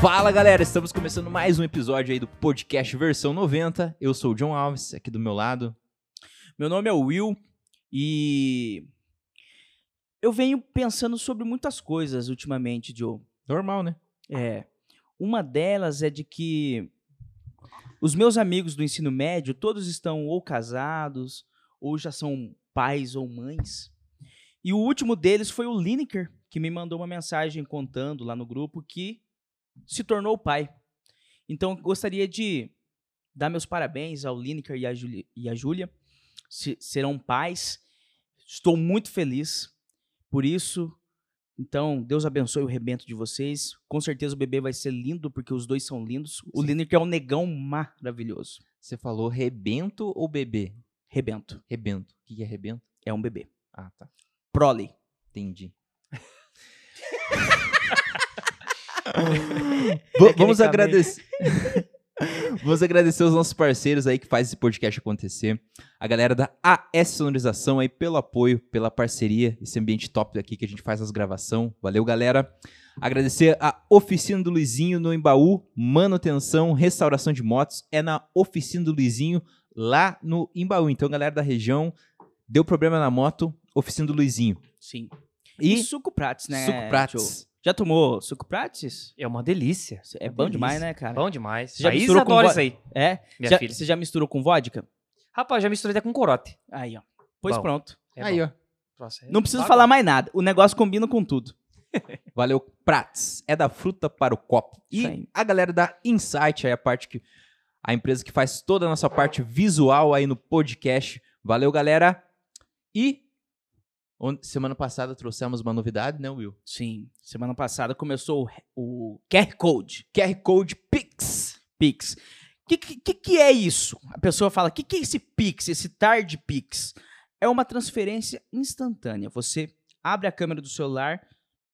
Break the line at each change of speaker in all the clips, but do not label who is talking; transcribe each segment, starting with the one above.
Fala galera, estamos começando mais um episódio aí do podcast versão 90. Eu sou o John Alves, aqui do meu lado.
Meu nome é Will e eu venho pensando sobre muitas coisas ultimamente, Joe.
Normal, né?
É, uma delas é de que os meus amigos do ensino médio, todos estão ou casados, ou já são pais ou mães. E o último deles foi o Lineker, que me mandou uma mensagem contando lá no grupo que se tornou pai. Então, eu gostaria de dar meus parabéns ao Lineker e à Juli- e à Júlia. Se- Serão pais. Estou muito feliz por isso. Então, Deus abençoe o rebento de vocês. Com certeza o bebê vai ser lindo, porque os dois são lindos. O
Sim.
Lineker é um negão maravilhoso.
Você falou rebento ou bebê?
Rebento.
Rebento. O que que é rebento?
É um bebê.
Ah, tá.
Prole.
Entendi. Va- vamos
Tecnicamente.
agradecer. Vamos agradecer os nossos parceiros aí que faz esse podcast acontecer. A galera da AS Sonorização aí pelo apoio, pela parceria, esse ambiente top aqui que a gente faz as gravação. Valeu, galera. Agradecer a Oficina do Luizinho no Embaú, manutenção, restauração de motos. É na Oficina do Luizinho, lá no Embaú. Então, galera da região, deu problema na moto, Oficina do Luizinho.
Sim. E,
E
suco prates, né?
Suco Prates.
Joe? Já tomou suco prates?
É uma delícia.
É bom
delícia.
demais, né, cara?
Bom demais.
Você já
Thaís
misturou com
adora
vo-
isso aí,
É?
minha
Já-
filha.
Você já misturou com vodka?
Rapaz, já misturei até com corote.
Aí, ó. Pois
Bom.
pronto.
É
aí,
bom.
ó.
Nossa, é-
Não preciso
tá
falar
bom.
mais nada. O negócio combina com tudo.
Valeu, Prats. É da fruta para o copo.
Isso
E
aí.
a galera da Insight, aí a parte que. A empresa que faz toda a nossa parte visual aí no podcast. Valeu, galera. E on- semana passada trouxemos uma novidade, né, Will?
Sim. Semana passada começou o, o QR Code.
QR Code Pix.
Pix. O que, que, que é isso? A pessoa fala: o que, que é esse Pix, esse Tard Pix? É uma transferência instantânea. Você abre a câmera do celular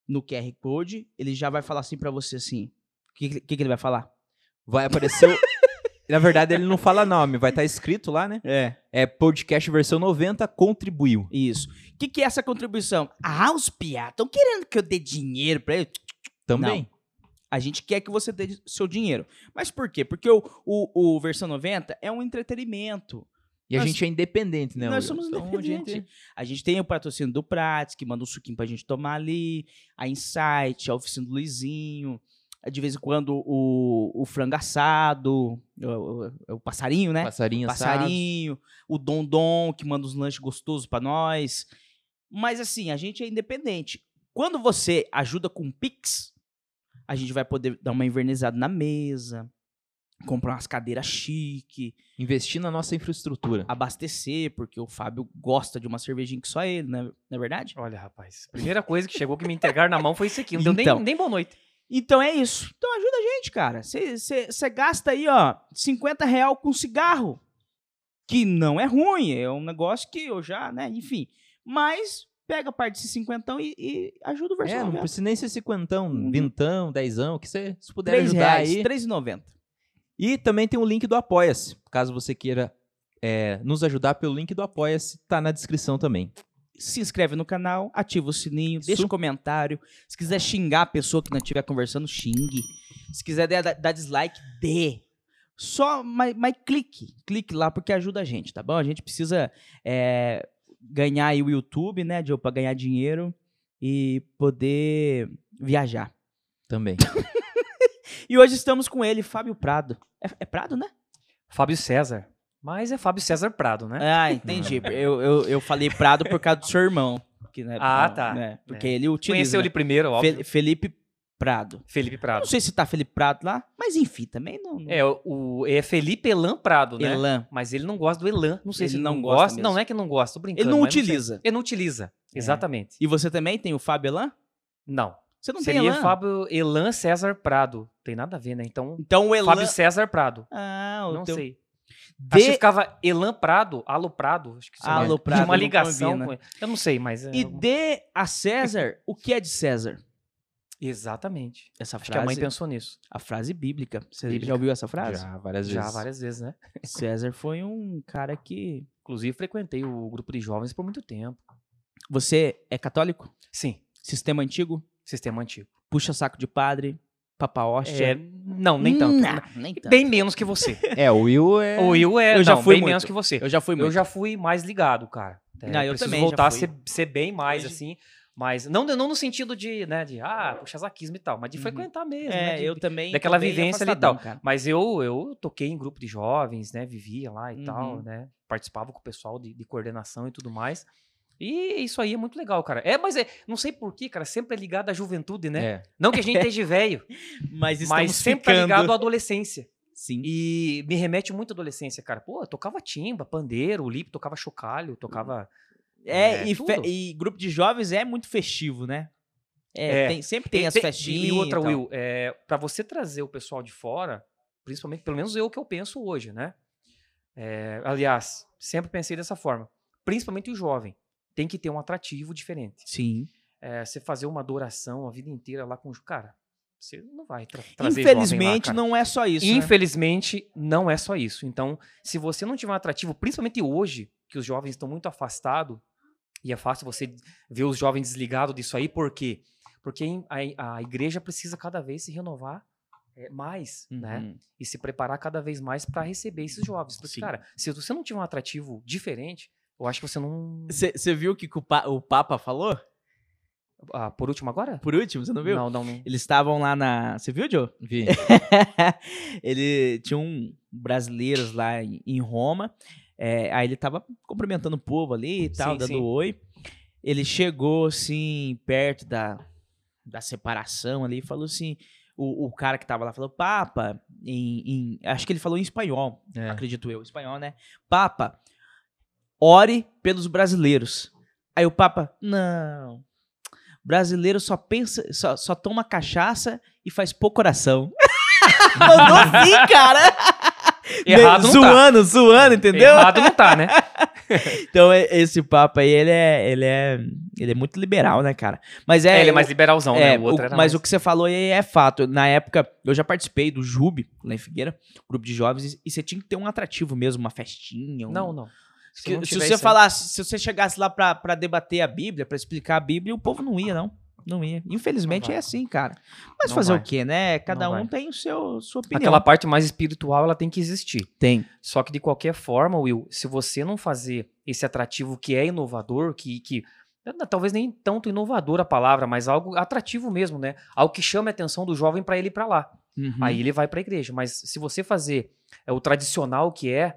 no QR Code, ele já vai falar assim pra você assim. O que, que, que ele vai falar?
Vai aparecer. o- Na verdade, ele não fala nome, vai estar escrito lá, né?
É.
É podcast versão 90, contribuiu.
Isso. O que, que é essa contribuição? Ah, os piá, estão querendo que eu dê dinheiro pra ele?
Também.
A gente quer que você dê seu dinheiro. Mas por quê? Porque o, o, o versão 90 é um entretenimento.
E a
Nós-
gente é independente, né,
nós
Will?
somos
Então, a
independentes.
gente-
A gente tem o patrocínio do Prats, que manda um suquinho pra gente tomar ali, a Insight, a oficina do Luizinho, de vez em quando o, o frango assado, o, o- o passarinho, né?
Passarinho, assado.
passarinho, o Dom Dom, que manda uns lanches gostosos pra nós. Mas assim, a gente é independente. Quando você ajuda com Pix, a gente vai poder dar uma invernizada na mesa, comprar umas cadeiras chique,
Investir na nossa infraestrutura.
abastecer, porque o Fábio gosta de uma cervejinha que só ele, né? não é verdade?
Olha, rapaz. Primeira coisa que chegou que me entregaram na mão foi isso aqui. Não deu
Então.
nem, nem boa noite.
Então é isso. Então ajuda a gente, cara. Você gasta aí, ó, 50 real com cigarro, que não é ruim, é um negócio que eu já, né, enfim. Mas pega a parte desse cinquentão e, e ajuda o
É,
versão
né?
não precisa nem ser cinquentão,
Uhum.
vintão, dezão, o que você se puder
3
ajudar
reais,
aí.
R$3,90.
E também tem o link do Apoia-se, caso você queira é, nos ajudar pelo link do Apoia-se, tá na descrição também.
Se inscreve no canal, ativa o sininho, deixa
Isso.
um comentário. Se quiser xingar a pessoa que não estiver conversando, xingue. Se quiser dar, dar dislike, dê. Só, mas, mas clique. Clique lá porque ajuda a gente, tá bom? A gente precisa é, ganhar aí o YouTube, né, Joe, pra ganhar dinheiro e poder viajar.
Também.
E hoje estamos com ele, Fábio Prado. É, é Prado, né?
Fábio César. Mas é Fábio César Prado, né?
Ah, entendi. Eu, eu, eu falei Prado por causa do seu irmão. que, né,
Ah,
não,
tá.
né, porque
É.
ele utiliza.
Conheceu ele
né?
primeiro, óbvio.
Fe- Felipe Prado.
Felipe
Não
Prado.
sei se tá Felipe Prado lá, mas enfim, também não. não-
É, o, é Felipe Elan Prado, né?
Elan.
Mas ele não gosta do Elan. Não sei se
Ele
ele
não
não,
gosta
gosta. Não,
mesmo.
não é que não gosta, tô brincando.
Ele não
mas sei.
utiliza. É.
Ele não utiliza, exatamente.
E você também tem o Fábio Elan?
Não.
Você não
Seria
tem Elan?
Fábio Elan César Prado. Tem nada a ver, né? Então,
Então o Elan.
Fábio César Prado.
Ah, o
Não
teu.
sei.
D-
Acho que ficava Elan Prado, Alô Prado, acho que sei lá.
Alô
Tinha
Prado, não
uma ligação
combina.
com ele. Eu não sei, mas. é
E
algum-
dê a César o que é de César.
Exatamente.
Essa
Acho que a mãe
frase,
pensou nisso.
a frase bíblica. Você
Bíblica.
já ouviu essa frase?
Já, várias
Já
vezes.
várias vezes, né?
César foi um cara que.
Inclusive, frequentei o grupo de jovens por muito tempo.
Você é católico?
Sim,
Sistema antigo?
sistema antigo.
Puxa saco de padre? Hum, ah, Papa Ostia.
É, não, nem tanto.
nem tanto.
Bem menos que você.
É, o Will é.
O Will é,
Eu já
não,
fui
bem
muito.
menos que você.
Eu já fui
Eu
muito.
já fui mais ligado, cara. É,
Não, eu
preciso
também já
voltar a
fui.
ser, ser bem mais,
Hoje-
assim. Mas não, não no sentido de, né, de, ah, puxa zaquismo e tal, mas de
Uhum.
frequentar mesmo. né,
É,
de-
eu também.
daquela
tô bem
vivência ali e
afastadão,
tal.
cara.
Mas eu, eu toquei em grupo de jovens, né? Vivia lá e
Uhum.
tal, né? Participava com o pessoal de, de coordenação e tudo mais. E isso aí é muito legal, cara. É, mas é, não sei porquê, cara, sempre é ligado à juventude, né?
É.
Não que a gente esteja velho,
Mas tá estamos
mas assim. sempre é
ficando.
ligado à adolescência.
Sim.
E me remete muito à adolescência, cara. Pô, eu tocava timba, pandeiro, o Lipe tocava chocalho, tocava.
É,
É,
e, fe-
tudo.
e grupo de jovens é muito festivo, né? É,
É.
tem- sempre tem
E-
as
tem-
festinhas.
E outra,
tal.
Will, é, para você trazer o pessoal de fora, principalmente, pelo menos eu que eu penso hoje, né? É, aliás, sempre pensei dessa forma. Principalmente o jovem. Tem que ter um atrativo diferente.
Sim.
É, você fazer uma adoração a vida inteira lá com os. Cara, você não vai tra trazer jovem lá,
Infelizmente,
cara.
não é só isso. né?
Infelizmente, não é só isso. Então, se você não tiver um atrativo, principalmente hoje, que os jovens estão muito afastados, e é fácil você ver os jovens desligados disso aí, por quê? Porque a, a igreja precisa cada vez se renovar é, mais, né?
Uhum.
E se preparar cada vez mais para receber esses jovens. Porque,
Sim.
cara, se você não tiver um atrativo diferente, eu acho que você não.
Você viu o que que o, pa- o Papa falou?
Ah, por último, agora?
Por último, você não viu?
Não, não, não.
Eles estavam lá na. Você viu, Joe?
Vi.
ele tinha um brasileiros lá em em Roma. é, aí ele tava cumprimentando o povo ali e tal,
Sim,
dando
sim.
oi. Ele chegou assim, perto da, da separação ali, e falou assim. O, o cara que tava lá falou, Papa, em, em- acho que ele falou em espanhol,
É.
acredito eu, espanhol, né? Papa, ore pelos brasileiros. Aí o Papa, não, brasileiro só pensa, só, só toma cachaça e faz pouco coração. Mandou sim, cara.
Errado não tá.
zoando, zoando, entendeu?
Errado não tá, né?
Então e- esse papo aí, ele é, ele é, ele é muito liberal, né, cara? Mas é,
ele é mais liberalzão,
é,
né? O outro
o-
era
mas
mais...
o que você falou aí é fato. Na época, eu já participei do JUB, lá em Figueira, grupo de jovens, e- e você tinha que ter um atrativo mesmo, uma festinha. um-
Não, não.
Se,
não
se
tiver
você
isso aí-
falasse, se você chegasse lá pra, pra debater a Bíblia, pra explicar a Bíblia, o povo não ia, não. Não ia. Infelizmente
Não vai.
é assim, cara. Mas
Não
fazer o
vai.
quê, né? Cada
Não
um
vai.
tem o seu sua opinião.
Aquela parte mais espiritual, ela tem que existir.
Tem.
Só que de qualquer forma, Will, se você não fazer esse atrativo que é inovador, que, que eh, talvez nem tanto inovador a palavra, mas algo atrativo mesmo, né? Algo que chame a atenção do jovem pra ele ir pra lá.
Uhum.
Aí ele vai pra igreja. Mas se você fazer é, o tradicional que é,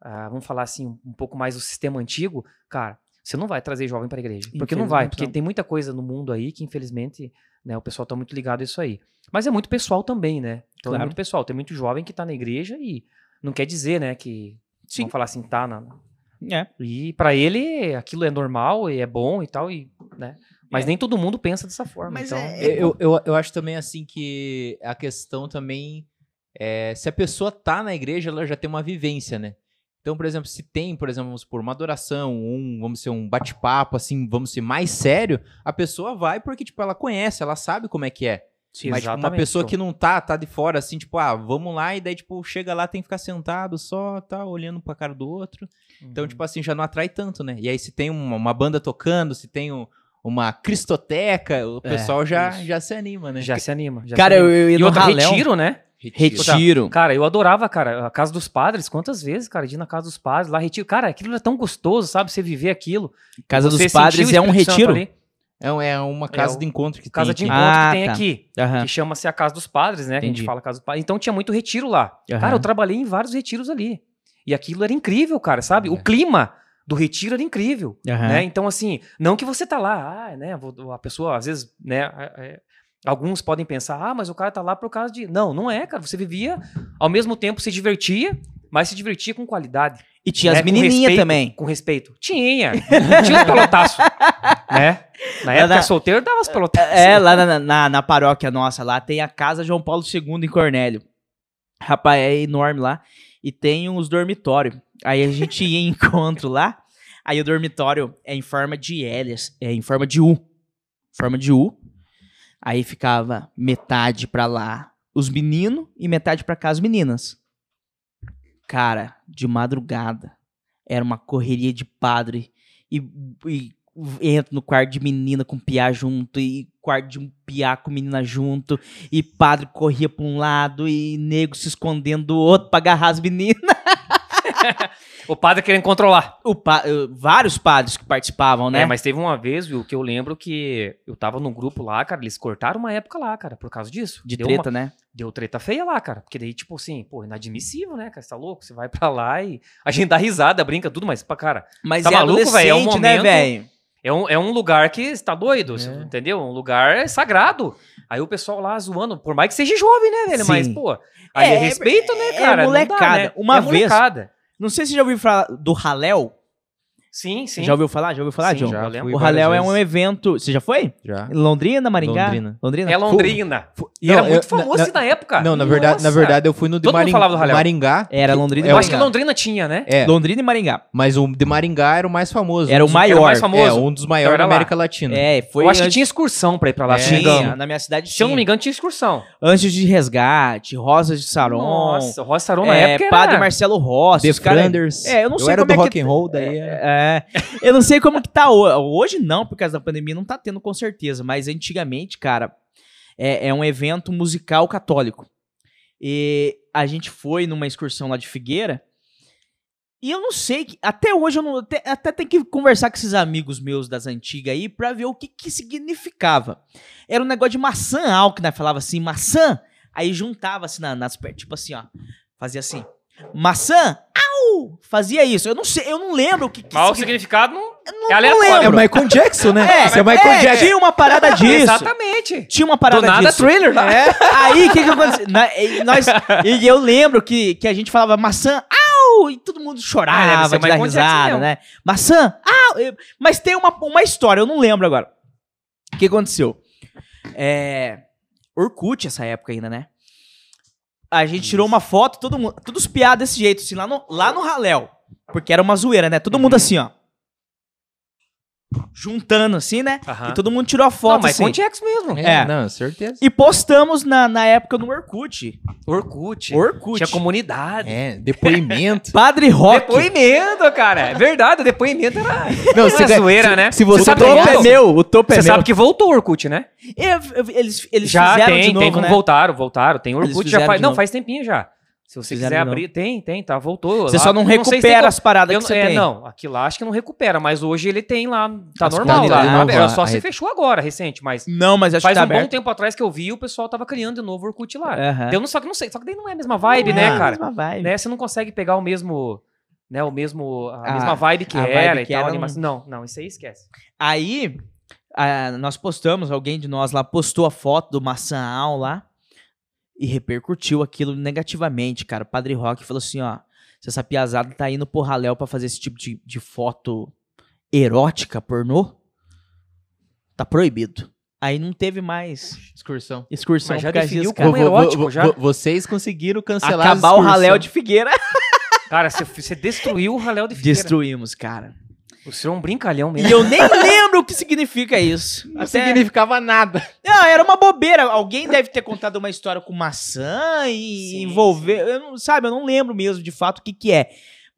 ah, vamos falar assim, um- um pouco mais o sistema antigo, cara, você não vai trazer jovem pra igreja. Porque não vai,
Infelizmente
porque
não.
tem muita coisa no mundo aí que infelizmente, né, o pessoal tá muito ligado a isso aí. Mas é muito pessoal também, né? Então é
Claro.
muito pessoal, tem muito jovem que tá na igreja e não quer dizer, né, que
Sim.
vamos falar assim, tá na
É.
e pra ele aquilo é normal e é bom e tal e, né? Mas
É.
nem todo mundo pensa dessa forma,
Mas
então.
é-
Eu, eu, eu acho também assim que a questão também é se a pessoa tá na igreja, ela já tem uma vivência, né? Então, por exemplo, se tem, por exemplo, vamos supor, uma adoração, um, vamos ser um bate-papo, assim, vamos ser mais sério, a pessoa vai porque, tipo, ela conhece, ela sabe como é que é. Mas tipo, uma
Exatamente, então.
pessoa
João.
que não tá, tá de fora, assim, tipo, ah, vamos lá, e daí, tipo, chega lá, tem que ficar sentado só, tá, olhando pra cara do outro. Então,
Uhum.
tipo assim, já não atrai tanto, né? E aí, se tem uma, uma banda tocando, se tem um- uma cristoteca, o
É,
pessoal já,
isso.
já se anima, né?
já se anima, já
Cara,
se
eu,
anima.
eu ia
e
no
outro
ralé,
retiro, né?
Retiro.
Cara, eu adorava, cara, a casa dos padres. Quantas vezes, cara, de ir na casa dos padres, lá retiro. Cara, aquilo era tão gostoso, sabe? Você viver aquilo.
Casa
Você
dos Padres
sentir
é
o
um
Espírito Santo
retiro?
ali.
É, um- é uma casa
o-
de encontro que
Casa de
tem aqui.
encontro
Ah,
que tem
tá.
aqui.
Aham.
Que chama-se a Casa dos Padres, né? Que a
Entendi.
gente fala Casa dos Padres. Então tinha muito retiro lá.
Aham.
Cara, eu trabalhei em vários retiros ali. E aquilo era incrível, cara, sabe?
É.
O clima do retiro era incrível.
Aham.
né? Então, assim, não que você tá lá, ah, né? vou- A pessoa, às vezes, né? é- é, alguns podem pensar, ah, mas o cara tá lá por causa de. Não, não é, cara. Você vivia, ao mesmo tempo se divertia, mas se divertia com qualidade.
E tinha
né?
as
Com
menininhas
respeito,
também.
Com respeito. Tinha. tinha os pelotaço. né? Na
Mas
época
na-
solteiro dava as pelotaças.
É, lá na, na, na paróquia nossa, lá tem a Casa João Paulo II em Cornélio. Rapaz, é enorme lá. E tem uns dormitórios. Aí a gente ia em encontro lá. Aí o dormitório é em forma de L, é em forma de U. Forma de U. Aí ficava metade pra lá os meninos e metade pra cá as meninas. Cara, de madrugada. Era uma correria de padre e, e entro no quarto de menina com piá junto, e quarto de um piá com menina junto, e padre corria pra um lado, e nego se escondendo do outro pra agarrar as meninas.
O padre querendo controlar.
O pa- eh, vários padres que participavam, né?
É, mas teve uma vez, viu, que eu lembro que eu tava num grupo lá, cara, eles cortaram uma época lá, cara, por causa disso.
De
Deu uma-
treta, né?
deu treta feia lá, cara. Porque daí, tipo assim, pô, inadmissível, né, cara? Você tá louco? Você vai pra lá e. A gente dá risada, brinca, tudo, mas, pá, cara,
Mas
Tá
é
maluco,
adolescente,
véi? É um
né,
momento-
velho?
é um, é um lugar que você tá doido, você-
É.
entendeu? Um lugar sagrado. Aí o pessoal lá zoando, por mais que seja jovem, né, velho? Mas,
Sim.
pô, aí é,
É,
respeito, né,
é
cara? Não dá,
molecada.
né?
Uma
é
vez-
molecada.
Não sei se você já ouviu falar do Halel.
Sim, sim.
Você já ouviu falar? Já ouviu falar,
Sim,
John?
já
Já
lembro.
fui
O
várias
Halel é um
vezes.
evento. Você já foi?
Já.
Em Londrina, Maringá?
Londrina.
É Londrina.
E
Era muito famoso assim na época.
Não, na verdade, na
Nossa.
verdade eu fui no de
Todo mundo
Maring-
falava do Raleu.
Maringá.
Era Londrina e
Eu acho que
Maringá.
Londrina tinha, né?
É,
Londrina e Maringá.
mas o de Maringá era o mais famoso.
Era o
Um dos-
maior.
mais famoso.
É, um dos maiores
Então era
da
lá.
América Latina.
É, foi.
eu acho que
antes- É.
tinha excursão pra ir pra lá, se não me
tinha,
engano.
Na minha cidade tinha.
Se eu não me engano, tinha excursão.
Anjos de Resgate, Rosas de Saron.
Nossa, o Rosa
Então,
Saron na
é,
época era...
Padre Marcelo Rossi.
The
os cara-
Flanders.
É, eu não sei
era
como
do
é
rock
que-
and roll, daí era-
É, eu não sei como que tá hoje. Hoje não, por causa da pandemia, não tá tendo com certeza, mas antigamente, cara, é, é um evento musical católico. E a gente foi numa excursão lá de Figueira. E eu não sei, que- até hoje eu não. Até, até tem que conversar com esses amigos meus das antigas aí pra ver o que que significava. Era um negócio de maçã algo que nós falava assim, maçã. Aí juntava assim na- nas pernas, tipo assim, ó. Fazia assim. Maçã? Au! Fazia isso. Eu não sei, eu não lembro o que, que
Mas o
signi-
significado não...
eu não,
é
não
aleatório.
lembro.
É Michael Jackson, né?
É,
Isso é Michael
é,
Jackson.
tinha uma parada disso.
Exatamente.
Tinha uma parada
Do nada,
disso.
thriller, né?
É. Aí, o que que aconteceu? Na- e nós, e eu lembro que, que a gente falava maçã, au! E todo mundo
Ah, deve ser
chorava de dar
Michael Jackson
risada,
mesmo.
né? Maçã, au! Eu- Mas tem uma, uma história, eu não lembro agora. O que aconteceu? É... Orkut, essa época ainda, né? A gente tirou uma foto, todo mundo, todos piados desse jeito, assim, lá no, lá no Raléu. Porque era uma zoeira, né? Todo
Uhum.
mundo assim, ó. Juntando, assim, né?
Aham.
E todo mundo tirou a
Não,
foto,
mas
assim.
com Jackson mesmo.
É.
Não, certeza.
E postamos na, na época no Orkut.
Orkut.
Orkut.
Tinha comunidade.
É, depoimento.
Padre Rock.
Depoimento, cara. É verdade, o depoimento era
Não,
era
ganha-
zoeira,
se-
né?
Se você,
sabe
ganhar-
que voltou.
meu, o topo
Você sabe que voltou o Orkut, né?
Eu- eu- Eles, eles
já
fizeram
tem, um
de novo,
tem como
né?
voltaram, voltaram. Tem Orkut, já
fizeram
faz.
de
Não,
novo.
faz tempinho já. Se você
Fizeram
quiser
de
abrir, tem, tem, tá, voltou.
Você
lá.
só não
Eu sei se tem
recupera
como-
as paradas
Eu
que
não-
você
é,
tem.
não, aquilo lá acho que não recupera, mas hoje ele tem lá, tá
Acho que
normal
tá
lá.
liberado,
Ela só
a
se
rede.
fechou agora, recente, mas
Não, mas acho
faz
que
um
tá
bom
aberto. tempo.
tempo atrás que eu vi, o pessoal tava criando de novo o Orkut lá.
Aham.
Deu, só que não sei, só que daí não é a mesma vibe,
né? É,
né, cara?
mesma vibe.
Né, você não consegue pegar o mesmo, né, o mesmo, a
Ah,
mesma vibe que
a vibe
era e
que
tal,
era, um
animação. Não, não, isso aí esquece.
Aí, ah, nós postamos, alguém de nós lá postou a foto do maçãal lá e repercutiu aquilo negativamente, cara. O Padre Rock falou assim, ó, se essa piazada tá indo pro Raléu pra fazer esse tipo de, de foto erótica, pornô, tá proibido. Aí não teve mais
Excursão.
excursão
Mas já
por causa
definiu
disso,
como
cara.
Vou- é um erótico já.
vocês conseguiram cancelar as
Acabar o
excursão.
Raléu de Figueira.
Cara, você, você destruiu o Raléu de Figueira.
Destruímos, cara.
O senhor é um brincalhão mesmo.
E eu nem lembro o que significa isso.
Não significava nada.
Não, Ah, era uma bobeira. Alguém deve ter contado uma história com maçã e
Sim,
envolver. Eu não, sabe, eu não lembro mesmo de fato o que, que é.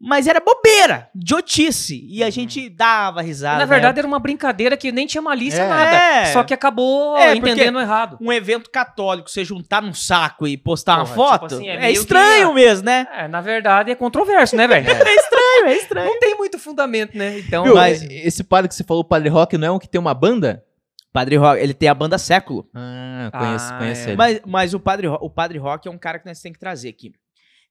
Mas era bobeira, idiotice. E a
Uhum.
gente dava risada.
Na
né?
verdade, era uma brincadeira que nem tinha malícia,
É.
nada.
É.
Só que acabou
É, porque-
entendendo errado.
Um evento católico, você juntar num saco e postar uma
Porra, tipo
foto.
assim, é
é
meio
estranho mesmo, né?
É, na verdade, é controverso, né, velho?
É estranho, é estranho.
Não tem muito fundamento, né? Então,
Viu?
mas-
Esse padre que você falou, o padre rock, não é um que tem uma banda?
Padre Rock, ele tem a banda Século.
Ah, conheço,
Ah,
conheço
é.
ele.
Mas, mas o, padre, Ro- o Padre Rock é um cara que nós temos que trazer aqui.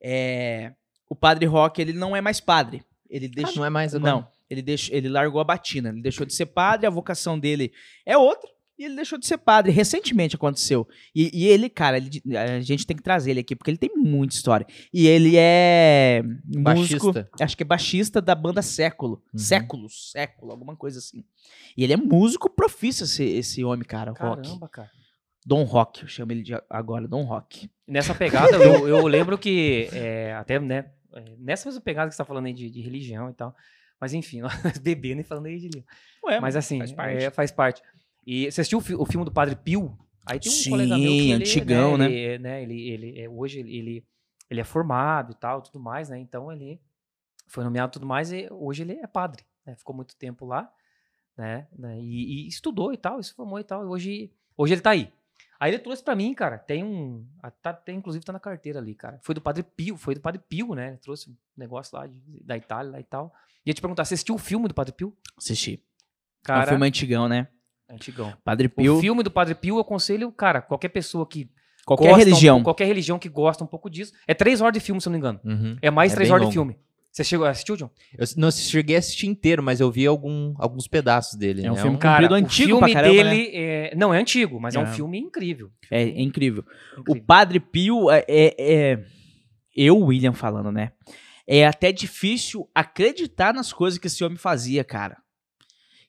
É, o Padre Rock, ele não é mais padre. Ele
Ah,
deixa.
não é mais agora.
Não, ele, deixou, ele largou a batina, ele deixou de ser padre, a vocação dele é outra, e ele deixou de ser padre. Recentemente aconteceu. E, e ele, cara, ele- a gente tem que trazer ele aqui, porque ele tem muita história. E ele é músico,
Baixista.
acho que é baixista da banda Século.
Uhum.
Século, Século, alguma coisa assim. E ele é músico profício, esse, esse homem, cara, o Rock.
caramba, cara.
Dom Rock, eu chamo ele de agora, Dom Rock.
Nessa pegada, eu, eu lembro que é, até, né? é, Nessa mesma pegada que você tá falando aí de, de religião e tal. Mas enfim, nós bebendo e falando aí de religião.
Ué,
Mas assim,
faz parte.
é, faz parte. E você assistiu o, fi- o filme do Padre Pio? Aí tem um
Sim,
colega meu que ele,
antigão, né?
Ele, é, né, ele, ele é, hoje ele, ele, ele é formado e tal, tudo mais, né? Então ele foi nomeado e tudo mais e hoje ele é padre. né? Ficou muito tempo lá, né? né, E, e estudou e tal, e se formou e tal. E hoje, hoje ele tá aí. Aí ele trouxe pra mim, cara, tem um. a- Tá, tem, inclusive tá na carteira ali, cara. Foi do Padre Pio, foi do Padre Pio, né? Ele trouxe um negócio lá de- da Itália lá e tal. Ia te perguntar, você assistiu o filme do Padre Pio?
Assisti. É um
Cara,
filme antigão, né?
antigão.
Padre
O
Pio.
filme do Padre Pio, eu aconselho, cara, qualquer pessoa que
Qualquer
gosta um
religião.
pouco- qualquer religião que gosta um pouco disso. É três horas de filme, se eu não me engano.
Uhum.
É mais
É
três
bem
horas de
longo.
filme. Você chegou, assistiu, John?
Eu não cheguei a assistir inteiro, mas eu vi algum- alguns pedaços dele.
É um
né?
filme Comprido, antigo
o
pra
filme
caramba, né?
dele é... não é antigo, mas é, um
É.
filme incrível.
É, é incrível. O
Incrível.
Padre Pio é, é- é- Eu, William, falando, né? É até difícil acreditar nas coisas que esse homem fazia, cara.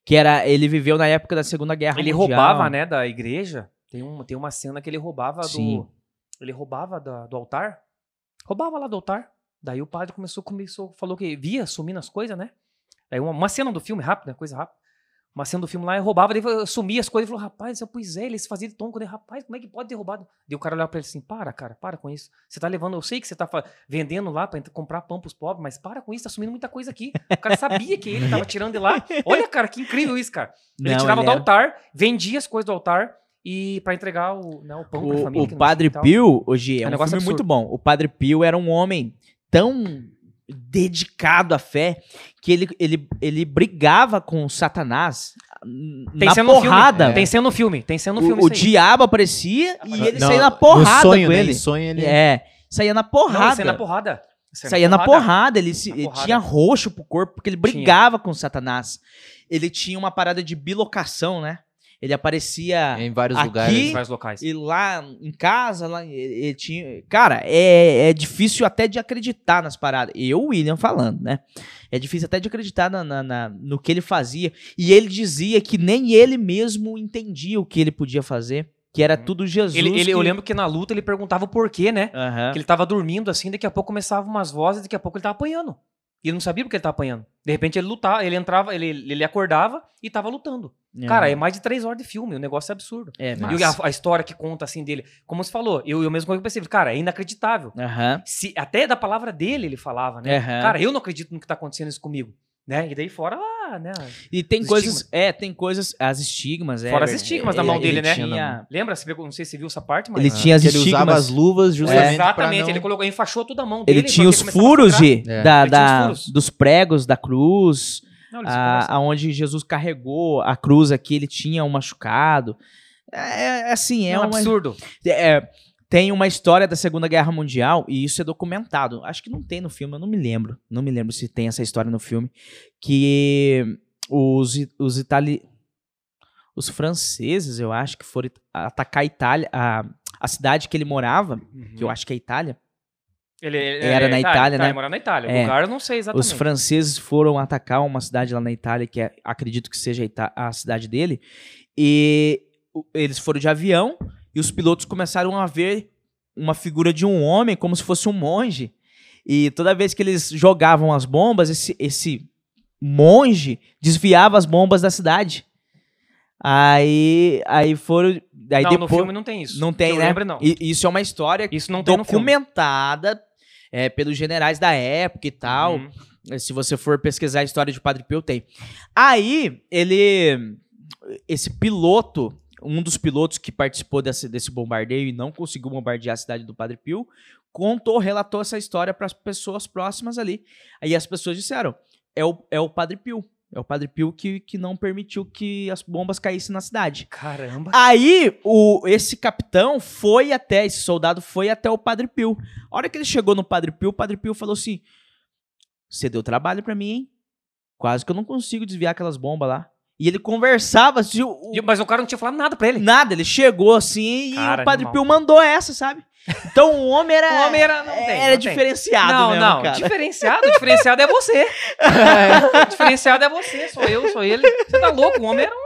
Que era. Ele viveu na época da Segunda Guerra
Ele
Mundial.
roubava, né, da igreja. Tem uma, tem uma cena que ele roubava
Sim.
do ele roubava da- do altar. Roubava lá do altar. Daí o padre começou começou falou que via sumindo as coisas, né? Daí uma, uma cena do filme rápida, coisa rápida. Uma cena do filme lá, ele roubava, daí eu sumia as coisas e falou: rapaz, eu, pois é, ele se fazia de tom quando ele, rapaz, como é que pode ter roubado? Daí o cara olhava pra ele assim: para, cara, para com isso. Você tá levando, eu sei que você tá fa- vendendo lá pra ent- comprar pão pros pobres, mas para com isso, tá sumindo muita coisa aqui. O cara sabia que ele tava tirando de lá. Olha, cara, que incrível isso, cara. Ele
Não,
tirava
ele
do
era-
altar, vendia as coisas do altar e para entregar o, né, o pão pra
O,
família.
o
que não
Padre
tinha e tal.
Pio, hoje, é
É um
um
negócio
filme
absurdo.
muito bom. O Padre Pio era um homem tão dedicado à fé que ele, ele, ele brigava com Satanás hum,
Tem
na
cena no filme, É.
porrada.
Tem cena no filme, tem cena no
O-
filme.
o
isso aí.
diabo aparecia e
Não,
ele
Não,
saía na
no
porrada
sonho,
com
né? Em
ele.
sonho ele-
É, saía na porrada.
Não, isso aí na porrada. Isso aí
saía na porrada, ele, se,
Na
ele
porrada.
tinha roxo pro corpo porque ele brigava com Satanás. Ele tinha uma parada de bilocação, né? Ele aparecia
É.
Em vários
É. Aqui-
Em
lugares. né?
vários locais.
e lá em casa, lá ele, ele tinha. Cara, é, é difícil até de acreditar nas paradas. Eu, William, falando, né? É difícil até de acreditar na, na- na- no que ele fazia. E ele dizia que nem ele mesmo entendia o que ele podia fazer. Que era
Uhum.
tudo Jesus.
Ele, ele-
que...
Eu lembro que na luta ele perguntava o porquê, né?
Aham.
Que ele tava dormindo assim, daqui a pouco começavam umas vozes, daqui a pouco ele tava apanhando. E ele não sabia porque ele tava apanhando. De repente ele lutava, ele entrava, ele, ele acordava e tava lutando.
Uhum.
Cara, é mais de três horas de filme, o negócio é absurdo.
é,
E a, a história que conta assim dele, como você falou, eu, eu mesmo eu pensei, cara, é inacreditável.
Aham.
Se, até da palavra dele ele falava, né?
Aham.
Cara, eu não acredito no que tá acontecendo isso comigo, né? E daí fora lá, né?
e tem
os
coisas, é, tem coisas, as estigmas, é.
Fora as
verdade.
estigmas na mão
Ele
dele, né?
tinha-
Lembra? Você viu- Não sei se você viu essa parte, mas...
Ele tinha as
que ele usava
estigmas.
as luvas justamente.
É, Exatamente,
pra não-
ele colocou, enfaixou toda a mão dele.
Ele tinha os
porque começava a
furos
sangrar.
de,
É.
da-
Ele tinha os
da-
furos.
dos pregos da cruz,
Não, assim, eles começavam-
a, aonde Jesus carregou a cruz aqui, ele tinha um machucado. É, é, assim, é,
É um
uma-
absurdo.
é, tem uma história da Segunda Guerra Mundial e isso é documentado. Acho que não tem no filme, eu não me lembro. Não me lembro se tem essa história no filme. Que os, i- os itali... Os franceses, eu acho, que foram it- atacar a Itália, a, a cidade que ele morava, que
Uhum.
eu acho que é a Itália.
Ele, ele- tá,
Era na Itália, né?
Ele morava na Itália.
É.
O lugar eu não sei exatamente.
Os franceses foram atacar uma cidade lá na Itália, que é- acredito que seja a Ita- a cidade dele, e o- eles foram de avião e os pilotos começaram a ver uma figura de um homem como se fosse um monge. E toda vez que eles jogavam as bombas, esse, esse monge desviava as bombas da cidade. Aí, aí foram. Aí
não,
depois,
no filme não tem isso.
não tem,
Que eu
né?
Lembro, não.
E- um isso é uma história
Isso não tem no filme.
documentada é, pelos generais da época e tal.
Uhum.
Eh, Se você for pesquisar a história de Padre Pio, tem. Aí, ele. Esse piloto, um dos pilotos que participou desse, desse bombardeio e não conseguiu bombardear a cidade do Padre Pio, contou, relatou essa história para as pessoas próximas ali. Aí as pessoas disseram: é o, é o Padre Pio. É o Padre Pio que, que não permitiu que as bombas caíssem na cidade.
Caramba.
Aí, o, esse capitão foi até, esse soldado foi até o Padre Pio. A hora que ele chegou no Padre Pio, o Padre Pio falou assim: Você deu trabalho pra mim, hein? Quase que eu não consigo desviar aquelas bombas lá. E ele conversava assim, o- o-
E- Mas o cara não tinha falado nada pra ele.
nada, ele chegou assim e
Cara,
o Padre
animal.
Pio mandou essa, sabe? Então o homem era.
O homem era- não tem,
era
não tem.
diferenciado,
não,
mesmo,
não. tipo,
cara.
Diferenciado, diferenciado é você. diferenciado é você. Sou eu, sou ele. Você tá louco? O homem era um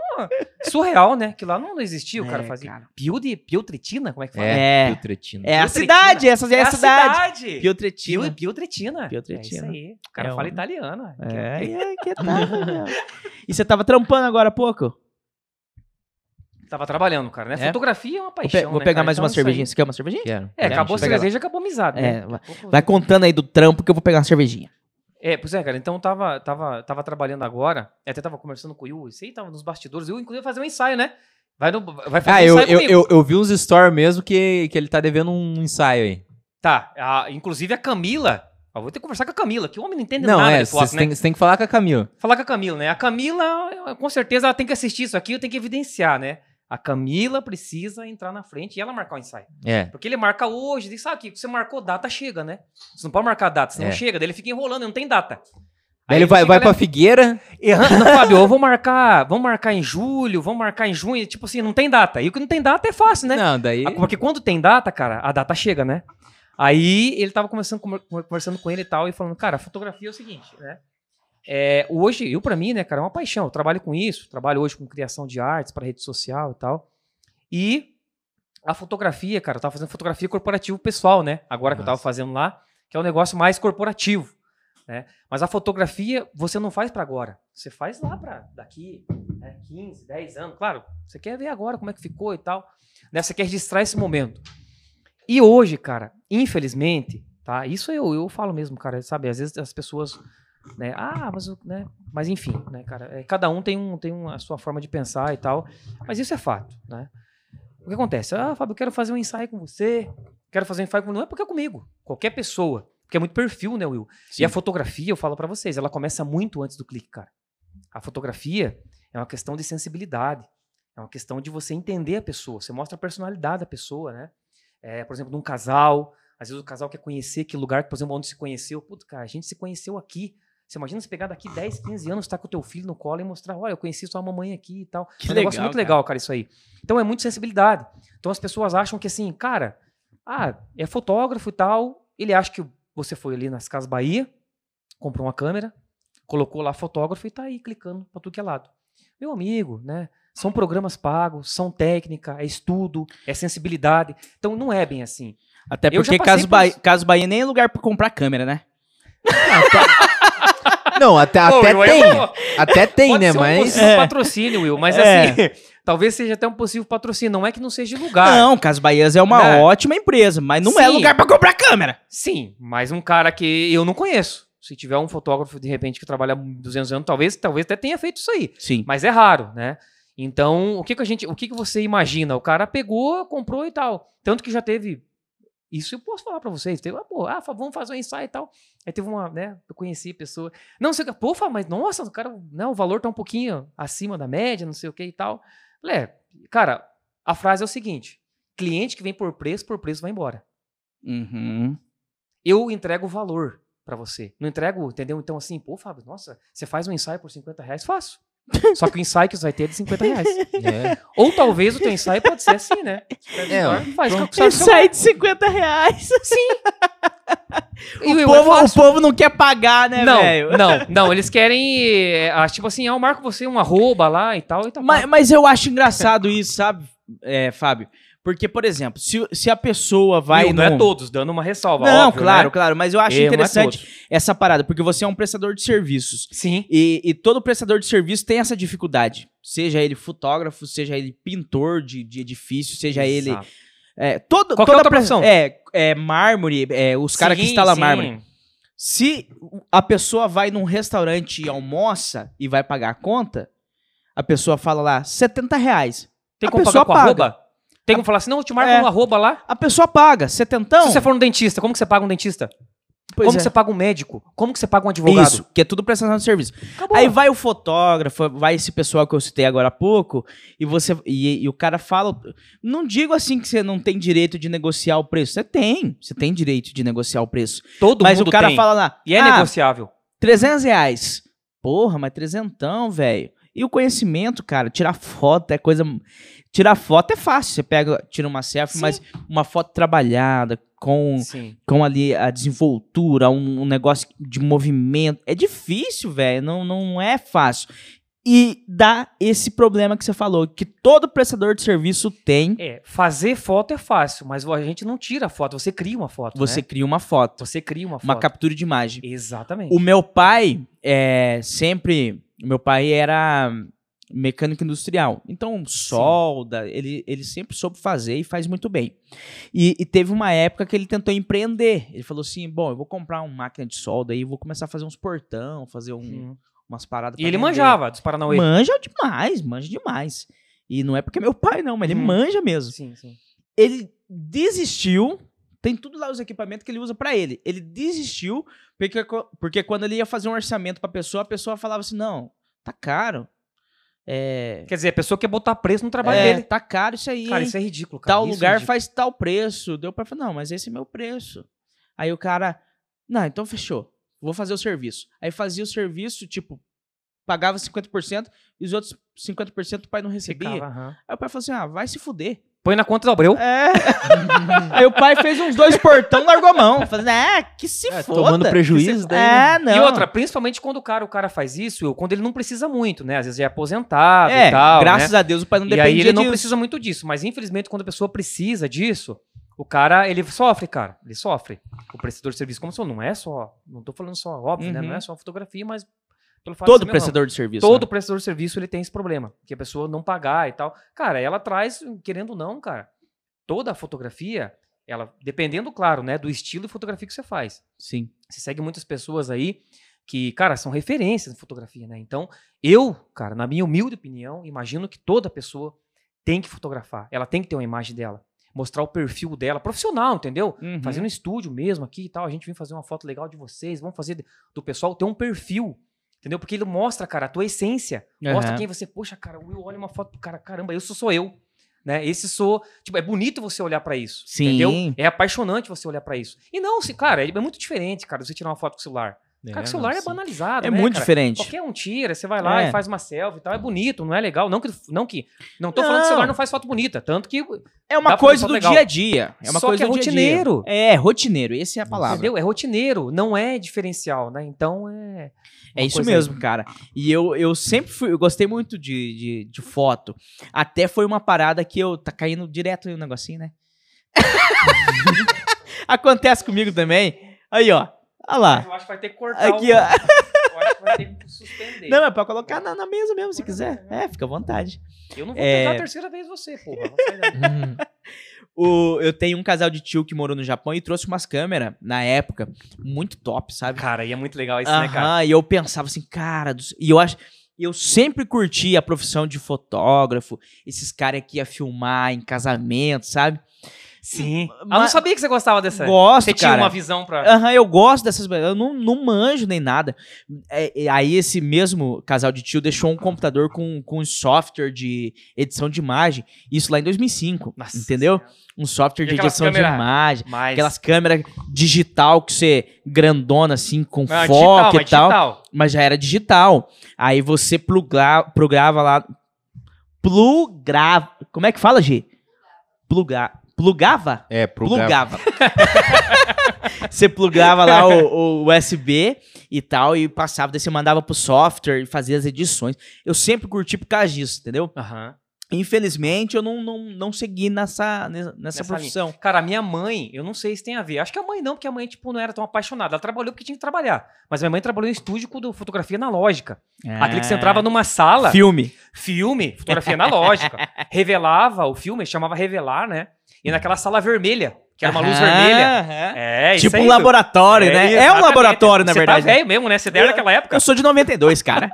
surreal, né? Que lá não, não existia. O cara
É,
fazia
cara.
pio de Piotretina, como é que fala?
É.
Piltretina.
É a
Piotretina.
cidade, essa é a cidade.
cidade. Pio,
Piotretina.
Piotretina.
Piotretina.
É isso aí. O cara
É
fala
um-
italiana.
É, é, que tava, meu. E você tava trampando agora há pouco?
Tava trabalhando, cara, né?
É.
Fotografia é uma
Vou,
paixão,
pe- vou
né,
pegar
cara?
mais
Então
uma
isso aí-
cervejinha. Você quer uma cervejinha?
Quero.
É, acabou a
Pega lá.
cerveja, acabou a amizade,
É,
né?
vai- Vai contando aí do trampo que eu vou pegar uma cervejinha.
É, pois é, cara. Então eu tava, tava, tava trabalhando agora, até tava conversando com o Will, isso aí tava nos bastidores. Eu, inclusive, ia fazer um ensaio, né? Vai, no, vai fazer
Ah,
um
eu,
ensaio
eu,
comigo.
eu, eu vi uns stories mesmo que, que ele tá devendo um ensaio aí.
Tá, a- inclusive a Camila. ó, vou ter que conversar com a Camila, que o homem não entende
Não,
nada
é,
de foto,
você
né?
tem, cê tem que falar com a Camila.
Falar com a Camila, né? A Camila, eu- com certeza, ela tem que assistir isso aqui, eu tenho que evidenciar, né? A Camila precisa entrar na frente e ela marcar o ensaio.
É.
Porque ele marca hoje, diz, sabe que você marcou data, chega, né? Você não pode marcar data, senão
É.
chega, daí ele fica enrolando, não tem data.
Daí ele vai,
fica
vai
olhando,
pra Figueira.
Errando, não, Fábio, eu vou marcar, vamos marcar em julho, vamos marcar em junho, tipo assim, não tem data. E o que não tem data é fácil, né?
Não, daí.
Ah, Porque quando tem data, cara, a data chega, né? Aí ele tava conversando, com- conversando com ele e tal, e falando, cara, a fotografia é o seguinte, né? É, hoje, eu pra mim, né, cara, é uma paixão. Eu trabalho com isso, trabalho hoje com criação de artes para rede social e tal. E a fotografia, cara, eu tava fazendo fotografia corporativa pessoal, né? Agora que eu tava
Nossa.
fazendo lá, que é um negócio mais corporativo, né? Mas a fotografia você não faz pra agora. Você faz lá pra daqui, né, 15, 10 anos, claro. Você quer ver agora como é que ficou e tal né? Você quer registrar esse momento. E hoje, cara, infelizmente, tá? Isso eu, eu falo mesmo, cara, sabe? Às vezes as pessoas, né? Ah, mas, o- né? mas enfim, né, cara? é, cada um tem, um tem um- a sua forma de pensar e tal, mas isso é fato, né? O que acontece? Ah, Fábio, eu quero fazer um ensaio com você, quero fazer um ensaio com... Não é porque é comigo, qualquer pessoa, porque é muito perfil, né, Will? E a fotografia, eu falo pra vocês, ela começa muito antes do clique, cara. A fotografia é uma questão de sensibilidade. É uma questão de você entender a pessoa. Você mostra a personalidade da pessoa, né? É, por exemplo, num casal. Às vezes o casal quer conhecer que lugar, por exemplo, onde se conheceu. Putz, cara, a gente se conheceu aqui. Você imagina se pegar daqui 10, 15 anos, estar com o teu filho no colo e mostrar, olha, eu conheci sua mamãe aqui e tal.
Que
é um negócio
legal,
muito
cara.
legal, cara, isso aí. Então é muito sensibilidade. Então as pessoas acham que assim, cara, ah, é fotógrafo e tal. Ele acha que você foi ali nas Casas Bahia, comprou uma câmera, colocou lá fotógrafo e tá aí clicando pra tudo que é lado. Meu amigo, né? São programas pagos, são técnica, é estudo, é sensibilidade. Então não é bem assim.
Até
Eu já
porque
passei
Caso,
por
Bahia,
isso.
Caso Bahia nem é lugar pra comprar câmera, né?
Não, até, até
Will,
tem.
eu vou-
Até tem,
pode
né?
ser um
Mas.
possível
É.
patrocínio, Will, mas
É.
assim, talvez seja até um possível patrocínio. Não é que não seja lugar.
não, Caso Bahias é uma
né?
ótima empresa, mas não é
Sim.
lugar pra comprar câmera.
Sim, mas um cara que eu não conheço. Se tiver um fotógrafo, de repente, que trabalha 200 anos, talvez, talvez até tenha feito isso aí.
Sim.
Mas é raro, né? Então, o que, que a gente, o que, que você imagina? O cara pegou, comprou e tal. Tanto que já teve. Isso eu posso falar pra vocês. Teve, ah, pô, ah, Fábio, vamos fazer um ensaio e tal. Aí teve uma, né? Eu conheci a pessoa. Não sei o que. Pô, Fábio, mas nossa, o cara, né, o valor tá um pouquinho acima da média, não sei o que e tal. Falei, É, cara, a frase é o seguinte: cliente que vem por preço, por preço vai embora
Uhum.
eu entrego o valor pra você. Não entrego, entendeu? Então, assim, pô, Fábio, nossa, você faz um ensaio por 50 reais? Faço. Só que o ensaio que você vai ter é de 50 reais. Ou talvez o teu ensaio pode ser assim, né?
É, ó,
faz com
Ele sai de 50 reais.
E
O
eu
povo, o
faço.
povo não quer pagar, né,
não,
velho?
não, não, eles querem, eh, ah, tipo assim, ah, eu marco você um arroba lá e tal, e tá tal.
Mas, mas eu acho engraçado isso, sabe, é, Fábio? Porque, por exemplo, se, se a pessoa vai.
Não, não é
num-
todos, dando uma ressalva,
Não,
óbvio,
claro,
né?
claro. Mas eu acho
Eh, não é
interessante
todos.
essa parada, porque você é um prestador de serviços.
Sim,
E, e todo prestador de serviço tem essa dificuldade. Seja ele fotógrafo, seja ele pintor de, de edifício, seja ele.
Exato.
É, todo,
Qualquer
toda
outra
pre-
profissão.
É, é mármore, é, os caras que
Sim,
instalam
sim.
mármore. Se a pessoa vai num restaurante e almoça e vai pagar a conta, a pessoa fala lá, 70 reais.
Tem
A
como pagar
pessoa
com
paga.
arroba? Tem como falar assim, não, eu te marco
É.
um arroba lá.
A pessoa paga,
Se
setentão.
você for no dentista, como que você paga um dentista?
Pois
como
é.
que você paga um médico? Como que você paga um advogado?
Isso, que é tudo prestação de serviço.
Acabou.
Aí vai o fotógrafo, vai esse pessoal que eu citei agora há pouco, e você e, e o cara fala. Não digo assim que você não tem direito de negociar o preço. Você tem, você tem direito de negociar o preço.
Todo
mas o
mundo
cara
tem.
fala lá,
E é
ah,
negociável.
300 reais. Porra, mas trezentão, velho. E o conhecimento, cara, tirar foto é coisa. Tirar foto é fácil. Você pega, tira uma selfie,
Sim.
mas uma foto trabalhada, com,
Sim.
com ali a desenvoltura, um, um negócio de movimento. É difícil, velho. Não, não é fácil. E dá esse problema que você falou, que todo prestador de serviço tem.
É, fazer foto é fácil, mas a gente não tira a foto, você cria uma foto,
Você
né?
cria uma foto,
Você cria uma foto.
uma captura de imagem.
Exatamente.
O meu pai é sempre. o Meu pai era mecânica industrial. Então, solda, ele, ele sempre soube fazer e faz muito bem. E, e teve uma época que ele tentou empreender. Ele falou assim: bom, eu vou comprar uma máquina de solda aí, vou começar a fazer uns portão, fazer um- umas paradas.
Uhum. E
pra
ele
vender."
manjava dos Paranauê.
Manja demais, manja demais. E não é porque é meu pai, não, mas ele
Hum.
manja mesmo.
Sim, sim.
Ele desistiu. Tem tudo lá os equipamentos que ele usa pra ele. Ele desistiu porque, co- porque quando ele ia fazer um orçamento pra pessoa, a pessoa falava assim: não, tá caro. É,
Quer dizer, a pessoa quer botar preço no trabalho
é,
dele.
tá caro isso aí.
Cara,
hein?
isso é ridículo, cara.
tal
Isso é
lugar
ridículo.
faz tal preço. Deu pra falar, não, mas esse é meu preço. Aí o cara, não, então fechou. Vou fazer o serviço. Aí fazia o serviço, tipo, pagava 50% e os outros 50% o pai não recebia.
Ficava, aham.
Aí o pai falou assim: ah, vai se fuder.
Põe na conta do Abreu.
É. Aí o pai fez uns dois portão, largou a mão. Falando, é, que se
É,
foda.
tomando prejuízo
que se...
daí,
É, não.
E outra, principalmente quando o cara, o cara faz isso, eu- quando ele não precisa muito, né? Às vezes já é aposentado
é,
e tal.
graças
né?
a Deus o pai não
E
depende
aí ele não
disso.
precisa muito disso. Mas infelizmente, quando a pessoa precisa disso, o cara, ele sofre, cara. Ele sofre. O prestador de serviço, como se eu não é só. Não tô falando só, óbvio, né?
Uhum.
Não é só fotografia, mas pelo fato
Todo
de ser meu ramo.
prestador de serviço.
Todo
né?
prestador de serviço ele tem esse problema, que a pessoa não pagar e tal. Cara, ela traz, querendo ou não, cara, toda a fotografia, ela dependendo, claro, né, do estilo de fotografia que você faz.
Sim.
Você segue muitas pessoas aí que, cara, são referências em fotografia, né? Então, eu, cara, na minha humilde opinião, imagino que toda pessoa tem que fotografar. Ela tem que ter uma imagem dela, mostrar o perfil dela, profissional, entendeu?
Uhum.
Fazendo estúdio mesmo aqui e tal. A gente vem fazer uma foto legal de vocês, vamos fazer do pessoal ter um perfil. Entendeu? Porque ele mostra, cara, a tua essência. Mostra
Aham.
quem você, poxa, cara, o Will olha uma foto pro cara, caramba, eu sou, sou eu. Né? Esse sou. Tipo, é bonito você olhar pra isso.
Sim.
Entendeu? É apaixonante você olhar pra isso. E não, se, cara, é é muito diferente, cara, você tirar uma foto com o celular. Cara, o celular é banalizado.
É
né,
muito
cara?
diferente.
Qualquer um tira, você vai lá
É.
e faz uma selfie e tal. É bonito, não é legal. Não que. Não, que, não tô
Não.
falando que o celular não faz foto bonita. Tanto que.
É uma
Dá pra
coisa
fazer
do
legal.
dia a dia. É uma
Só
coisa
que é
do dia a dia.
rotineiro.
É, rotineiro, essa é a palavra.
Entendeu? É rotineiro, não é diferencial, né? Então é.
É
uma
isso
coisa
mesmo, cara. E eu, eu sempre fui, eu gostei muito de, de, de foto. Até foi uma parada que eu. Tá caindo direto no negocinho, né? Acontece comigo também. Aí, ó. Olha lá.
Eu acho que vai ter que cortar.
Aqui, ó.
Eu acho que vai ter que suspender.
Não, é pra colocar na, na mesa mesmo, se quiser. É, fica à vontade.
Eu não
vou É. tentar a
terceira vez você, porra.
O- eu tenho um casal de tio que morou no Japão e trouxe umas câmeras, na época, muito top, sabe?
cara, e é muito legal isso, né, cara?
Aham, e eu pensava assim, cara, do c- e eu acho. Eu sempre curti a profissão de fotógrafo, esses caras que ia filmar em casamento, sabe?
Sim. Ah, eu não
Mas-
sabia que você gostava dessa.
Gosto,
você tinha
cara.
uma visão pra.
Aham, eu gosto dessas. Eu não, não manjo nem nada. É, é, aí esse mesmo casal de tio deixou um computador com, com um software de edição de imagem. Isso lá em 2005,
Nossa
entendeu?
Senhora.
Um software
E
de
aquelas
edição
câmera-
de imagem.
Mas.
Aquelas câmeras digital que você grandona assim, com
Não, é
foco
digital,
e tal.
Digital.
Mas já era digital. Aí você pluga, plugava lá. Plugava. Como é que fala, Gi? Plugar. Plugava?
É, pro
Plugava. você plugava lá o, o USB e tal, e passava, daí você mandava pro software e fazia as edições. Eu sempre curti por causa disso, entendeu?
Aham.
Infelizmente, eu não, não, não segui nessa, nessa,
Nessa
profissão.
Cara, a minha mãe, eu não sei se tem a ver. Acho que a mãe não, porque a mãe, tipo, não era tão apaixonada. Ela trabalhou porque tinha que trabalhar. Mas minha mãe trabalhou em estúdio com do- fotografia analógica. Aquele que
Ah.
você entrava numa sala.
Filme.
filme, fotografia analógica. Revelava o filme, chamava Revelar, né? E naquela sala vermelha, que era uma luz vermelha. É, isso
tipo
aí,
um
tu-
laboratório,
É,
né? É um
exatamente.
laboratório, na
Você
verdade.
Tá velho mesmo, né? Você deu
Eu-
naquela época.
eu sou de 92, cara.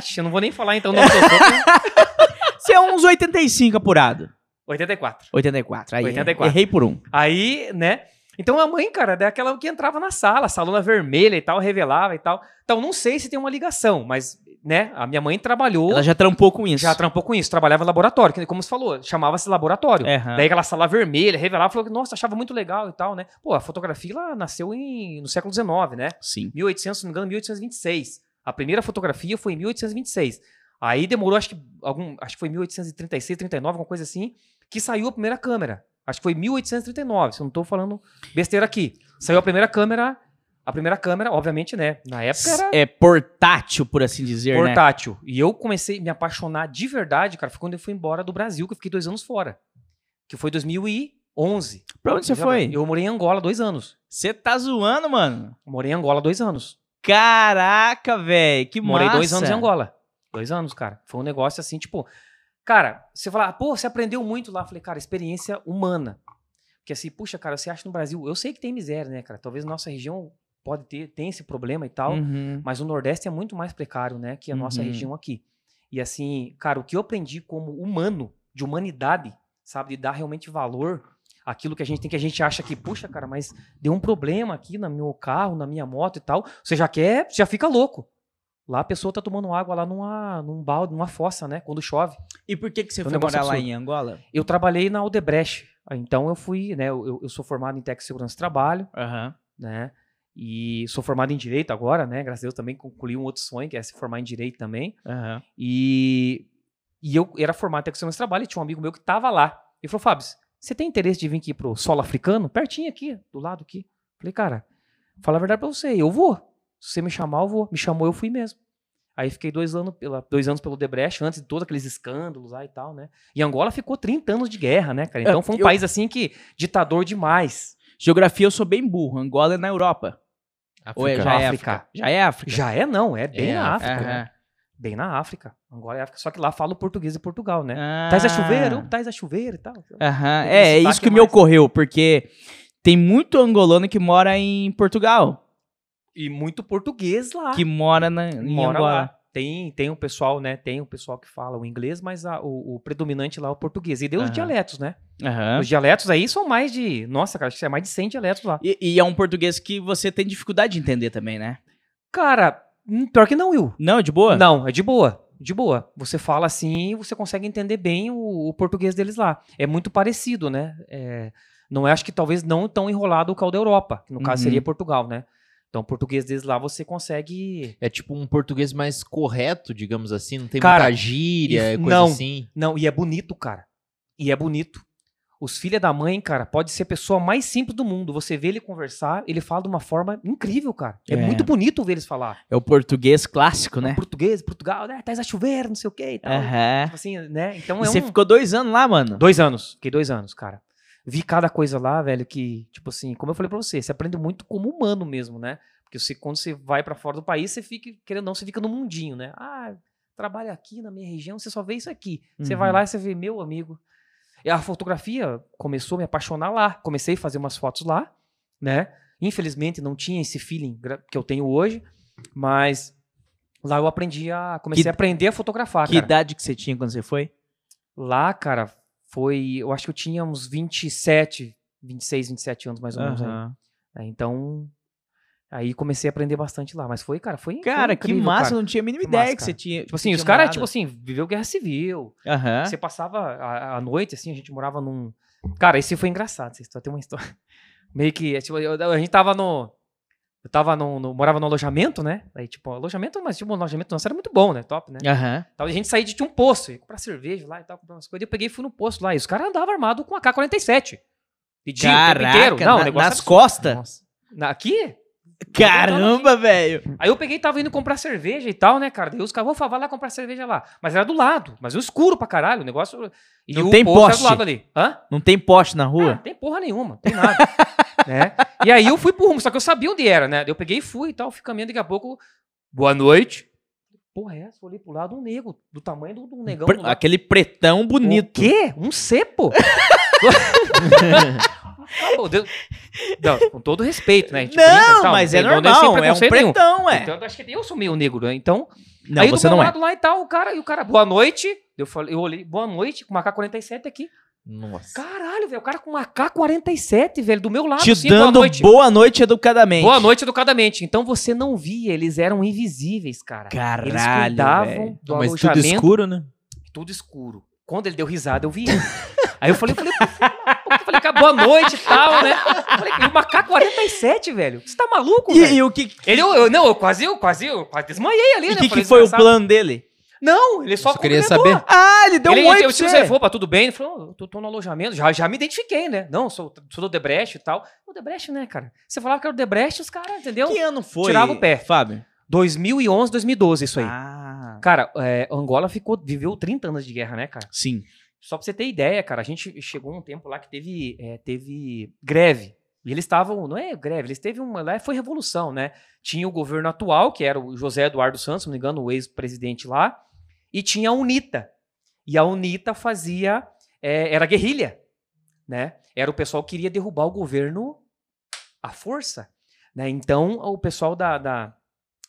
Ixi, eu não vou nem falar então, não. sou- sou-
Você é uns 85 apurado.
84.
84, aí.
84.
Errei por um.
Aí, né? Então a mãe, cara, é aquela que entrava na sala, salona vermelha e tal, revelava e tal. Então não sei se tem uma ligação, mas, né? A minha mãe trabalhou,
Ela já trampou com isso.
já trampou com isso, trabalhava em laboratório, que como você falou, chamava-se laboratório.
Aham.
Daí aquela sala vermelha, revelava, falou que, nossa, achava muito legal e tal, né? Pô, a fotografia lá nasceu em, no século XIX, né?
Sim.
1800, se não me engano, 1826. A primeira fotografia foi em 1826. Aí demorou, acho que algum, acho que foi 1836, 39, alguma coisa assim, que saiu a primeira câmera. Acho que foi 1839, se eu não tô falando besteira aqui. Saiu a primeira câmera, a primeira câmera, obviamente, né? Na época era
É portátil, por assim dizer, né?
portátil. E eu comecei a me apaixonar de verdade, cara, foi quando eu fui embora do Brasil, que eu fiquei dois anos fora. Que foi 2011.
Pra onde você foi?
Eu morei em Angola dois anos.
Você tá zoando, mano.
Morei em Angola dois anos.
Caraca, velho. Que
Morei
massa.
dois anos em Angola. Dois anos, cara. Foi um negócio assim, tipo. Cara, você fala, "Ah, pô, você aprendeu muito lá. Eu falei, cara, experiência humana. Porque assim, puxa, cara, você acha no Brasil. Eu sei que tem miséria, né, cara? Talvez nossa região pode ter, tem esse problema e tal.
Uhum.
Mas o Nordeste é muito mais precário, né, que a nossa
Uhum.
região aqui. E assim, cara, o que eu aprendi como humano, de humanidade, sabe, de dar realmente valor àquilo que a gente tem, que a gente acha que, puxa, cara, mas deu um problema aqui no meu carro, na minha moto e tal. Você já quer, já fica louco. Lá a pessoa tá tomando água lá numa, num balde, numa fossa, né, quando chove.
E por que, que você
Foi um
foi
negócio
morar lá
absurdo.
em Angola?
Eu trabalhei na Odebrecht, então eu fui, né, eu, eu sou formado em técnico de segurança do trabalho,
Aham.
né? E sou formado em direito agora, né? Graças a Deus também concluí um outro sonho, que é se formar em direito também.
Aham.
E, e eu era formado em técnico de segurança do trabalho e tinha um amigo meu que tava lá. Ele falou, Fábio, você tem interesse de vir aqui pro solo africano? Pertinho aqui, do lado aqui. Falei, cara, fala a verdade pra você, eu vou. Se você me chamar, eu vou. Me chamou, eu fui mesmo. Aí fiquei dois anos, pela, dois anos pelo Debrecht, antes de todos aqueles escândalos lá e tal, né? E Angola ficou 30 anos de guerra, né,
É,
cara? Então foi um
eu-
país assim que ditador demais.
Geografia eu sou bem burro. Angola é na Europa. Ou é,
África.
já é
África.
África? Já é África.
Já é, não, é bem
É
na
África,
África. né?
Aham.
Bem na África. Angola é África. Só que lá fala o português de Portugal, né?
É.
Ah.
Tais a chuveiro, ô, tais a chuveiro e tal.
Aham,
Tem
É, é
sotaque
isso que me
mais-
ocorreu, porque tem muito angolano que mora em Portugal,
E muito português lá.
que mora na, em
mora
Angola.
lá. Tem, tem o pessoal, né? Tem o pessoal que fala o inglês, mas a- o, o predominante lá é o português. E deu os
Aham.
dialetos, né?
Aham.
Os dialetos aí são mais de. Nossa, cara, acho que é mais de 100 dialetos lá.
E, e é um português que você tem dificuldade de entender também, né?
Cara, hum, pior que não, Will.
Não, de boa?
Não, é de boa. De boa. Você fala assim, você consegue entender bem o, o português deles lá. É muito parecido, né? É, não é, acho que talvez não tão enrolado que o da Europa, que no caso
Uhum.
seria Portugal, né? Então, o português deles lá você consegue.
É tipo um português mais correto, digamos assim. Não tem
Cara,
muita gíria,
e-
coisa
não.
assim.
Não, e é bonito, cara. E é bonito. Os filhos da mãe, cara, pode ser a pessoa mais simples do mundo. Você vê ele conversar, ele fala de uma forma incrível, cara. É,
É.
muito bonito ver eles falar.
É o português clássico,
Né?
né?
Português, Portugal, né? Tais a chover, não sei o quê e tal.
Aham.
Tipo assim, né? Então
E
é
você
um...
ficou dois anos lá, mano?
Dois anos. Fiquei dois anos, cara. Vi cada coisa lá, velho, que, tipo assim, como eu falei pra você, você aprende muito como humano mesmo, né? Porque você, quando você vai pra fora do país, você fica, querendo ou não, você fica no mundinho, né? Ah, trabalho aqui na minha região, você só vê isso aqui. Você vai
Uhum.
lá e você vê, meu amigo. E a fotografia começou a me apaixonar lá. Comecei a fazer umas fotos lá, né? Infelizmente não tinha esse feeling gra- que eu tenho hoje, mas lá eu aprendi a. Comecei
Que-
a aprender a fotografar.
que
cara.
idade que você tinha quando você foi?
Lá, cara, foi. Eu acho que eu tinha uns 27, 26, 27 anos mais ou menos. Aí.
Aham.
né? Então. Aí comecei a aprender bastante lá. Mas foi, cara, foi. foi
Cara, que
incrível,
massa,
cara.
eu não tinha a mínima
Que
ideia
massa,
que você
cara.
tinha. É?
Tipo assim, os caras, tipo assim, viveu guerra civil.
Aham.
Você passava a, a noite, assim, a gente morava num. Cara, esse foi engraçado. Vocês tem uma história. Meio que. é, Tipo, eu- eu- a gente tava no. Eu tava no, no- Morava no alojamento, né? Aí, tipo, alojamento, mas tipo, o alojamento nosso era muito bom, né? Top, né?
Aham.
Tal, e a gente saía de tinha um posto, ia comprar cerveja lá e tal, comprar umas coisas. E eu peguei e fui no posto lá. E os caras andavam armados com AK-47. E dia o tempo inteiro.
Caraca,
Não, o
na-
negócio é
nas
absurdo.
costas?
Nossa. Na- Aqui?
Caramba, velho.
Aí eu peguei e tava indo comprar cerveja e tal, né, cara? Daí os caras, vou falar lá comprar cerveja lá. Mas era do lado, mas eu escuro pra caralho, o negócio. E
Não
o
tem
posto era
poste.
do lado ali. Hã?
Não tem poste na
Ah, não
rua?
tem porra nenhuma, não tem nada. né? E aí eu fui pro rumo, só que eu sabia onde era, né? Eu peguei e fui e tal, fui caminhando daqui a pouco. Boa noite. Porra, é essa? Olhei pro lado um negro, do tamanho do, do negão.
Pre-
do lado.
Aquele pretão bonito.
O quê? Um cepo? Acabou, deu- Não, com todo respeito, né? A gente brinca
não,
e tal,
mas
não
é
tem- não tem sem
normal, é um
preconceito nenhum.
pretão, é.
Então, eu acho que eu sou meio negro, né? Então,
não,
aí
você
do meu
não é.
lado lá e tal, o cara, e o cara, boa noite. Eu falei, eu olhei, boa noite, com uma K47 aqui.
Nossa.
Caralho, velho, o cara com uma K47, velho, do meu lado.
Te
assim,
dando
boa noite.
educadamente.
Boa noite, educadamente. Então você não via, eles eram invisíveis, cara. eles
Caralho,
cuidavam
velho.
do
mas tudo
alojamento
escuro, né?
tudo escuro. Quando ele deu risada, eu vi ele. Aí eu falei, eu falei, eu falei, cara, boa noite e tal, né? Eu falei, e o macaco 47, velho? Você tá maluco,
E,
velho?
e o que,
Ele, eu, eu- não, eu quase, eu quase, eu quase desmaiei ali,
e
né?
que,
Eu falei,
que foi o
"Desgraçado."
plano dele?
Não, ele só
Só queria
cumprimentou.
saber.
Ah, ele deu
ele,
um oi
eu
pra
disse,
você.
você foi, tudo bem? Ele falou, eu tô, tô no alojamento, já, já me identifiquei, né? Não, sou, sou do Debrecht e tal. O Debrecht, né, cara? Você falava que era o Debrecht, os caras, entendeu?
Que ano foi?
Tirava o pé.
Fábio.
2011, 2012, isso aí.
Ah,
Cara, é, Angola ficou, viveu 30 anos de guerra, né, cara?
sim.
Só pra você ter ideia, cara, a gente chegou um tempo lá que teve, é, teve greve. E eles estavam, não é greve, eles teve uma. Lá foi revolução, né? Tinha o governo atual, que era o José Eduardo Santos, se não me engano, o ex-presidente lá. E tinha a UNITA. E a UNITA fazia. é, era guerrilha. Né? Era o pessoal que queria derrubar o governo à força. Né? Então, o pessoal da, da,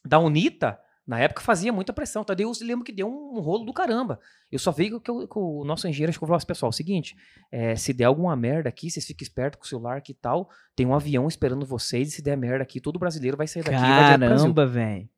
da UNITA, na época, fazia muita pressão. Tá? Daí Eu lembro que deu um, um rolo do caramba. Eu só vi que, o- que o nosso engenheiro chegou e falou assim, pessoal, é o seguinte, é, se der alguma merda aqui, vocês fiquem espertos com o celular que tal, tem um avião esperando vocês, e se der merda aqui, todo brasileiro vai sair daqui e vai direto pro Brasil.
Caramba, velho.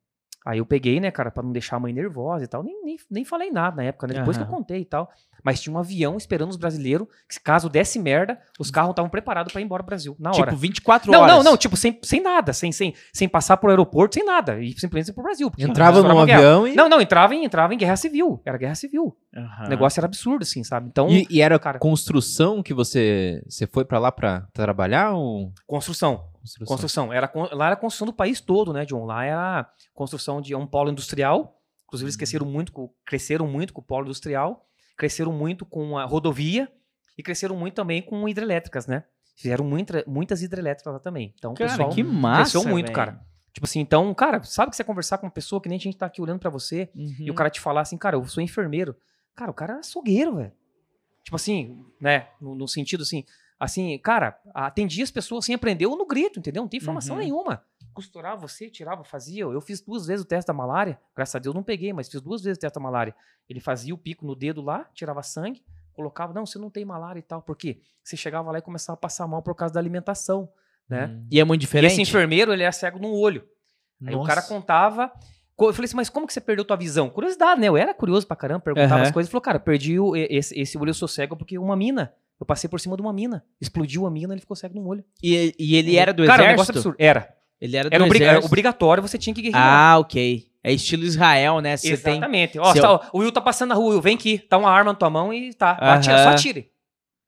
Aí eu peguei, né, cara, pra não deixar a mãe nervosa e tal. Nem, nem, nem falei nada na época, né? Depois que eu
Aham.
contei e tal. Mas tinha um avião esperando os brasileiros, que se caso desse merda, os carros estavam preparados pra ir embora pro Brasil, na hora.
Tipo, 24
Não,
horas.
não, não, tipo, sem, sem nada, sem, sem, sem passar pro aeroporto, sem nada. E simplesmente pro Brasil. porque
Entrava
estourava
num
uma guerra.
avião e.
Não, não, entrava em, entrava em guerra civil. Era guerra civil.
Aham.
O negócio era absurdo, assim, sabe? Então,
E, e era
Cara.
construção que você. Você foi pra lá pra trabalhar ou.
construção.
Tá
Construção.
Construção. Era, con- lá era construção do país todo, né, John? Lá era construção de é um polo industrial. Inclusive, eles
Uhum.
cresceram muito, com- cresceram muito com o polo industrial, cresceram muito com a rodovia e cresceram muito também com hidrelétricas, né? Fizeram muita, muitas hidrelétricas lá também. Então, o
Cara,
pessoal,
que massa.
cresceu muito,
velho.
cara. Tipo assim, então, cara, sabe que você conversar com uma pessoa que nem a gente tá aqui olhando pra você e o
Uhum.
cara te falar assim, cara, eu sou enfermeiro. Cara, o cara é açougueiro, velho. Tipo assim, né? No, no sentido assim, assim, cara, atendia as pessoas assim, aprendeu no grito, entendeu? Não tem informação
Uhum.
nenhuma. Costurava você, tirava, fazia. Eu fiz duas vezes o teste da malária. Graças a Deus não peguei, mas fiz duas vezes o teste da malária. Ele fazia o pico no dedo lá, tirava sangue, colocava, não, você não tem malária e tal. Por quê? Você chegava lá e começava a passar mal por causa da alimentação, né?
E é muito
E
diferente.
esse enfermeiro, ele é cego num olho. Aí o cara
Nossa.
contava. co- Eu falei assim, mas como que você perdeu tua visão? Curiosidade, né? Eu era curioso pra caramba, perguntava
Aham.
as coisas. Ele falou, cara, perdi o- e- esse, esse olho, eu sou cego porque uma mina. Eu passei por cima de uma mina. Explodiu a mina, ele ficou cego num olho.
E, e ele era do
cara, um negócio
exército?
absurdo. Era.
ele era do
Era, obri- era um
exército.
obrigatório, você tinha que guerrear.
Ah, ok. É estilo Israel, né? Você tem...
Exatamente. Ó,
Seu-
tá- ó, o Will tá passando na rua, Will, vem aqui. Tá uma arma na tua mão e tá. Atira,
Aham.
só atire.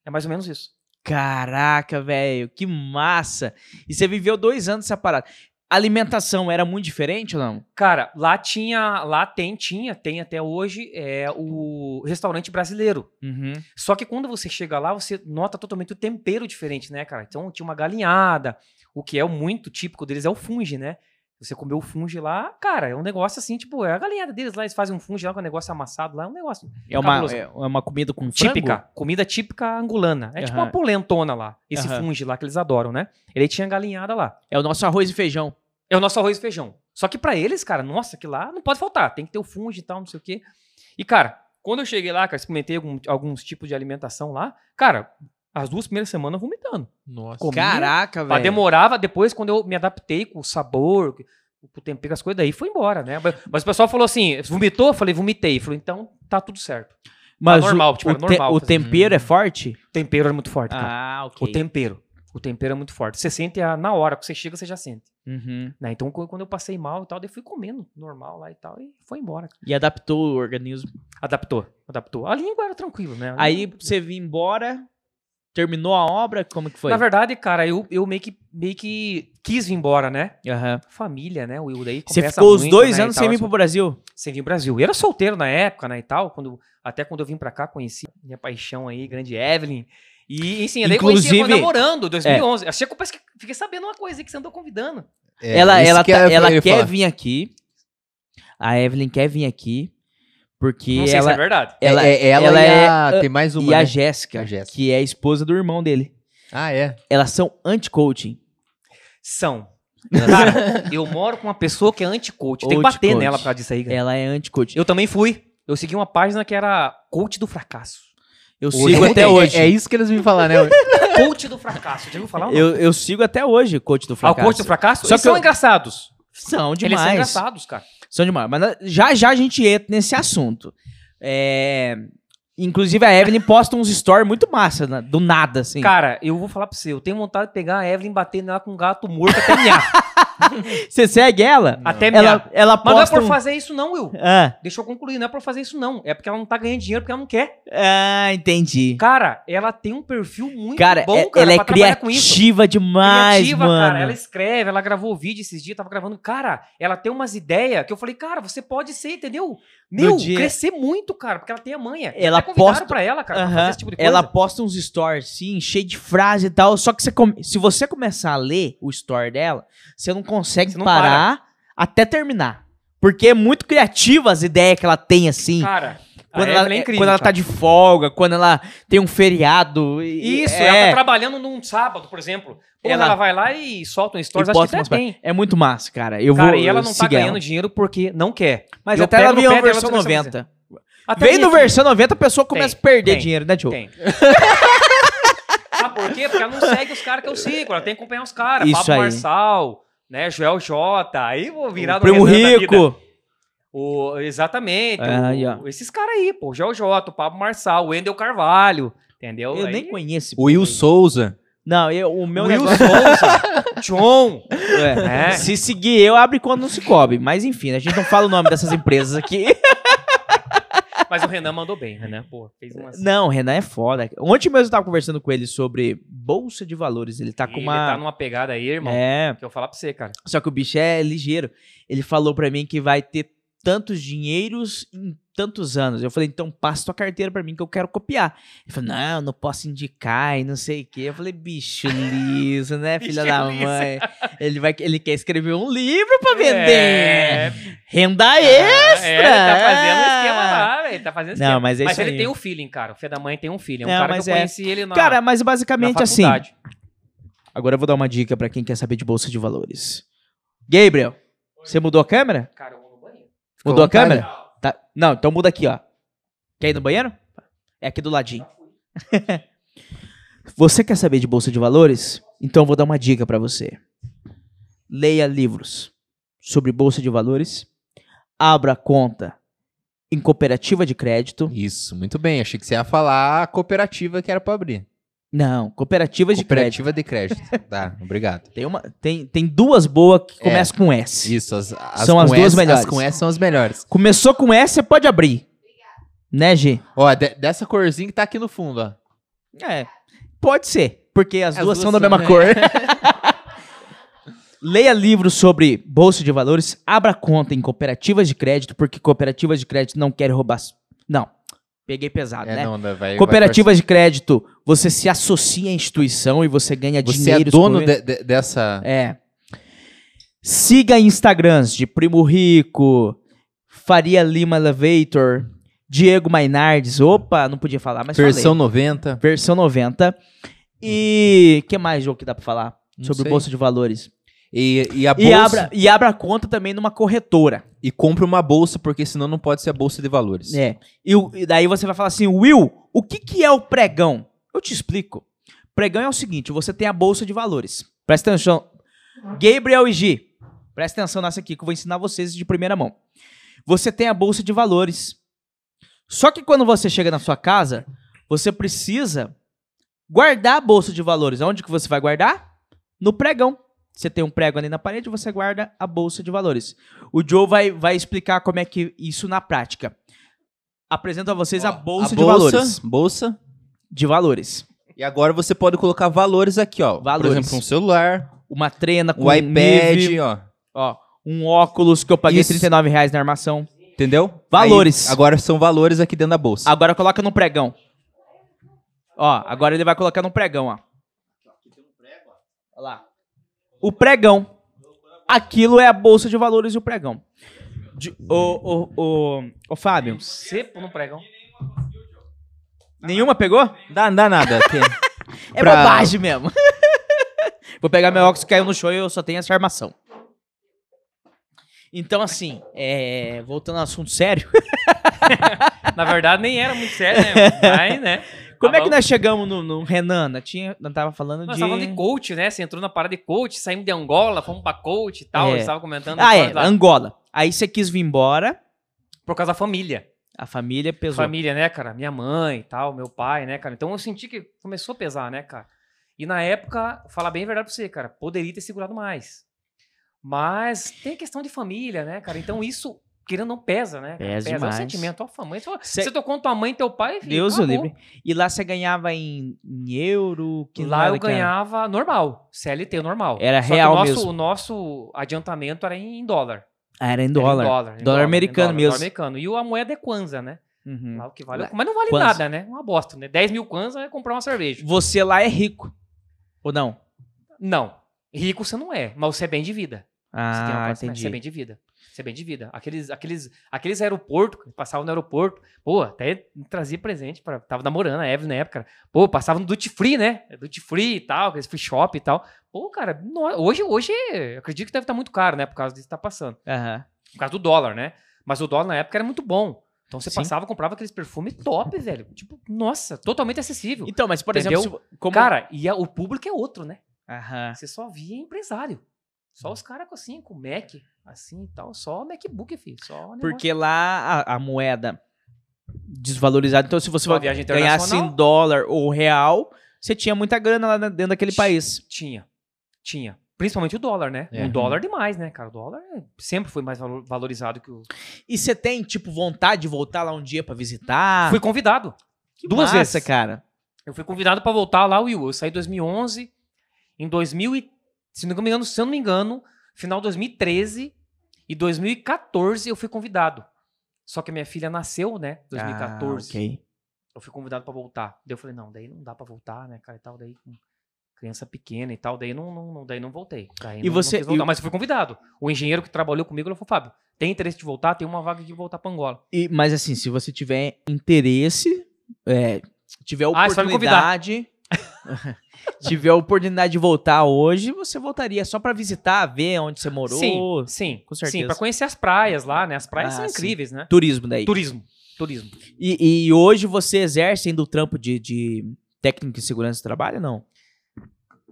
É mais ou menos isso.
Caraca, velho, que massa. E você viveu dois anos separado. Alimentação era muito diferente ou não?
Cara, lá tinha, lá tem, tinha, tem até hoje, é o restaurante brasileiro.
Uhum.
Só que quando você chega lá, você nota totalmente o tempero diferente, né, cara? Então tinha uma galinhada, o que é o muito típico deles é o funge, né? Você comeu o funge lá, cara, é um negócio assim, tipo, é a galinhada deles lá, eles fazem um funge lá com um negócio amassado lá, é um negócio
É uma,
Cabuloso.
é uma comida com frango?
típica, comida típica angolana. É tipo uma
Aham.
polentona lá, esse
Aham.
funge lá que eles adoram, né? Ele tinha galinhada lá.
É o nosso arroz e feijão.
É o nosso arroz e feijão. Só que pra eles, cara, nossa, que lá não pode faltar. Tem que ter o funge e tal, não sei o quê. E, cara, quando eu cheguei lá, cara, experimentei algum- alguns tipos de alimentação lá. Cara, as duas primeiras semanas vomitando.
Tá
Nossa.
Comia,
Caraca,
mas
velho.
demorava depois, quando eu me adaptei com o sabor, com o tempero, as coisas, daí foi embora, né? Mas, mas o pessoal falou assim, vomitou? Eu falei, vomitei. Eu Falei, então tá tudo certo.
Mas
tá normal, tipo,
o,
era normal
o
fazer.
tempero é forte?
O tempero era muito forte, cara.
Ah, ok.
O tempero. O tempero é muito forte. Você sente a- na hora, que você chega, você já sente.
Uhum.
né? Então, qu- quando eu passei mal e tal, daí fui comendo normal lá e tal, e foi embora. cara.
E adaptou o organismo.
Adaptou, adaptou. A língua era tranquilo, né? A
Aí
língua-
você vir embora, terminou a obra, como que foi?
Na verdade, cara, eu, eu meio, que, meio que quis vir embora, né?
Aham.
Família, né? O Will daí
Você
conversa
ficou os
muito,
dois
né, e
anos
tal,
sem vir
assim,
pro Brasil?
sem vir pro Brasil. Eu era solteiro na época, né, e tal, quando, até quando eu vim pra cá, conheci minha paixão aí, grande Evelyn. E, enfim, eu daí conheci ela
Inclusive- é.
namorando, 2011. Achei que parece que fiquei sabendo uma coisa aí que você andou convidando.
ela
É, isso
ela,
que
tá-
eu ia-
ela
eu ia
quer
falar.
vir aqui. A Evelyn quer vir aqui. Porque
Não sei se é
ela,
verdade.
ela,
é, é ela,
ela
e
é-
ah,
a- tem mais uma.
e a
né?
Jéssica,
A Jéssica.
que é a esposa do irmão dele.
Ah, é.
Elas são anti-coaching.
São. Cara, eu moro com uma pessoa que é anti-coach. Tem que bater
Anti-coach.
nela por causa disso aí, cara.
Ela é anti-coaching.
Eu também fui. Eu segui uma página que era Coach do Fracasso.
Eu
Hoje-
sigo até
é-
hoje.
É, isso que eles me falaram, né?
Coach do Fracasso. Já ouviu falar? ou não?
eu, eu sigo até hoje o coach do
Ah, o
fracasso.
Coach do Fracasso?
Só
Eles
que
são
eu-
engraçados.
São
é
Eles são
demais.
engraçados, cara.
São demais. Mas na- já já a gente entra nesse assunto. É, Inclusive a Evelyn posta uns stories muito massa, na- do nada, assim.
Cara, eu vou falar pra você. Eu tenho vontade de pegar a Evelyn e bater nela com um gato morto até mear.
Você segue ela?
até mear.
Ela, ela
Mas não é
posta.
por
um-
fazer isso não, Will.
Ah,
Deixa eu concluir. Não é por fazer isso não. É porque ela não tá ganhando dinheiro porque ela não quer.
ah, entendi.
Cara, ela tem um perfil muito
Cara,
bom,
é-
cara,
ela é
pra trabalhar com isso.
criativa demais,
criativa,
mano.
cara. Ela é escreve, ela gravou vídeo esses dias, tava gravando. Cara, ela tem umas ideias que eu falei, cara, você pode ser, entendeu? Meu,
dia-
crescer muito, cara, porque ela tem a manha.
Ela
Até convidaram
posta-
pra ela, cara, pra
Aham.
fazer esse tipo de coisa.
Ela posta uns stories, sim, cheio de frase e tal. Só que você come- se você começar a ler o story dela, você não consegue
Você não
parar até terminar. Porque é muito criativa as ideias que ela tem, assim.
Cara, a
Quando,
Evelyn
ela,
é incrível.
quando ela tá
cara.
de folga, quando ela tem um feriado. e-
Isso,
é,
ela tá trabalhando num sábado, por exemplo. Porra,
Ela-
ela... vai lá e solta um stories,
E
acho
bota
que até
umas pa-
tem.
é muito massa, cara. Eu
Cara,
vou.
e ela não tá
siga ela.
ganhando dinheiro porque não quer.
Mas
Eu
até ela
pego no
veio a
pé dela
versão
pra você
90.
Até
Vem
minha
no
filha
versão 90, a pessoa começa a perder
tem.
dinheiro, né, Diogo?
Tem. Sabe por quê? Porque ela não segue os caras que eu sigo. Ela tem que acompanhar os caras.
Isso
Pablo
aí.
Marçal, né? Joel Jota. Aí vou virar
O Primo
Renan da vida.
Rico.
O, exatamente.
Ah,
o-
aí, ó.
esses caras aí, pô. Joel Jota, o Pablo Marçal, o Wendel Carvalho. Entendeu?
Eu
Aí-
nem conheço.
O Will Souza.
Não, eu, o meu
Will
negócio...
Souza, John.
É.
É.
Se seguir eu, abre quando não se cobre. Mas enfim, a gente não fala o nome dessas empresas aqui.
Mas o Renan mandou bem, Renan. Pô, fez umas...
Não, o Renan é foda. Ontem mesmo eu tava conversando com ele sobre bolsa de valores. Ele tá com
Ele
uma.
tá numa pegada aí, irmão.
É,
Que eu falar pra você, cara.
só que o bicho é ligeiro. Ele falou pra mim que vai ter tantos dinheiros em tantos anos. Eu falei, então passa tua carteira pra mim que eu quero copiar. Ele falou, não, não posso indicar e não sei o quê. Eu falei, bicho liso, né, filha
Bicho
da
liso.
mãe? Ele, vai, ele quer escrever um livro pra vender.
É,
Renda
é,
extra!
ele tá fazendo
é.
esquema lá, velho. Tá fazendo esquema.
Não, mas é isso
ele
aí.
tem um feeling, cara. O filho da mãe tem um feeling. É um
Não,
cara
mas
que eu
é.
conheci ele na,
Cara, mas
na
basicamente assim.
faculdade.
Agora eu vou dar uma dica pra quem quer saber de bolsa de valores. Gabriel, você mudou a câmera?
Cara, eu vou no banheiro.
Fica à
Mudou a
vontade.
câmera? Tá- Não, então muda aqui, ó. Quer ir no banheiro? É aqui do ladinho. você quer saber de bolsa de valores? Então eu vou dar uma dica pra você. Leia livros sobre bolsa de valores, abra conta em cooperativa de crédito.
Isso, muito bem. Achei que você ia falar a cooperativa que era pra abrir.
Não, cooperativas de crédito.
Cooperativa de crédito. tá, obrigado.
Tem, uma, tem, tem duas boas que
É.
começam com S.
Isso, as, as
São
com
as duas
S-
melhores.
As com S são as melhores.
Começou com S, você pode abrir. Né, G?
Ó, de- dessa corzinha que tá aqui no fundo, ó.
É. Pode ser, porque as,
As
duas,
duas
são da
são,
mesma
né?
cor. Leia livros sobre bolsa de valores, abra conta em cooperativas de crédito, porque cooperativas de crédito não querem roubar. su- Não, peguei pesado,
É,
né?
não, vai- vai
cooperativas de crédito, você se associa à instituição e você ganha
Você
dinheiro.
é dono
por-
de- de- dessa.
É. Siga Instagrams de Primo Rico, Faria Lima Elevator, Diego Mainardes. Opa, não podia falar, mas
versão
falei.
90.
Versão 90. E que mais jogo que dá pra falar
Não
sobre
sei.
bolsa de valores?
E, e a bolsa.
E abra, e abra conta também numa corretora.
e compra uma bolsa, porque senão não pode ser a bolsa de valores.
É. E, o- e daí você vai falar assim, Will, o que, que é o pregão? Eu te explico. Pregão é o seguinte, você tem a bolsa de valores. Presta atenção. Gabriel e G, presta atenção nessa aqui que eu vou ensinar vocês de primeira mão. Você tem a bolsa de valores. Só que quando você chega na sua casa, você precisa guardar a bolsa de valores. Onde que você vai guardar? No pregão. Você tem um prego ali na parede, você guarda a bolsa de valores. O Joe vai, vai explicar como é que isso na prática. Apresento a vocês
Ó,
a, bolsa
a
de valores.
Bolsa.
De valores.
E agora você pode colocar valores aqui, ó.
Valores.
Por exemplo, um celular,
Uma trena com
um iPad,
nível,
ó.
ó, um óculos que eu paguei
Isso.
R$ 39 reais na armação.
Entendeu?
Valores.
Aí, agora são valores aqui dentro da bolsa.
Agora coloca no pregão. Ó, agora ele vai colocar no pregão, ó. Olha lá. O pregão. Aquilo é a bolsa de valores e o pregão. De, ô, ô, ô, ô, Fábio,
Sepo no pregão.
nenhuma pegou?
Não dá, não dá nada. tem-
É
Pra-
bobagem mesmo. Vou pegar meu óculos que caiu no show e eu só tenho essa armação. Então, assim, é, voltando ao assunto sério,
Na verdade, nem era muito sério, né? Mas, né?
como
Tá
é que
bom.
nós chegamos no, no Renan? Nós, tinha, nós tava falando
um- Nós
de...
estávamos falando de coach, né? Você entrou na parada de coach, saímos de Angola, fomos pra coach e tal.
É.
Eles estavam comentando.
Ah, é,
histórias lá.
Angola. Aí você quis vir embora,
Por causa da família.
a família pesou.
família, né, cara? Minha mãe e tal, meu pai, né, cara? Então eu senti que começou a pesar, né, cara? E na época, falar bem a verdade pra você, cara, poderia ter segurado mais. Mas tem a questão de família, né, cara? Então isso, querendo ou não, pesa, né? cara?
Pesa
É um
demais.
sentimento, ó, mãe. Você
Cê-
você tocou com tua mãe e teu pai, filho,
Deus o
acabou.
livre. E lá você ganhava em, em euro? Que
Lá
nada
eu
que era.
ganhava normal, CLT normal.
Era
Só que
real
o nosso,
mesmo.
O nosso adiantamento era em dólar.
Ah, era em
Era em
dólar.
dólar, em
Dólar
em
americano
dólar
mesmo.
americano. E a moeda é Kwanza, né?
Uhum.
Lá o que vale,
Lá-
mas não vale
Kwanza.
nada, né? Uma bosta, né? 10 mil Kwanza é comprar uma cerveja.
Você lá é rico. Ou não?
Não. Rico você não é, mas você é bem de vida. Você tem uma
Ah,
classe média,
entendi.
Você é bem de vida. Isso é bem de vida. Aqueles, aqueles, aqueles aeroportos, que passavam no aeroporto, pô, até trazia presente para Tava namorando a Evelyn na época. cara. Pô, passava no duty free, né? Duty free e tal, aqueles free shop e tal. Pô, cara, no- hoje, hoje, eu acredito que deve estar muito caro, né? Por causa disso que tá passando.
Aham.
Por causa do dólar, né? Mas o dólar na época era muito bom. Então você
Sim.
passava, comprava aqueles perfumes top, velho. Tipo, nossa, totalmente acessível.
Então, mas por exemplo,
Entendeu?
se- como...
Cara, e a- o público é outro, né?
Aham.
Você só via empresário. Só os caras com assim, com Mac, assim e tal. Só MacBook, filho. Só um negócio.
Porque lá a, a moeda desvalorizada. Então, se você
Só
vai
viagem
ganhasse em
internacional.
dólar ou real, você tinha muita grana lá na- dentro daquele
Ti-
país.
Tinha. Tinha. Principalmente o dólar, né?
É.
O dólar demais, né, cara? O dólar é- sempre foi mais valo- valorizado que o.
E você tem, tipo, vontade de voltar lá um dia pra visitar?
Fui convidado.
Que
duas
massa,
vezes.
cara.
Eu fui convidado pra voltar lá, Will. Eu saí em 2011. Em 2000 e- se não me engano, se eu não me engano, final de 2013 e 2014 eu fui convidado. Só que a minha filha nasceu, né? 2014.
Ah, ok.
Eu fui convidado pra voltar. Daí eu falei, não, daí não dá pra voltar, né, cara, e tal, daí com criança pequena e tal, daí não, não, não- daí não voltei. Daí
E
não- não
você-
quis
e
voltar,
o-
mas eu fui convidado. O engenheiro que trabalhou comigo, ele falou, Fábio, tem interesse de voltar? Tem uma vaga aqui de voltar pra Angola.
E, mas assim, se você tiver interesse, é, tiver
Ah, você vai me
oportunidade. tiver a oportunidade de voltar hoje, você voltaria só pra visitar, ver onde você morou.
sim, sim,
com
Sim,
certeza.
pra conhecer as praias lá, né, as praias
Ah,
são
sim.
incríveis, né?
Turismo daí.
Turismo, turismo.
E, e hoje você exerce ainda o trampo de, de técnico em segurança do trabalho, não?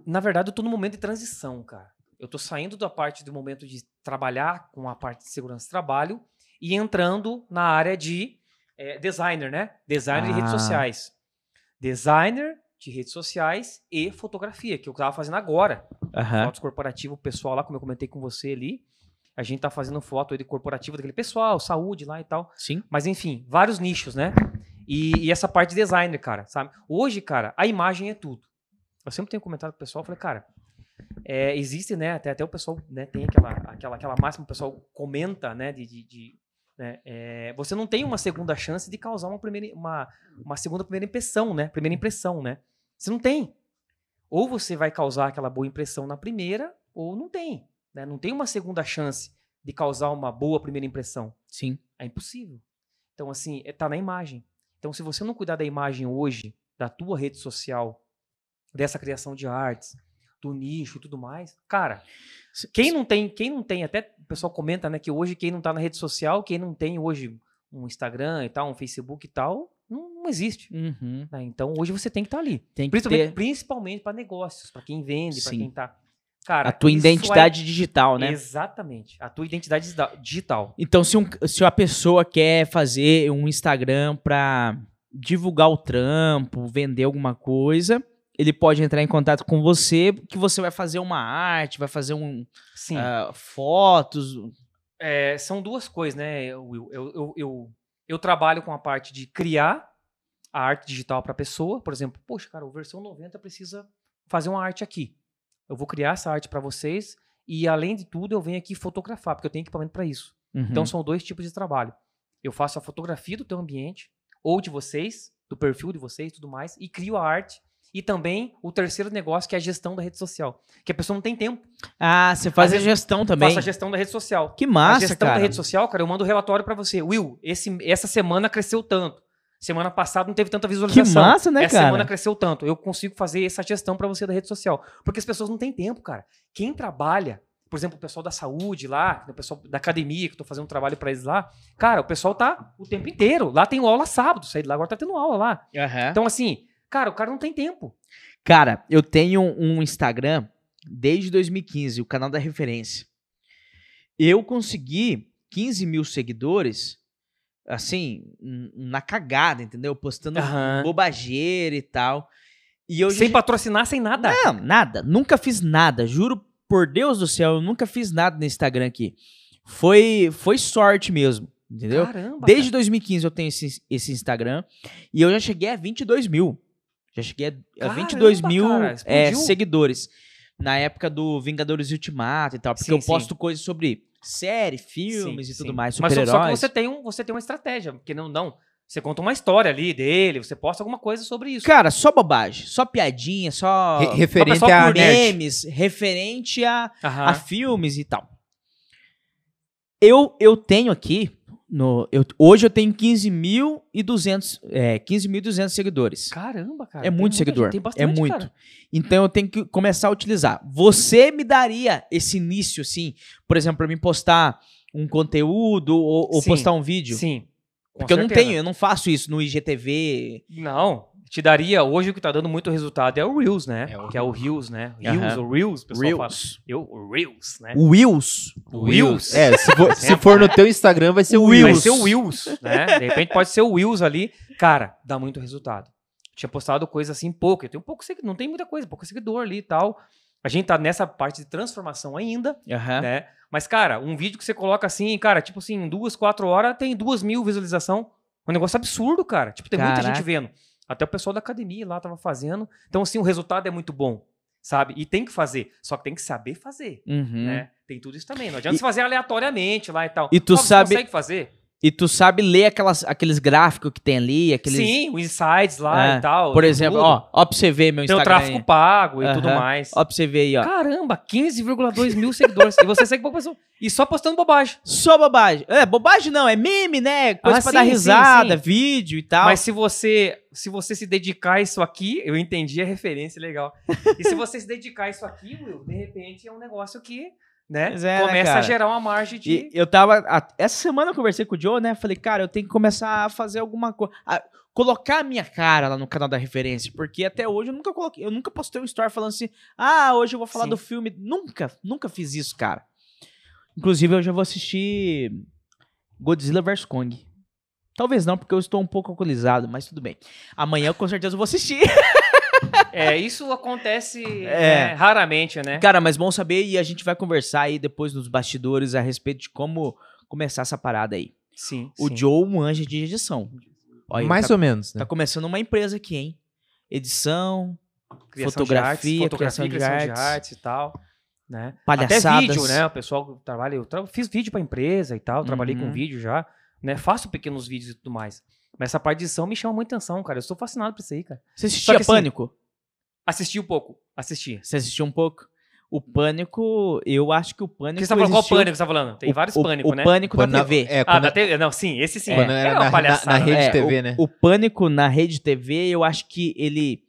Na verdade, eu tô num momento de transição, cara. Eu tô saindo da parte do momento de trabalhar com a parte de segurança do trabalho e entrando na área de eh, designer, né? Designer de redes
Ah.
sociais. Designer de redes sociais e fotografia, que eu tava fazendo agora.
Aham.
Fotos corporativas, o pessoal lá, como eu comentei com você ali. A gente tá fazendo foto aí de corporativo daquele pessoal, saúde lá e tal.
Sim.
Mas enfim, vários nichos, né? E, e essa parte de designer, cara, sabe? Hoje, cara, a imagem é tudo. Eu sempre tenho comentado com o pessoal, eu falei, cara, é, existe, né? Até, até o pessoal né, tem aquela, aquela, aquela máxima, o pessoal comenta, né? De, de, de, né, é, você não tem uma segunda chance de causar uma, primeira, uma, uma segunda primeira impressão, né? Primeira impressão, né? Você não tem. Ou você vai causar aquela boa impressão na primeira, ou não tem. Né? Não tem uma segunda chance de causar uma boa primeira impressão.
Sim.
É impossível. Então, assim, é- tá na imagem. Então, se você não cuidar da imagem hoje, da tua rede social, dessa criação de artes, do nicho e tudo mais, cara, quem não tem, quem não tem, até o pessoal comenta, né, que hoje quem não tá na rede social, quem não tem hoje um Instagram e tal, um Facebook e tal, não, não existe.
Uhum.
né? Então, hoje você tem que estar ali.
Tem que
Principalmente,
ter
principalmente para negócios, para quem vende, para
Sim.
quem tá. Cara,
a tua
isso é-
identidade digital, né?
Exatamente. A tua identidade disa- digital.
Então, se, um, se uma pessoa quer fazer um Instagram pra divulgar o trampo, vender alguma coisa, ele pode entrar em contato com você, que você vai fazer uma arte, vai fazer um
Sim.
ah, fotos.
É, são duas coisas, né, Will? Eu, eu, eu, eu trabalho com a parte de criar a arte digital para a pessoa. Por exemplo, poxa, cara, o versão 90 precisa fazer uma arte aqui. Eu vou criar essa arte para vocês e, além de tudo, eu venho aqui fotografar, porque eu tenho equipamento para isso. Então,
Uhum.
são dois tipos de trabalho. Eu faço a fotografia do teu ambiente, ou de vocês, do perfil de vocês e tudo mais, e crio a arte. E também o terceiro negócio, que é a gestão da rede social. Que a pessoa não tem tempo.
ah, você faz a
às vezes
gestão também.
Faça a gestão da rede social
Que
a
massa,
gestão
cara.
da rede social, cara, eu mando o relatório pra você. Will, esse, essa semana cresceu tanto. Semana passada não teve tanta
Que
visualização.
massa, né,
Essa
cara?
É semana cresceu tanto. Eu consigo fazer essa gestão pra você da rede social. Porque as pessoas não têm tempo, cara. Quem trabalha, por exemplo, o pessoal da saúde lá, o pessoal da academia, que eu tô fazendo um trabalho pra eles lá, cara, o pessoal tá o tempo inteiro. Lá tem aula sábado, saí de lá, agora tá tendo aula lá.
Aham.
Então, assim, cara, o cara não tem tempo.
Cara, eu tenho um Instagram desde 2015, o canal da referência. Eu consegui 15 mil seguidores, assim, n- na cagada, entendeu? Postando bobageira e tal. E eu
Sem
já-
patrocinar, sem nada.
Não, nada. Nunca fiz nada. Juro por Deus do céu, eu nunca fiz nada no Instagram aqui. Foi, foi sorte mesmo, entendeu?
Caramba.
Desde 2015 eu tenho esse, esse Instagram e eu já cheguei a 22 mil. Já cheguei a, a
Caramba,
22 mil
cara,
é,
explodiu.
seguidores. Na época do Vingadores Ultimato e tal. Porque
Sim,
eu posto
sim.
coisas sobre série, filmes
Sim,
e tudo
sim.
mais,
Mas só- só que
super-heróis.
você tem, um, você tem uma estratégia, porque não, não. Você conta uma história ali dele, você posta alguma coisa sobre isso.
Cara, só bobagem, só piadinha, só
Re- referente
só
a
por
nerd.
Ah.
memes, referente a, a
Aham.
filmes e tal. Eu, eu tenho aqui, no, eu, hoje eu tenho 15.200 é, 15.200 seguidores.
Caramba, cara.
É
tem
muito
muita
seguidor,
gente, tem
é
bastante,
muito.
cara.
Então eu tenho que começar a utilizar. Você me daria esse início, assim, por exemplo, pra mim postar um conteúdo ou, ou
Sim,
postar um vídeo?
Sim. com
Porque eu não
certeza.
tenho, eu não faço isso no IGTV.
Não, te daria. Hoje o que tá dando muito resultado é o Reels, né?
É o-
Que é o Reels, né?
Aham.
Reels, o Reels, o pessoal fala.
Reels.
Eu, o Reels, né?
Reels.
Reels.
É, se for, se for no teu Instagram, vai ser o
Reels.
Vai
Wills.
ser o Wills, né? De repente pode ser o Wills ali. Cara, dá muito resultado. Tinha postado coisa assim pouco. Eu tenho pouco seguidor, não tem muita coisa, pouco seguidor ali e tal. A gente tá nessa parte de transformação ainda,
Aham.
né? Mas, cara, um vídeo que você coloca assim, cara, tipo assim, em duas, quatro horas, tem duas mil visualização. Um negócio absurdo, cara. Tipo, tem muita
Caraca.
gente vendo. Até o pessoal da academia lá tava fazendo. Então, assim, o resultado é muito bom, sabe? E tem que fazer. Só que tem que saber fazer,
Uhum.
né? Tem tudo isso também. Não adianta
E-
você fazer aleatoriamente lá e tal.
E tu
Óbvio, você
sabe-
consegue fazer?
E tu sabe ler aquelas, aqueles gráficos que tem ali, aqueles.
Sim, os insights lá
É,
e tal.
Por
tem
exemplo,
tudo.
ó, ó pra você ver meu
Tem o
Instagram.
tráfego
aí.
pago e tudo
Aham.
mais.
Ó pra você ver aí, ó.
Caramba, 15,2 mil seguidores. e você segue pouca pessoa. E só postando bobagem.
Só bobagem. É, bobagem não, é meme, né? Coisa
Ah,
pra
sim,
dar
sim,
risada,
sim.
vídeo e tal.
Mas se você se você se dedicar a isso aqui, eu entendi a referência, legal. E se você se dedicar a isso aqui, Will, de repente é um negócio que, né,
Pois é, né,
começa
cara?
a gerar uma margem de...
E eu tava. a- essa semana eu conversei com o Joe, né? Falei, cara, eu tenho que começar a fazer alguma coisa. Colocar a minha cara lá no canal da referência. Porque até hoje eu nunca coloquei. Eu nunca postei um story falando assim, ah, hoje eu vou falar
Sim.
do filme. Nunca, nunca fiz isso, cara. Inclusive, eu já vou assistir Godzilla vs. Kong. Talvez não, porque eu estou um pouco alcoolizado, mas tudo bem. Amanhã eu com certeza vou assistir.
É, isso acontece
É.
né, raramente, né?
Cara, mas bom saber e a gente vai conversar aí depois nos bastidores a respeito de como começar essa parada aí.
Sim,
O
sim.
Joe, um anjo de edição. Olha, ele
Mais
tá,
ou menos, né?
tá começando uma empresa aqui, hein? Edição,
Criação de
fotografia,
artes,
criação
fotografia,
de
criação de
artes.
artes e tal, né?
palhaçadas.
Até vídeo, né? O pessoal que trabalha. Eu tra- fiz vídeo pra empresa e tal, trabalhei
Uhum.
com vídeo já, né? Faço pequenos vídeos e tudo mais. Mas essa parte de edição me chama muita atenção, cara. Eu sou fascinado por isso aí, cara.
Você assistia
que assim-
Pânico?
Assisti um pouco. Assisti.
Você assistiu um pouco? O Pânico, eu acho que o Pânico
Porque você tá falando qual
existiu-
pânico você tá falando? Tem
o-
vários
o-
pânico,
o
né?
Pânico
Quando
na
na-
TV.
É,
Ah,
quando,
da TV? Não, sim, esse sim.
quando
é,
era
uma
né, na, na,
palhaçada.
na rede
É,
TV, né?
O Pânico na rede TV, eu acho que ele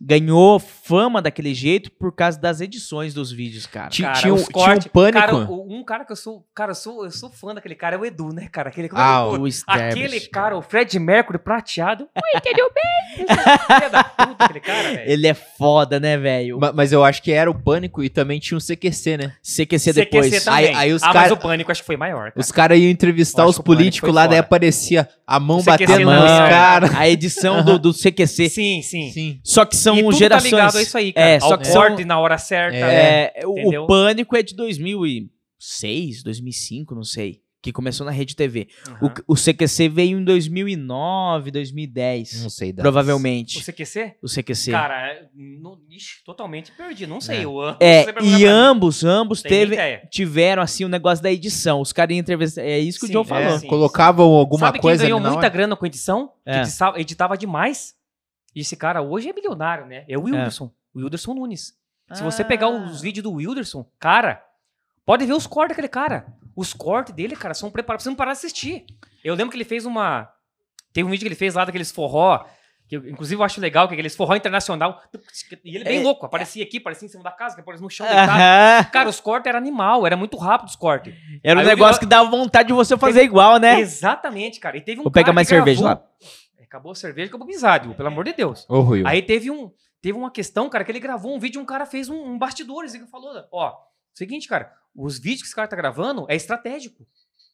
ganhou fama daquele jeito por causa das edições dos vídeos, cara.
Ti-
Cara,
tinha, um,
os
tinha um
cortes.
pânico.
Cara, o- um cara que eu sou. Cara, eu sou, eu sou fã daquele cara é o Edu, né, cara? Aquele, como é
Ah,
que-
o-
O Starbucks.
aquele cara, o Fred Mercury prateado. Oi, entendeu bem? Filha da puta, aquele cara, velho.
Ele é foda, né, velho?
Ma- Mas eu acho que era o pânico e também tinha o CQC, né?
CQC depois.
CQC
Aí-
também.
aí os
ah,
cara-
mas o pânico acho que foi maior. cara.
Os caras iam entrevistar
É. Eu
os
acho que o Pânico
políticos
foi
lá, daí
fora.
aparecia a mão
O CQC
batendo
não,
nos
é.
caras.
A edição do, do CQC.
Sim, sim.
Sim.
Só que são
e tudo
gerações.
tá ligado a isso aí, cara.
É, só
Ao
que são-
corte na hora certa.
É.
né?
É, o- o
Entendeu?
Pânico é de 2006, 2005, não sei. Que começou na Rede TV. O-
Uhum.
O, CQC veio em 2009, 2010.
Não sei, Dani.
O
provavelmente.
CQC?
O CQC.
Cara, não, ixi, totalmente perdi. Não sei.
É.
Eu amo.
é,
você perguntar
e
pra mim,
ambos, ambos
não tenho nem
teve,
ideia.
tiveram, assim, o negócio da edição. Os caras entrevistaram. É isso que
Sim,
o Joe
é,
falou.
sim.
Colocavam alguma
Sabe
coisa
quem ganhou
ali na
muita
hora?
grana com edição? Que
É.
editava, editava demais. E esse cara hoje é milionário, né? É o Wilderson. O Wilderson Nunes. Se
Ah.
você pegar os vídeos do Wilderson, cara, pode ver os cortes daquele cara. Os cortes dele, cara, são preparados. Você não parar de assistir. Eu lembro que ele fez uma. Tem um vídeo que ele fez lá daqueles forró. Que eu, inclusive eu acho legal, que é aqueles forró internacional. E ele bem
É.
louco. Aparecia aqui, aparecia em cima da casa, que aparecia no chão. deitado.
Aham.
Cara, os cortes eram animal, era muito rápido os cortes.
Era um
Aí eu vi
negócio
lá-
que dava vontade de você fazer igual, né?
Exatamente, cara. E teve um
Vou pegar
cara
mais
que gravou-
cerveja lá.
É, Acabou a cerveja, acabou a amizade, Will, pelo amor de Deus.
Ô, Rui.
Aí teve um, teve uma questão, cara, que ele gravou um vídeo, um cara fez um, um bastidores e falou, ó, seguinte, cara, os vídeos que esse cara tá gravando é estratégico,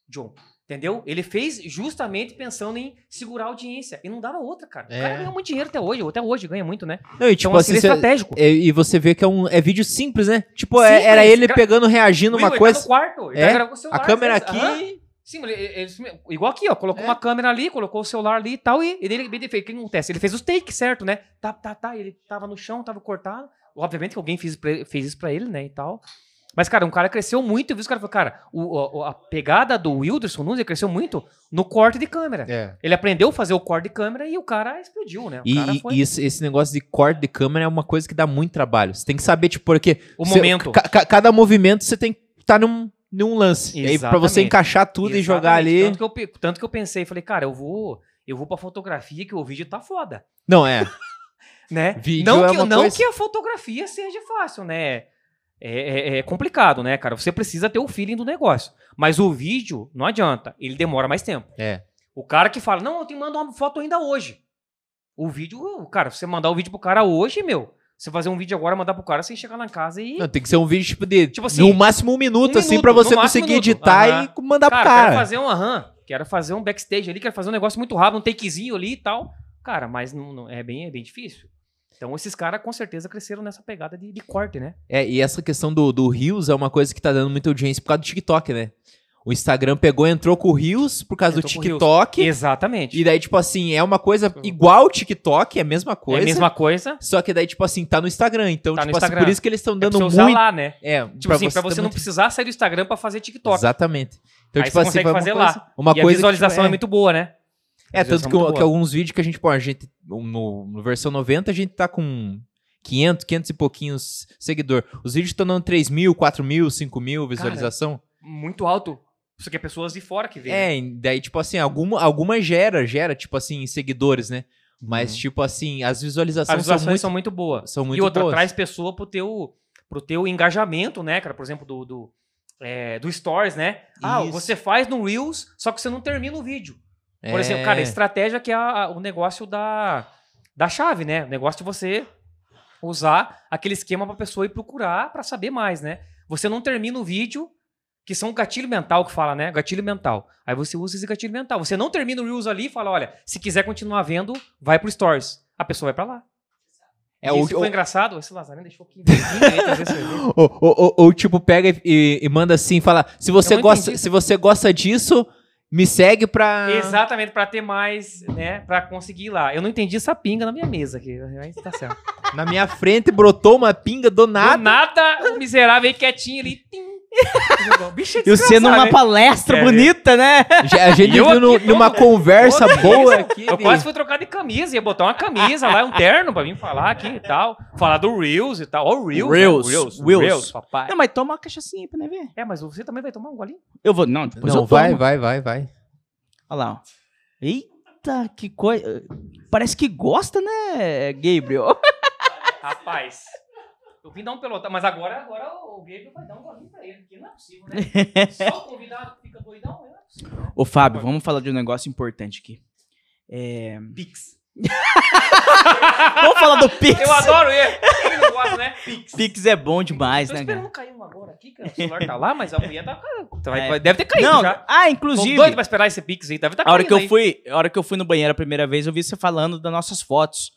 John. Entendeu? Ele fez justamente pensando em segurar a audiência. E não dava outra, cara. O
É.
cara ganha muito dinheiro até hoje, até hoje ganha muito, né?
Não, e
Então,
tipo assim,
assim, ele é
cê-
estratégico.
é, e você vê que é um é vídeo simples, né? Tipo, é-
Simples,
era ele
gra-
pegando, reagindo
Will,
uma
ele Tá
coisa.
no quarto, ele
É?
tá gravando com o celular,
A câmera
às vezes. Aham.
aqui.
Sim, ele- ele- ele- igual aqui, ó. Colocou uma câmera ali, colocou o celular ali e tal. E ele, ele fez, o que acontece? Ele fez os takes, certo, né? Tá, tá, tá. Ele tava no chão, tava cortado. Obviamente que alguém fez, pra ele- fez isso pra ele, né? E tal. Mas, cara, um cara cresceu muito. Eu vi os caras falaram, cara, o- o- a pegada do Wilderson Nunes ele cresceu muito no corte de câmera.
É.
Ele aprendeu a fazer o corte de câmera e o cara explodiu, né? O
E,
cara
e- e esse, esse negócio de corte de câmera é uma coisa que dá muito trabalho. Você tem que saber, tipo, porque
o
cê-
momento.
ca- ca- cada movimento você tem que estar num,
tá num lance. E aí, pra você
Exatamente.
encaixar tudo e jogar
Exatamente.
ali.
então. Tanto que, eu, pe- tanto que eu pensei, falei, cara, eu vou. Eu vou pra fotografia que o vídeo tá foda.
Não, é.
Né?
Vídeo
não
é
que,
uma
não
coisa-
que a fotografia seja fácil, né? É, é- é complicado, né, cara? Você precisa ter o feeling do negócio. Mas o vídeo, não adianta. Ele demora mais tempo.
É.
O cara que fala, não, eu te mando uma foto ainda hoje. O vídeo, o cara, você mandar o vídeo pro cara hoje, meu. Você fazer um vídeo agora, mandar pro cara, você chegar lá em casa e.
Não, tem que ser um vídeo tipo de.
Tipo assim,
no máximo um minuto,
um
assim,
minuto,
pra você
no máximo
conseguir
um minuto.
editar
Aham.
e mandar pro
cara,
cara.
quero fazer um aham, quero fazer um backstage ali, quero fazer um negócio muito rápido, um takezinho ali e tal. Cara, mas não, não- é, bem, é bem difícil. Então esses caras com certeza cresceram nessa pegada de, de corte, né?
É, e essa questão do, do Reels é uma coisa que tá dando muita audiência por causa do TikTok, né? O Instagram pegou e entrou com o Reels por causa
Entrou
do
com o Reels.
TikTok.
Exatamente.
E daí, tipo assim, é uma coisa igual o TikTok, é a mesma coisa.
é a mesma coisa.
Só que daí, tipo assim, tá no Instagram. Então,
Tá no
tipo assim,
Instagram.
por isso que eles estão
É pra
dando
você
muito.
usar lá, né?
É,
Tipo assim, pra você não precisar sair do Instagram pra fazer TikTok.
Exatamente. Então,
Aí
tipo
você
assim,
consegue
vai uma
fazer
coisa,
lá.
Uma
e
coisa
a visualização
que, tipo,
é... muito boa, né?
É, tanto
visualização
que,
muito
que
boa.
alguns vídeos que a gente põe, a gente, um, no, no versão 90, a gente tá com 500, 500 e pouquinhos seguidor. Os vídeos estão dando 3 mil, 4 mil, 5 mil visualização.
Muito alto. Isso aqui é pessoas de fora que vê. né?
é, e daí, tipo assim, alguma, alguma gera, gera, tipo assim, seguidores, né? Mas, tipo assim, as
Uhum. As
visualizações,
visualizações
são
são muito boas.
muito, são muito
E outra,
boas.
traz pessoa pro teu, pro teu engajamento, né, cara? Por exemplo, do, do, é, do Stories, né? Ah,
Isso.
você faz no Reels, só que você não termina o vídeo. Por
É.
exemplo, cara, a estratégia que é a- a- o negócio da, da chave, né? O negócio de você usar aquele esquema pra pessoa ir procurar pra saber mais, né? Você não termina o vídeo, que são gatilho mental que fala, né? Gatilho mental. Aí você usa esse gatilho mental. Você não termina o Reels ali e fala, olha, se quiser continuar vendo, vai pro Stories. A pessoa vai pra lá.
É,
E
ou,
se
ou-
for engraçado, esse Lazarino deixou aqui. Ninguém às vezes você vê.
ou- ou- ou- ou, tipo, pega e, e- e manda assim, fala, se você,
não
gosta,
entendi.
se você gosta disso, me segue pra...
Exatamente, pra ter mais, né? Pra conseguir ir lá. Eu não entendi essa pinga na minha mesa aqui, mas tá certo.
Na minha frente brotou uma pinga do
Do
nada.
nada, o miserável aí quietinho ali. tim. Bicho, é
E você
desgraçado,
numa
né?
palestra
É,
bonita, né?
Já- A gente
E eu
viu no-
aqui,
numa
todo-
conversa
todo
boa
isso.
aqui.
Eu quase fui trocar de camisa, ia botar uma camisa lá, um terno pra mim falar aqui e tal. Falar do Reels e tal. Ó, o Reels. né?
Reels,
Reels,
Reels.
Reels, papai.
Não, mas toma uma cachaçinha aí pra nós ver.
É, mas você também vai tomar um golinho?
Eu vou. Não, depois eu
Não,
tomo.
vai, vai, vai, vai.
Olha lá, ó. Eita, que coisa. Parece que gosta, né, Gabriel?
Rapaz. Eu vim dar um pelotão, mas agora, agora o Gabriel vai dar um golinho pra ele, porque não é possível, né? Só o convidado que fica doidão, não é possível. né?
Ô, Fábio, vamos falar de um negócio importante aqui. É...
Pix.
Vamos falar do Pix.
Eu adoro ele. Ele não gosta, né? Pix.
Pix é bom demais,
Tô
né,
esperando
cara?
cair um agora aqui, cara. O celular tá lá, mas a mulher tá. tá- vai-
É.
vai- Deve ter caído
Não,
já.
ah,
Tô
inclusive,
doido pra esperar esse Pix aí. Deve tá
a hora que
caindo
eu fui, a hora que eu fui no banheiro a primeira vez, eu vi você falando das nossas fotos.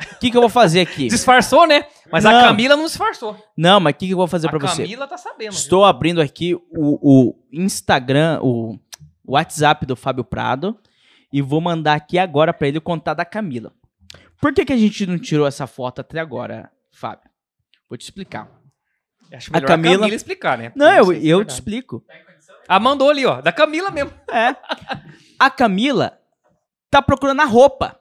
O que que eu vou fazer aqui?
aí. Disfarçou, né? Mas
Não.
a Camila não disfarçou.
Não, mas o que que eu vou fazer
A
pra você?
Camila tá sabendo. viu?
Estou abrindo aqui o, o Instagram, o WhatsApp do Fábio Prado e vou mandar aqui agora pra ele contar da Camila. Por que, que a gente não tirou essa foto até agora, Fábio? Vou te explicar.
Acho
a
melhor a
Camila-
Camila... explicar, né?
Não, eu, eu
sei se é
te
verdade.
explico.
Ah, mandou ali, ó. Da Camila mesmo.
É. A Camila tá procurando a roupa.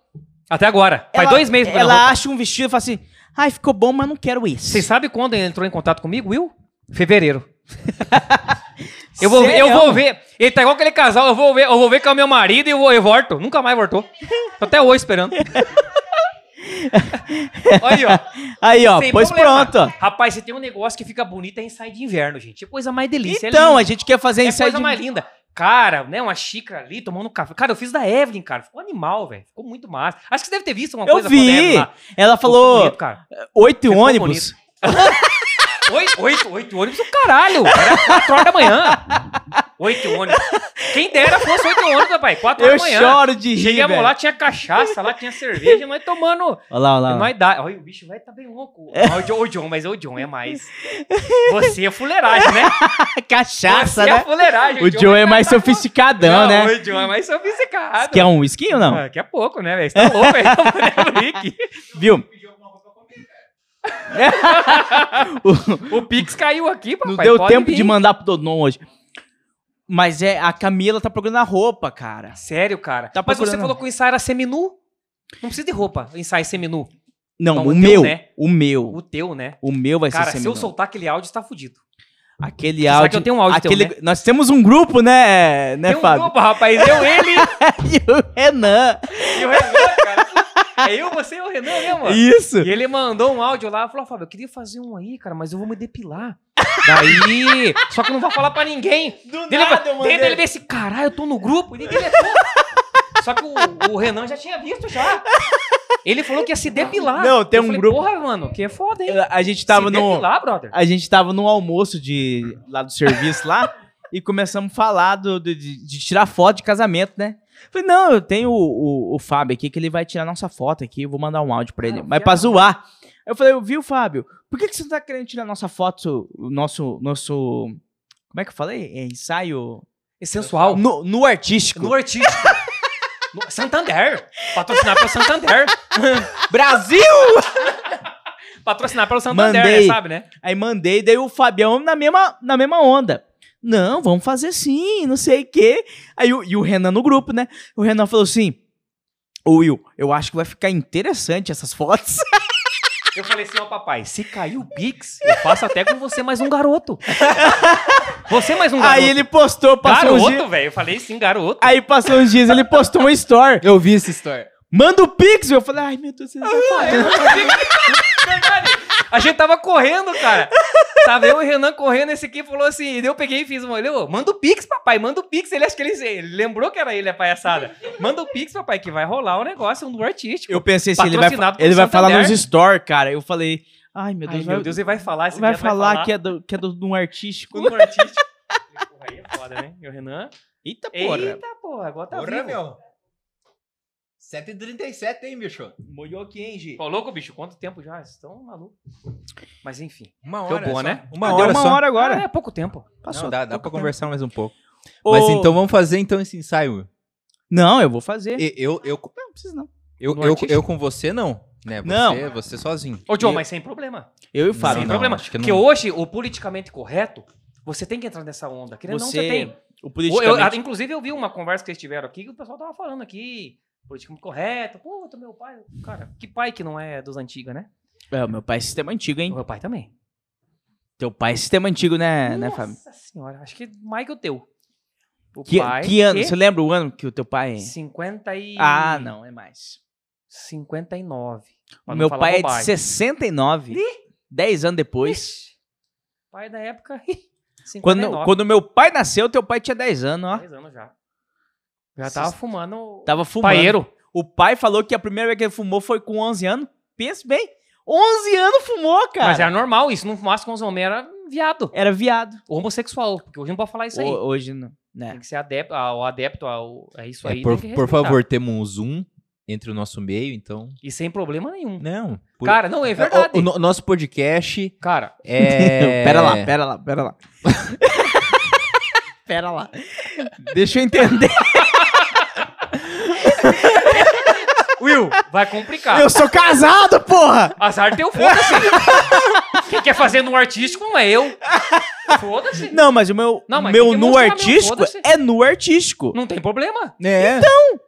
Até agora. Faz
Ela-
dois meses.
Ela
Ela...
acha um vestido e fala assim: ai, ficou bom, mas não quero isso.
Vocês sabem quando ele entrou em contato comigo, Will? Fevereiro. Eu vou, ver- eu vou ver. Ele tá igual aquele casal. Eu vou ver, eu vou ver com o meu marido e eu, vou- eu volto. Nunca mais voltou. Tô até hoje esperando. Olha aí, ó.
Aí, ó,
Sem
pois
problema.
pronto. ó.
Rapaz, você tem um negócio que fica bonito é ensaio de inverno, gente. É coisa mais delícia. é
Então,
lindo.
a gente quer fazer
é
ensaio
coisa
de-
mais linda. Cara, né? Uma xícara ali, tomando um café. Cara, eu fiz da Evelyn, cara. Ficou animal, velho. Ficou muito massa. Acho que você deve ter visto uma
Eu
coisa foto da
vi.
Evelyn lá.
Ela
Ficou
falou
bonito, cara.
oito
Ficou
ônibus.
Oito, oito, oito ônibus, o caralho. Era quatro horas da manhã. Oito ônibus. Quem dera fosse oito ônibus, rapaz. Quatro
Eu
horas da manhã.
choro de rir.
Chegamos
velho.
lá, tinha cachaça, lá tinha cerveja, nós tomando.
Olha lá, olha lá.
Nós dá. Olha, o bicho vai tá bem louco. Mas O John, o John, mas o John é mais. Você é fuleiragem, né?
Cachaça,
Você é
né?
fuleiragem.
O Joe é mais
sofisticado,
sofisticadão, né?
tá O John é mais sofisticado.
Quer um whisky ou não?
Daqui a pouco, né, velho? Você tá louco, velho? Tá mandando link.
Viu?
É. O Pix caiu aqui, papai.
Não deu
pode
tempo
vir.
de mandar pro Dodon hoje. Mas é, a Camila tá procurando a roupa, cara.
Sério, cara.
Tá
Mas você
procurando.
falou que o ensaio era seminu. Não precisa de roupa, ensaio seminu.
Não,
Não,
o
o teu,
meu,
né?
o meu,
O teu, né?
o meu vai
cara,
ser
se eu
seminal.
soltar aquele áudio, tá fudido.
Aquele
Será
áudio.
que eu tenho um áudio teu,
aquele,
né?
Nós temos um grupo, né, né
Tem um
Fábio?
grupo, rapaz. Eu, ele
e o Renan.
e o Renan, cara. É eu, você e o Renan mesmo. ó.
Isso.
E ele mandou um áudio lá, falou, "Ó, Fábio, eu queria fazer um aí, cara, mas eu vou me depilar. Daí, só que eu não vou falar pra ninguém.
Do
Daí ele, daí ele vê assim, caralho, eu tô no grupo, ele deletou. é só que o, o Renan já tinha visto já. Ele falou que ia se depilar.
Não, tem
Eu
um
falei,
grupo-
Porra, mano, que é foda, hein?
A gente tava
se
no.
depilar, brother.
A gente tava num almoço de lá do serviço lá e começamos a falar do, do- de, de tirar foto de casamento, né? Falei, não, eu tenho o, o, o Fábio aqui que ele vai tirar nossa foto aqui, eu vou mandar um áudio pra ele,
Ah,
mas
viado.
pra zoar. Eu falei, viu, Fábio, por que, que você não tá querendo tirar nossa foto, o nosso, nosso, como é que eu falei? É, ensaio?
É sensual.
No, no artístico.
No artístico. No- Santander. Patrocinar pelo Santander.
Brasil!
Patrocinar pelo Santander,
Mandei.
né, sabe, né?
Aí mandei, daí o Fabião na mesma, na mesma onda. Não, vamos fazer sim, não sei o quê. Aí o, e o Renan no grupo, né? O Renan falou assim: Ô Will, eu acho que vai ficar interessante essas fotos.
Eu falei assim, ó, papai, se cair o Pix, eu faço até com você mais um garoto. Você mais um garoto.
Aí ele postou, passou um uns dias.
Garoto, velho. Eu falei sim, garoto.
Aí passou uns dias, ele postou um story.
Eu vi essa história.
Manda o Pix, eu falei, ai meu Deus, vocês vão falar.
Verdade. A gente tava correndo, cara. Tava eu e o Renan correndo, esse aqui falou assim, e daí eu peguei e fiz um olho, manda o Pix, papai, manda o Pix. Ele acha que ele, ele lembrou que era ele a palhaçada. Manda o Pix, papai, que vai rolar o negócio, um do artístico.
Eu pensei assim, ele vai,
Patrocinado por
ele vai falar
Santander.
nos stories, cara. Eu falei, ai meu Deus,
Ai,
vai,
meu Deus, ele vai falar esse
vai
viado
falar, que é, do, que é do, de um artístico.
Tudo artístico. Porra, aí é foda, né? E o Renan?
Eita
Eita, porra, agora tá
Porra,
vivo.
meu. 7h37, hein, bicho?
Molhou aqui, hein, gente?
Ô, louco, bicho, quanto tempo já? Vocês estão malucos. Mas enfim.
Uma
Deu
hora.
boa,
só.
né?
Uma
Deu
hora
uma
só.
hora agora.
Ah, é pouco tempo.
Passou.
Não, dá, dá pra
pouco tempo.
conversar mais um pouco.
Ô-
Mas então vamos fazer então esse ensaio.
Não, eu vou fazer.
E- Eu, eu,
Não, não precisa não.
eu,
No
eu, eu,
artístico?
com você não. Né? Você,
Não.
Você sozinho.
Ô, John,
E-
mas sem problema.
Eu e o
Não,
Fábio. né?
sem problema.
acho que não.
Porque hoje, o politicamente correto, você tem que entrar nessa onda. Querendo ou não,
Você,
você tem.
o
Ou eu-
politicamente...
inclusive, eu vi uma conversa que eles tiveram aqui que o pessoal tava falando aqui. Politicamente correto. Puta, meu pai. Cara, que pai que não é dos antigos, né?
É, o meu pai é sistema antigo,
O
hein?
meu pai também.
Teu pai é sistema antigo, né, né Fábio?
Nossa senhora, acho que mais que o teu. O
Que,
pai.
que ano?
que-
Você lembra o ano que o teu pai...
50 e...
Ah, não, é mais.
59.
O
pra não
meu
falar
pai é de
bobagem.
69. Dez anos depois.
Pai da época,
Quando,
59.
quando meu pai nasceu, teu pai tinha 10 anos, ó.
10 anos já. Já tava fumando...
Tava fumando.
Paeiro.
O pai falou que a primeira vez que ele fumou foi com 11 anos. Pense bem. 11 anos fumou, cara.
Mas é era normal isso. Não fumasse com os homens, um era viado.
Era viado.
Homossexual. Porque hoje não pode falar isso aí.
Ho- Hoje não. né?
Tem que ser adepto ao adepto ao, a isso
É,
aí.
por,
tem que
por
respeitar.
favor, temos um Zoom entre o nosso meio, então.
E sem problema nenhum.
Não. por-
Cara, não, é
É,
verdade.
o, o no- nosso podcast
Cara,
é.
Pera lá, pera lá, pera lá. pera lá. Deixa eu entender.
Will, vai complicar.
Eu sou casado, porra!
Azar teu, foda-se. Quem quer fazer no artístico não é eu. Foda-se.
Não, mas o meu,
Não, mas tem
meu
que
nu
mostrar mesmo,
artístico
foda-se.
é nu artístico.
Não tem problema.
É.
Então,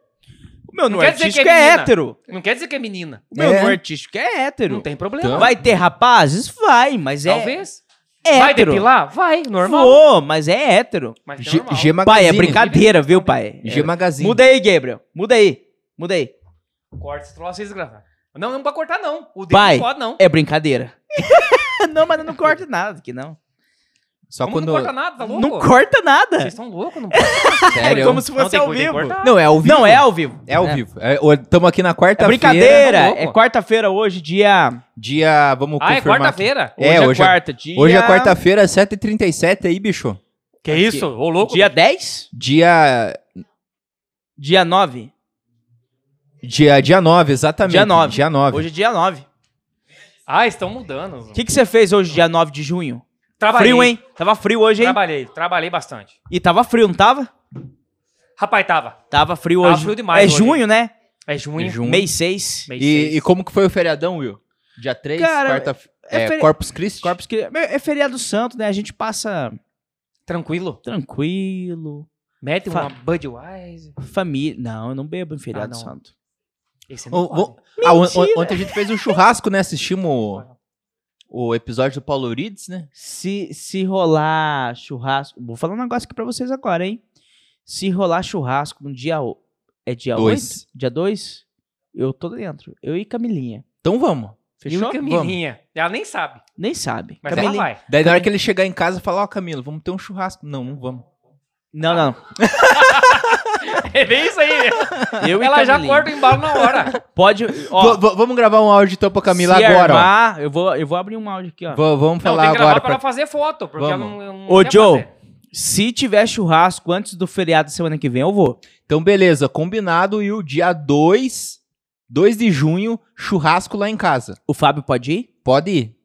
O meu
Não
nu
quer dizer
artístico
que é
é,
menina.
hétero.
Não quer dizer que é menina.
O meu
É.
nu artístico é hétero.
Não tem problema.
Vai ter rapazes? Vai, mas é
Talvez. Vai
hétero.
depilar? Vai, normal.
Vou, mas é hétero.
Mas é
Então, G, G
Pai,
normal.
Magazine.
é brincadeira, viu, pai? É.
G Magazine.
Muda aí, Gabriel. Muda aí. Muda aí.
Corta esse troço e desgravar. Não, não pode cortar, não. O dedo
Vai.
não pode, não.
É brincadeira. não, mas eu não corta nada aqui, não.
Só
Como
quando.
Não corta nada, tá louco?
Não corta nada.
Vocês estão loucos, não pode.
Sério.
É como se
Não,
fosse
tem
ao
que- tem que
vivo.
cortar.
Não, é ao vivo.
Não, é ao vivo.
É ao vivo. Estamos aqui na
É
quarta-feira.
brincadeira.
tá louco.
É quarta-feira hoje, dia.
Dia. Vamos
Ah, é
confirmar.
quarta-feira?
É, hoje é-
quarta. Dia...
aqui. Hoje é quarta-feira, 7h37 aí, bicho.
Que isso? Ô, louco.
Dia 10?
Dia.
Dia 9?
Dia, dia 9, exatamente.
Dia 9.
Dia 9.
Hoje é dia 9.
Ah, estão mudando.
O que, que você fez hoje, dia 9 de junho?
Trabalhei.
Frio, hein? Tava frio hoje, hein?
Trabalhei, trabalhei bastante.
E tava frio, não tava?
Rapaz, tava.
Tava frio
Tava
hoje.
frio demais
É
hoje.
junho, né?
É junho.
É junho.
Mês 6.
mês seis.
E, e como que foi o feriadão, Will? Dia 3,
Cara,
quarta
é
é,
feri-
Corpus Christi?
Corpus que... É feriado santo, né? A gente passa
Tranquilo.
tranquilo.
Mete
Fa-
uma Budweiser.
Família. Não, eu Ah, não bebo em feriado
não.
santo.
Esse
Ô,
não
ô,
pode.
ah, on- on-
Mentira.
ontem a gente fez um churrasco, né? Assistimos o,
o episódio do Paulo Urides, né?
Se, se rolar churrasco. Vou falar um negócio aqui pra vocês agora, hein? Se rolar churrasco no dia. o- É dia
Dois.
8? Dia 2? Eu tô dentro. Eu e Camilinha.
Então vamos.
E
Fechou?
o
Vamos.
Camilinha. Ela nem sabe,
Nem sabe.
mas
Camilinha-
ela vai.
Daí na hora que ele chegar em casa, falar, ó, Camilo, vamos ter um churrasco. Não, não vamos.
Não, não.
É bem isso aí.
Eu e
ela já
Camilinha.
corta o embalo na hora.
Pode.
V-
Ó,
v- vamos gravar um áudio então pra Camila
se
agora, ó.
armar, eu, vou, eu vou abrir um áudio aqui, ó.
V- vamos
Não,
falar
tem que gravar
agora.
pra ela fazer foto, porque ela não,
Vamos.
não
Ô,
quer
Joe.
fazer.
Se tiver churrasco antes do feriado semana que vem, eu vou.
Então, beleza, combinado. E o dia 2, 2 de junho, churrasco lá em casa.
O Fábio pode ir?
Pode ir.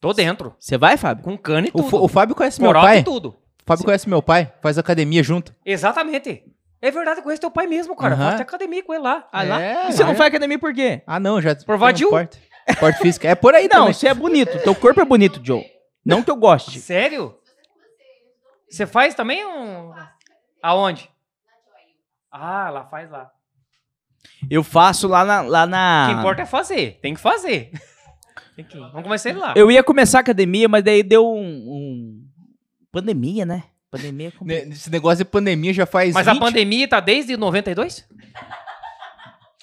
Tô dentro.
Você vai, Fábio?
Com cana e
O,
tudo.
F- o Fábio conhece meu
Corote e
pai.
tudo.
O Fábio conhece meu pai, faz academia junto.
Exatamente. É verdade, eu conheço teu pai mesmo, cara.
Aham.
Faz até academia com ele lá.
Ah, lá?
É,
E você não
é.
faz academia por quê?
Ah, não, já.
Provadil?
Porte. Porte física. É por aí,
Não,
também.
você é bonito. Teu corpo é bonito, Joe. Não que eu goste.
Ah, Sério? Você faz também um... Aonde? Ah, lá faz lá.
Eu faço lá na. Lá na...
O que importa é fazer. Tem que fazer. Tem que ir. Vamos começar ele lá.
Eu ia começar a academia, mas daí deu um. um- Pandemia, né? Pandemia é complicado.
Ne- Esse negócio de pandemia já faz.
Mas
20...
a pandemia tá desde 92?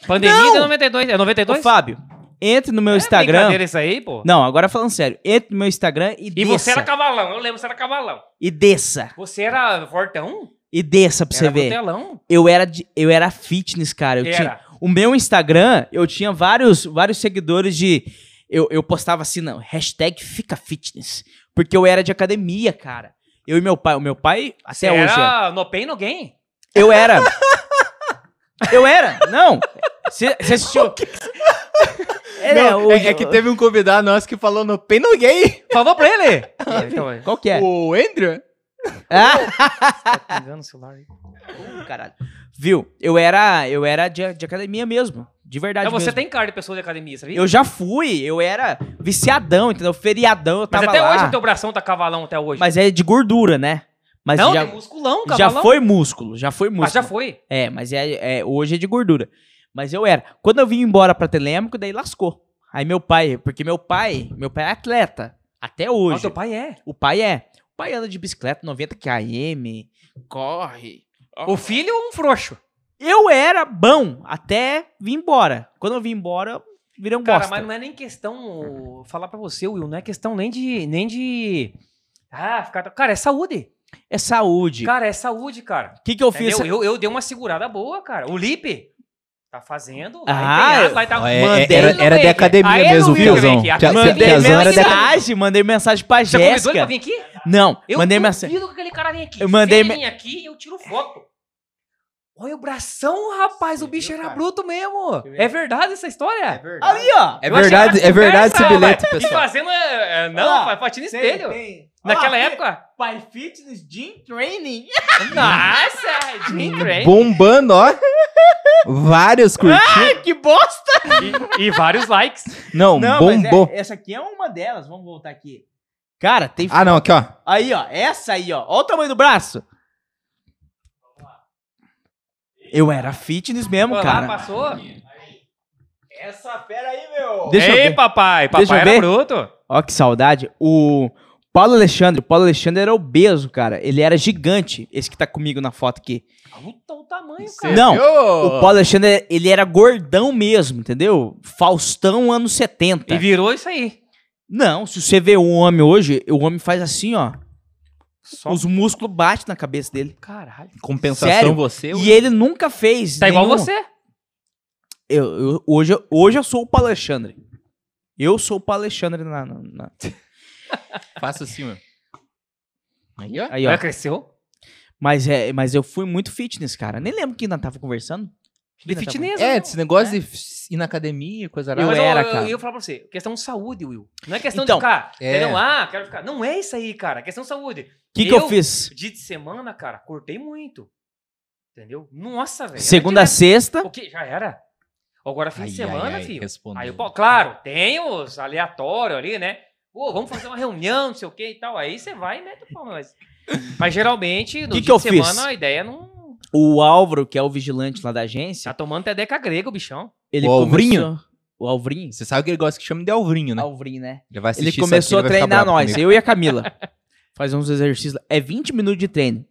Pandemia de 92. É
Ô,
92?
Fábio, entre no meu
É brincadeira
Instagram.
isso aí, pô.
Não, agora falando sério. Entre no meu Instagram e,
E
desça.
você era cavalão. Eu lembro, você era cavalão.
E desça.
Você era fortão?
E desça pra você
era
ver.
Botelão?
Eu era, de- eu era fitness, cara. Eu tinha,
Era.
O meu Instagram, eu tinha vários, vários seguidores de. Eu, eu postava assim, não, hashtag fica fitness. Porque eu era de academia, cara. Eu e meu pai. O meu pai, até hoje. é.
Era no pain, no gain.
Eu era. eu era. Não. Você você assistiu. Era
Não,
o-
é, é que teve um convidado nosso que falou no Pen no Gay.
Falou pra ele. então, é.
Qual que é?
O Andrew?
Ah,
Tá pegando o celular aí.
caralho. Viu? Eu era, eu era de, de academia mesmo. Tá De verdade.
Então, você
mesmo.
tem cara de pessoa de academia, sabia?
Eu já fui, eu era viciadão, entendeu? Feriadão, eu
Mas
tava
até
lá.
hoje o teu bração tá cavalão até hoje.
Mas é de gordura, né? Mas
não,
já,
tem musculão,
já
cavalão.
foi músculo, já foi músculo.
Mas já foi.
É, mas é, é- hoje é de gordura. Mas eu era. Quando eu vim embora pra Telêmico, daí lascou. Aí meu pai, porque meu pai, meu pai é atleta. Até
Mas
hoje.
teu pai é.
O pai é. O pai anda de bicicleta 90 km, corre.
O filho é um frouxo.
Eu era bom até vir embora. Quando eu vim embora, virei um
Cara,
bosta.
mas não é nem questão. Falar pra você, Will, não é questão nem de. Nem de. Ah, ficar. Cara, é saúde.
É saúde. O
Cara, é saúde, cara.
que, que eu fiz?
Entendeu? Eu, eu dei uma segurada boa, cara. O Lipe tá fazendo. Vai
Ah,
empenhado,
eu-
vai tá...
É, é-
Mandei
era,
no
era de
Wake.
academia
Aí é no
mesmo,
Wake,
Piazão.
Wake.
Pia-
Mandei
Piazão era de
mensagem.
academia.
mandei mensagem pra
Você convidou ele pra
Jéssica.
vir aqui?
Não,
Eu
mandei
duvido
mensagem.
que aquele cara vem aqui.
Eu mandei
Vem aqui eu tiro foto. Olha o bração, rapaz. o bicho era bruto mesmo. É verdade essa história?
verdade.
Ali, ó.
É
Eu achei que era
verdade, é verdade esse
conversa,
bilhete,
E
pessoal.
fazendo... é, é, não,
Olha lá.
faz fotinho no
Tem,
espelho.
tem.
Naquela
Olha lá,
época.
Pai Fitness Gym Training.
Nossa, é
Hum.
Jim Crane.
Bombando, ó. Vários curtidos.
que bosta!
E, e vários likes.
Não,
mas
bombou.
é- essa aqui é uma delas. Vamos voltar aqui. Cara, tem.
Ah, não, aqui, ó.
Aí, ó. Essa aí, ó. Olha o tamanho do braço. Eu era fitness mesmo,
Olha lá,
cara.
passou.
Essa fera aí, meu. Deixa
Deixa Ei,
eu ver.
papai. Papai
Deixa eu
era
ver.
bruto.
Ó, que saudade. O Paulo Alexandre. O Paulo Alexandre era obeso, cara. Ele era gigante. Esse que tá comigo na foto aqui.
Puta o tamanho, cara.
Não. O
Ô,
Paulo Alexandre, ele era gordão mesmo, entendeu? Faustão anos 70.
E virou isso aí.
Não, se você vê um homem hoje, o homem faz assim, ó.
Só...
Os músculos batem na cabeça dele.
Caralho.
Compensação
Sério?
você.
E ele nunca fez.
Tá igual
nenhum-
você.
Eu, eu- hoje, eu- hoje eu sou o Paulo Alexandre. Eu sou o Paulo Alexandre na. na- na-
Faça assim, ó. Aí, ó.
Aí,
Ela
ó.
cresceu.
Mas, é, mas eu fui muito fitness, cara. Nem lembro que nós tava conversando.
De
Ainda tá
fitness.
É,
né?
esse negócio de f- ir na academia, coisa arada.
Eu
Mas
era,
eu,
cara.
Eu, ia falar pra você, questão de saúde, Will. Não é questão
Então,
de ficar,
é.
entendeu? Ah, quero ficar. Não é isso aí, cara. É questão de saúde.
O que, que eu
Eu?
fiz?
Dia de semana, cara, cortei muito. Entendeu? Nossa, velho. era
Segunda a
direto.
sexta.
O quê? Já era? Agora fim
Ai,
de
ai,
semana,
ai,
filho.
respondeu.
Aí, pô, claro, tem os aleatórios ali, né? Pô, vamos fazer uma reunião, não sei o que e tal. Aí você vai e mete o pau, mas... Mas geralmente, no
Que
dia
que eu
de semana,
fiz?
a ideia é não...
O Álvaro, que é o vigilante lá da agência,
Tá tomando até deca grega, o bichão.
ele
O Alvrinho?
começou- O Alvrim?
Você sabe que ele gosta que chama de Alvrinho, né?
Alvrim, né?
Ele vai
Ele
assistir
começou
isso aqui, ele
a
vai ficar
treinar
bravo
nós,
comigo.
eu e a Camila. Fazer uns exercícios. lá. É 20 minutos de treino.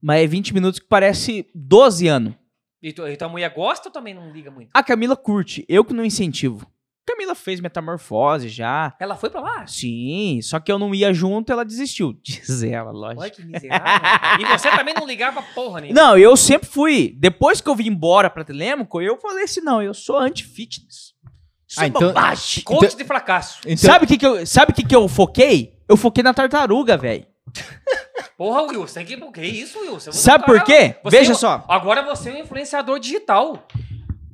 Mas é 20 minutos que parece 12 anos.
E, tu, e tua mulher gosta ou também não liga muito?
A Camila curte, eu que não incentivo. Camila fez metamorfose já.
Ela foi pra lá?
Sim, só que eu não ia junto, ela desistiu. Diz ela, lógico.
Olha que miserável. cara. e você também não ligava porra nenhuma.
Não, eu sempre fui. Depois que eu vim embora pra Telemaco, eu falei assim: não, eu sou anti-fitness. Isso
Ah,
é
então-
bobagem.
Coach de fracasso.
Então,
Sabe o que, que, eu- sabe o que, que eu foquei? Eu foquei na tartaruga, velho.
Porra, Will, você tem que. Que isso, Will? Você é um
Sabe
cara-
por quê?
Você-
Veja só.
Agora você é um influenciador digital.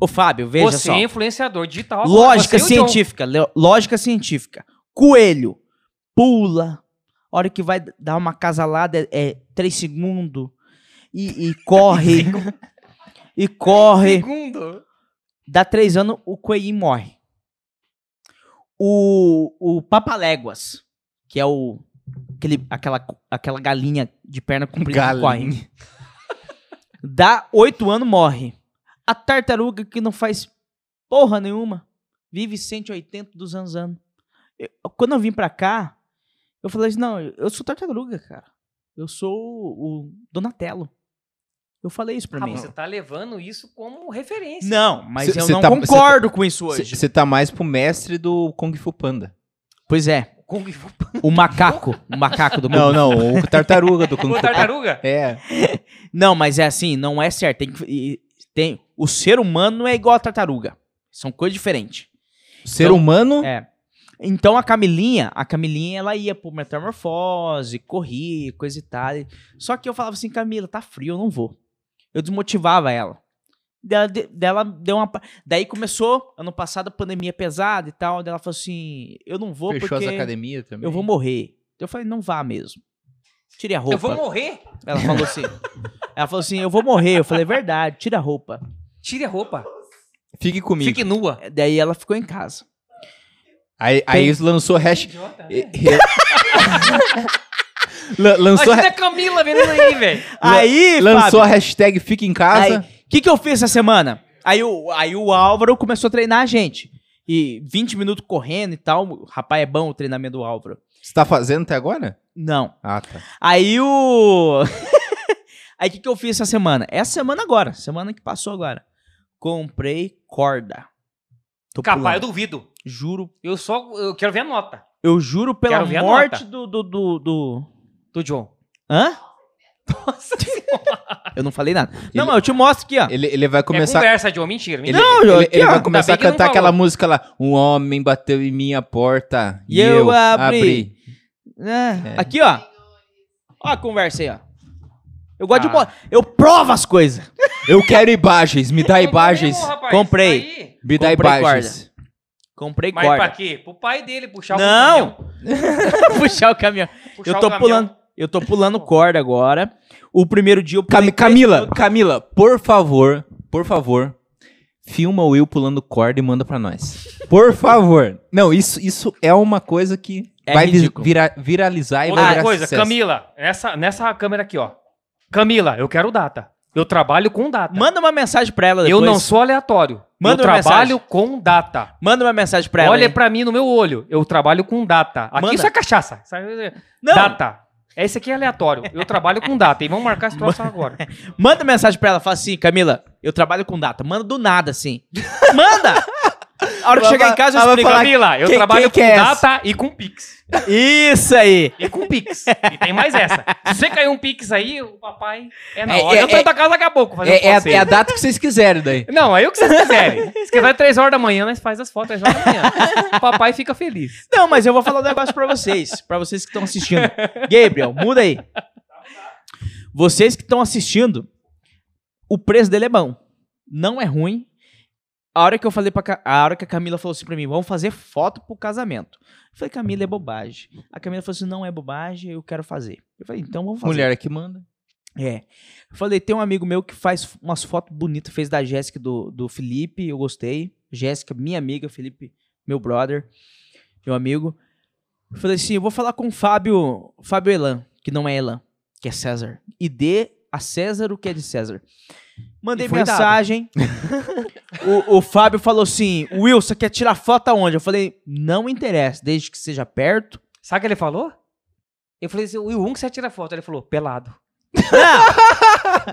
Ô, Fábio, veja
você
só.
é influenciador digital. agora.
Lógica
Você e o John.
científica, Leo- lógica científica. Coelho pula, a hora que vai dar uma casalada é, é três segundos e, e corre, e corre.
Segundo.
Dá três anos, o coelhinho morre. O, o Papaléguas, que é o aquele, aquela, aquela galinha de perna comprida que corre. Dá oito anos, morre. A tartaruga que não faz porra nenhuma vive 180, 200 anos. Eu- quando eu vim pra cá, eu falei assim, não, eu sou tartaruga, cara. Eu sou o, o Donatello. Eu falei isso pra
Ah,
mim.
você tá levando isso como referência.
Não, mas
Cê-
eu
cê
não
tá- cê
concordo com isso hoje.
você tá mais pro mestre do Kung Fu Panda.
Pois é,
Kung Fu Panda.
o macaco, o macaco do
Não, não, o tartaruga do Kung
Ô,
Fu Panda.
tartaruga?
É,
Não, mas é assim, não é certo. Tem, que- e- tem- o ser humano não é igual a tartaruga. São coisas diferentes.
o ser
Então,
humano
É. Então a Camilinha, a Camilinha ela ia pro metamorfose, corria, coisa e tal. Só que eu falava assim, Camila, tá frio, eu não vou. Eu desmotivava ela. Dela, de- dela deu uma. pa- Daí começou, ano passado, a pandemia pesada e tal. Daí ela falou assim: eu não vou
fechou
porque
as academias também.
eu vou morrer. Eu falei, não vá mesmo. Tire a roupa.
Eu vou morrer?
Ela falou assim. ela falou assim, eu vou morrer. Eu falei, verdade, tira a roupa.
Tire a roupa.
Fique comigo.
Fique nua.
Daí ela ficou em casa.
Aí, aí eles lançou hashtag.
Idiota, né?
La- lançou,
Imagina a Camila vendendo aí, velho.
Aí,
lançou a
Fábio,
hashtag Fica em Casa.
o que, que eu fiz essa semana? Aí o, aí o Álvaro começou a treinar a gente. E 20 minutos correndo e tal. Rapaz, é bom o treinamento do Álvaro.
Você tá fazendo até agora?
Não.
Ah, tá.
Aí o. aí o que, que eu fiz essa semana? Essa semana agora. Semana que passou agora. Comprei corda. Tô
Capaz, eu
pulando.
duvido.
Juro.
Eu só. Eu quero ver a nota
Eu juro pela
Quero ver a
morte
nota.
do- do, do, do,
do John.
Hã? Nossa Eu não falei nada. Não, mas eu te mostro aqui, ó.
Ele, ele vai
É
começar.
conversa, John. Mentira, mentira.
ele,
Não,
ele-
eu-
ele
aqui, ó.
vai começar a
Ainda bem que
cantar
não
aquela
falou.
música lá. Um homem bateu em minha porta. E
E eu
eu,
abri.
abri.
Ah,
É.
Aqui, ó. Ó a conversa aí, ó. Eu gosto de...
Ah.
mo- Eu provo as coisas.
Eu quero imagens. Me dá
Não
imagens.
problema, rapaz,
Comprei.
isso aí.
Me dá
Comprei
imagens.
Comprei
Mas pra
corda.
quê? Pro pai dele puxar o
Não!
caminhão.
Puxar o caminhão.
Puxar
Eu
o
tô
caminhão.
pulando... Eu tô pulando corda agora. O primeiro dia eu
Cam-
pulei três
Camila,
minutos.
Camila, por favor, por favor, filma o Will pulando corda e manda pra nós. Por favor. Não, isso, isso é uma coisa que
É
vai vi-
ridículo.
vira- viralizar e vai
Outra
virar
coisa,
sucesso.
Camila, nessa, nessa câmera aqui, ó. Camila, eu quero data. Eu trabalho com data.
Manda uma mensagem pra ela
eu
depois.
não sou aleatório.
Manda
eu
uma
trabalho com data.
Manda uma mensagem pra ela.
Olha
aí.
pra mim no meu olho. Eu trabalho com data. Aqui
Manda.
isso é cachaça. Isso é-
Não,
Data. Esse aqui é aleatório. Eu trabalho com data. E vamos marcar esse troço agora.
Manda mensagem pra ela, fala assim, Camila, eu trabalho com data. Manda do nada, assim. Manda! A hora que
Ela
chegar
vai-
em casa, eu
ela vai
explico.
falar,
Camila, eu
quem-
trabalho
quem que é
com
essa?
data e com Pix.
Isso aí!
E com Pix. E tem mais essa. Se você caiu um Pix aí, o papai é na
É-
hora.
é-
eu tô
é-
na tua casa daqui a pouco fazer
É,
um
é a,
passeio.
é a data que vocês quiserem daí.
Não, aí o que vocês quiserem. Se quiser três horas da manhã, nós faz as fotos às 3 horas da manhã. O papai fica feliz.
Não, mas eu vou falar um negócio pra vocês, pra vocês que estão assistindo. Gabriel, muda aí. Vocês que estão assistindo, o preço dele é bom. Não é ruim. A hora que eu falei pra Ca- a hora que a Camila falou assim pra mim, vamos fazer foto pro casamento. Eu falei, Camila, é bobagem. A Camila falou assim, não é bobagem, eu quero fazer. Eu falei, então vamos fazer.
Mulher que manda.
É. Eu Falei, tem um amigo meu que faz f- umas fotos bonitas, fez da Jéssica e do, do Felipe, eu gostei. Jéssica, minha amiga, Felipe, meu brother, meu amigo. Eu Falei assim, eu vou falar com o Fábio, Fábio Elan, que não é Elan, que é César. E dê a a César o que é de César. Mandei
E foi
mensagem. o, o Fábio falou assim: Will, você quer tirar foto aonde? Eu falei: não interessa, desde que seja perto.
Sabe o que ele falou? Eu falei assim, Will, um que você tira foto. Ele falou, pelado.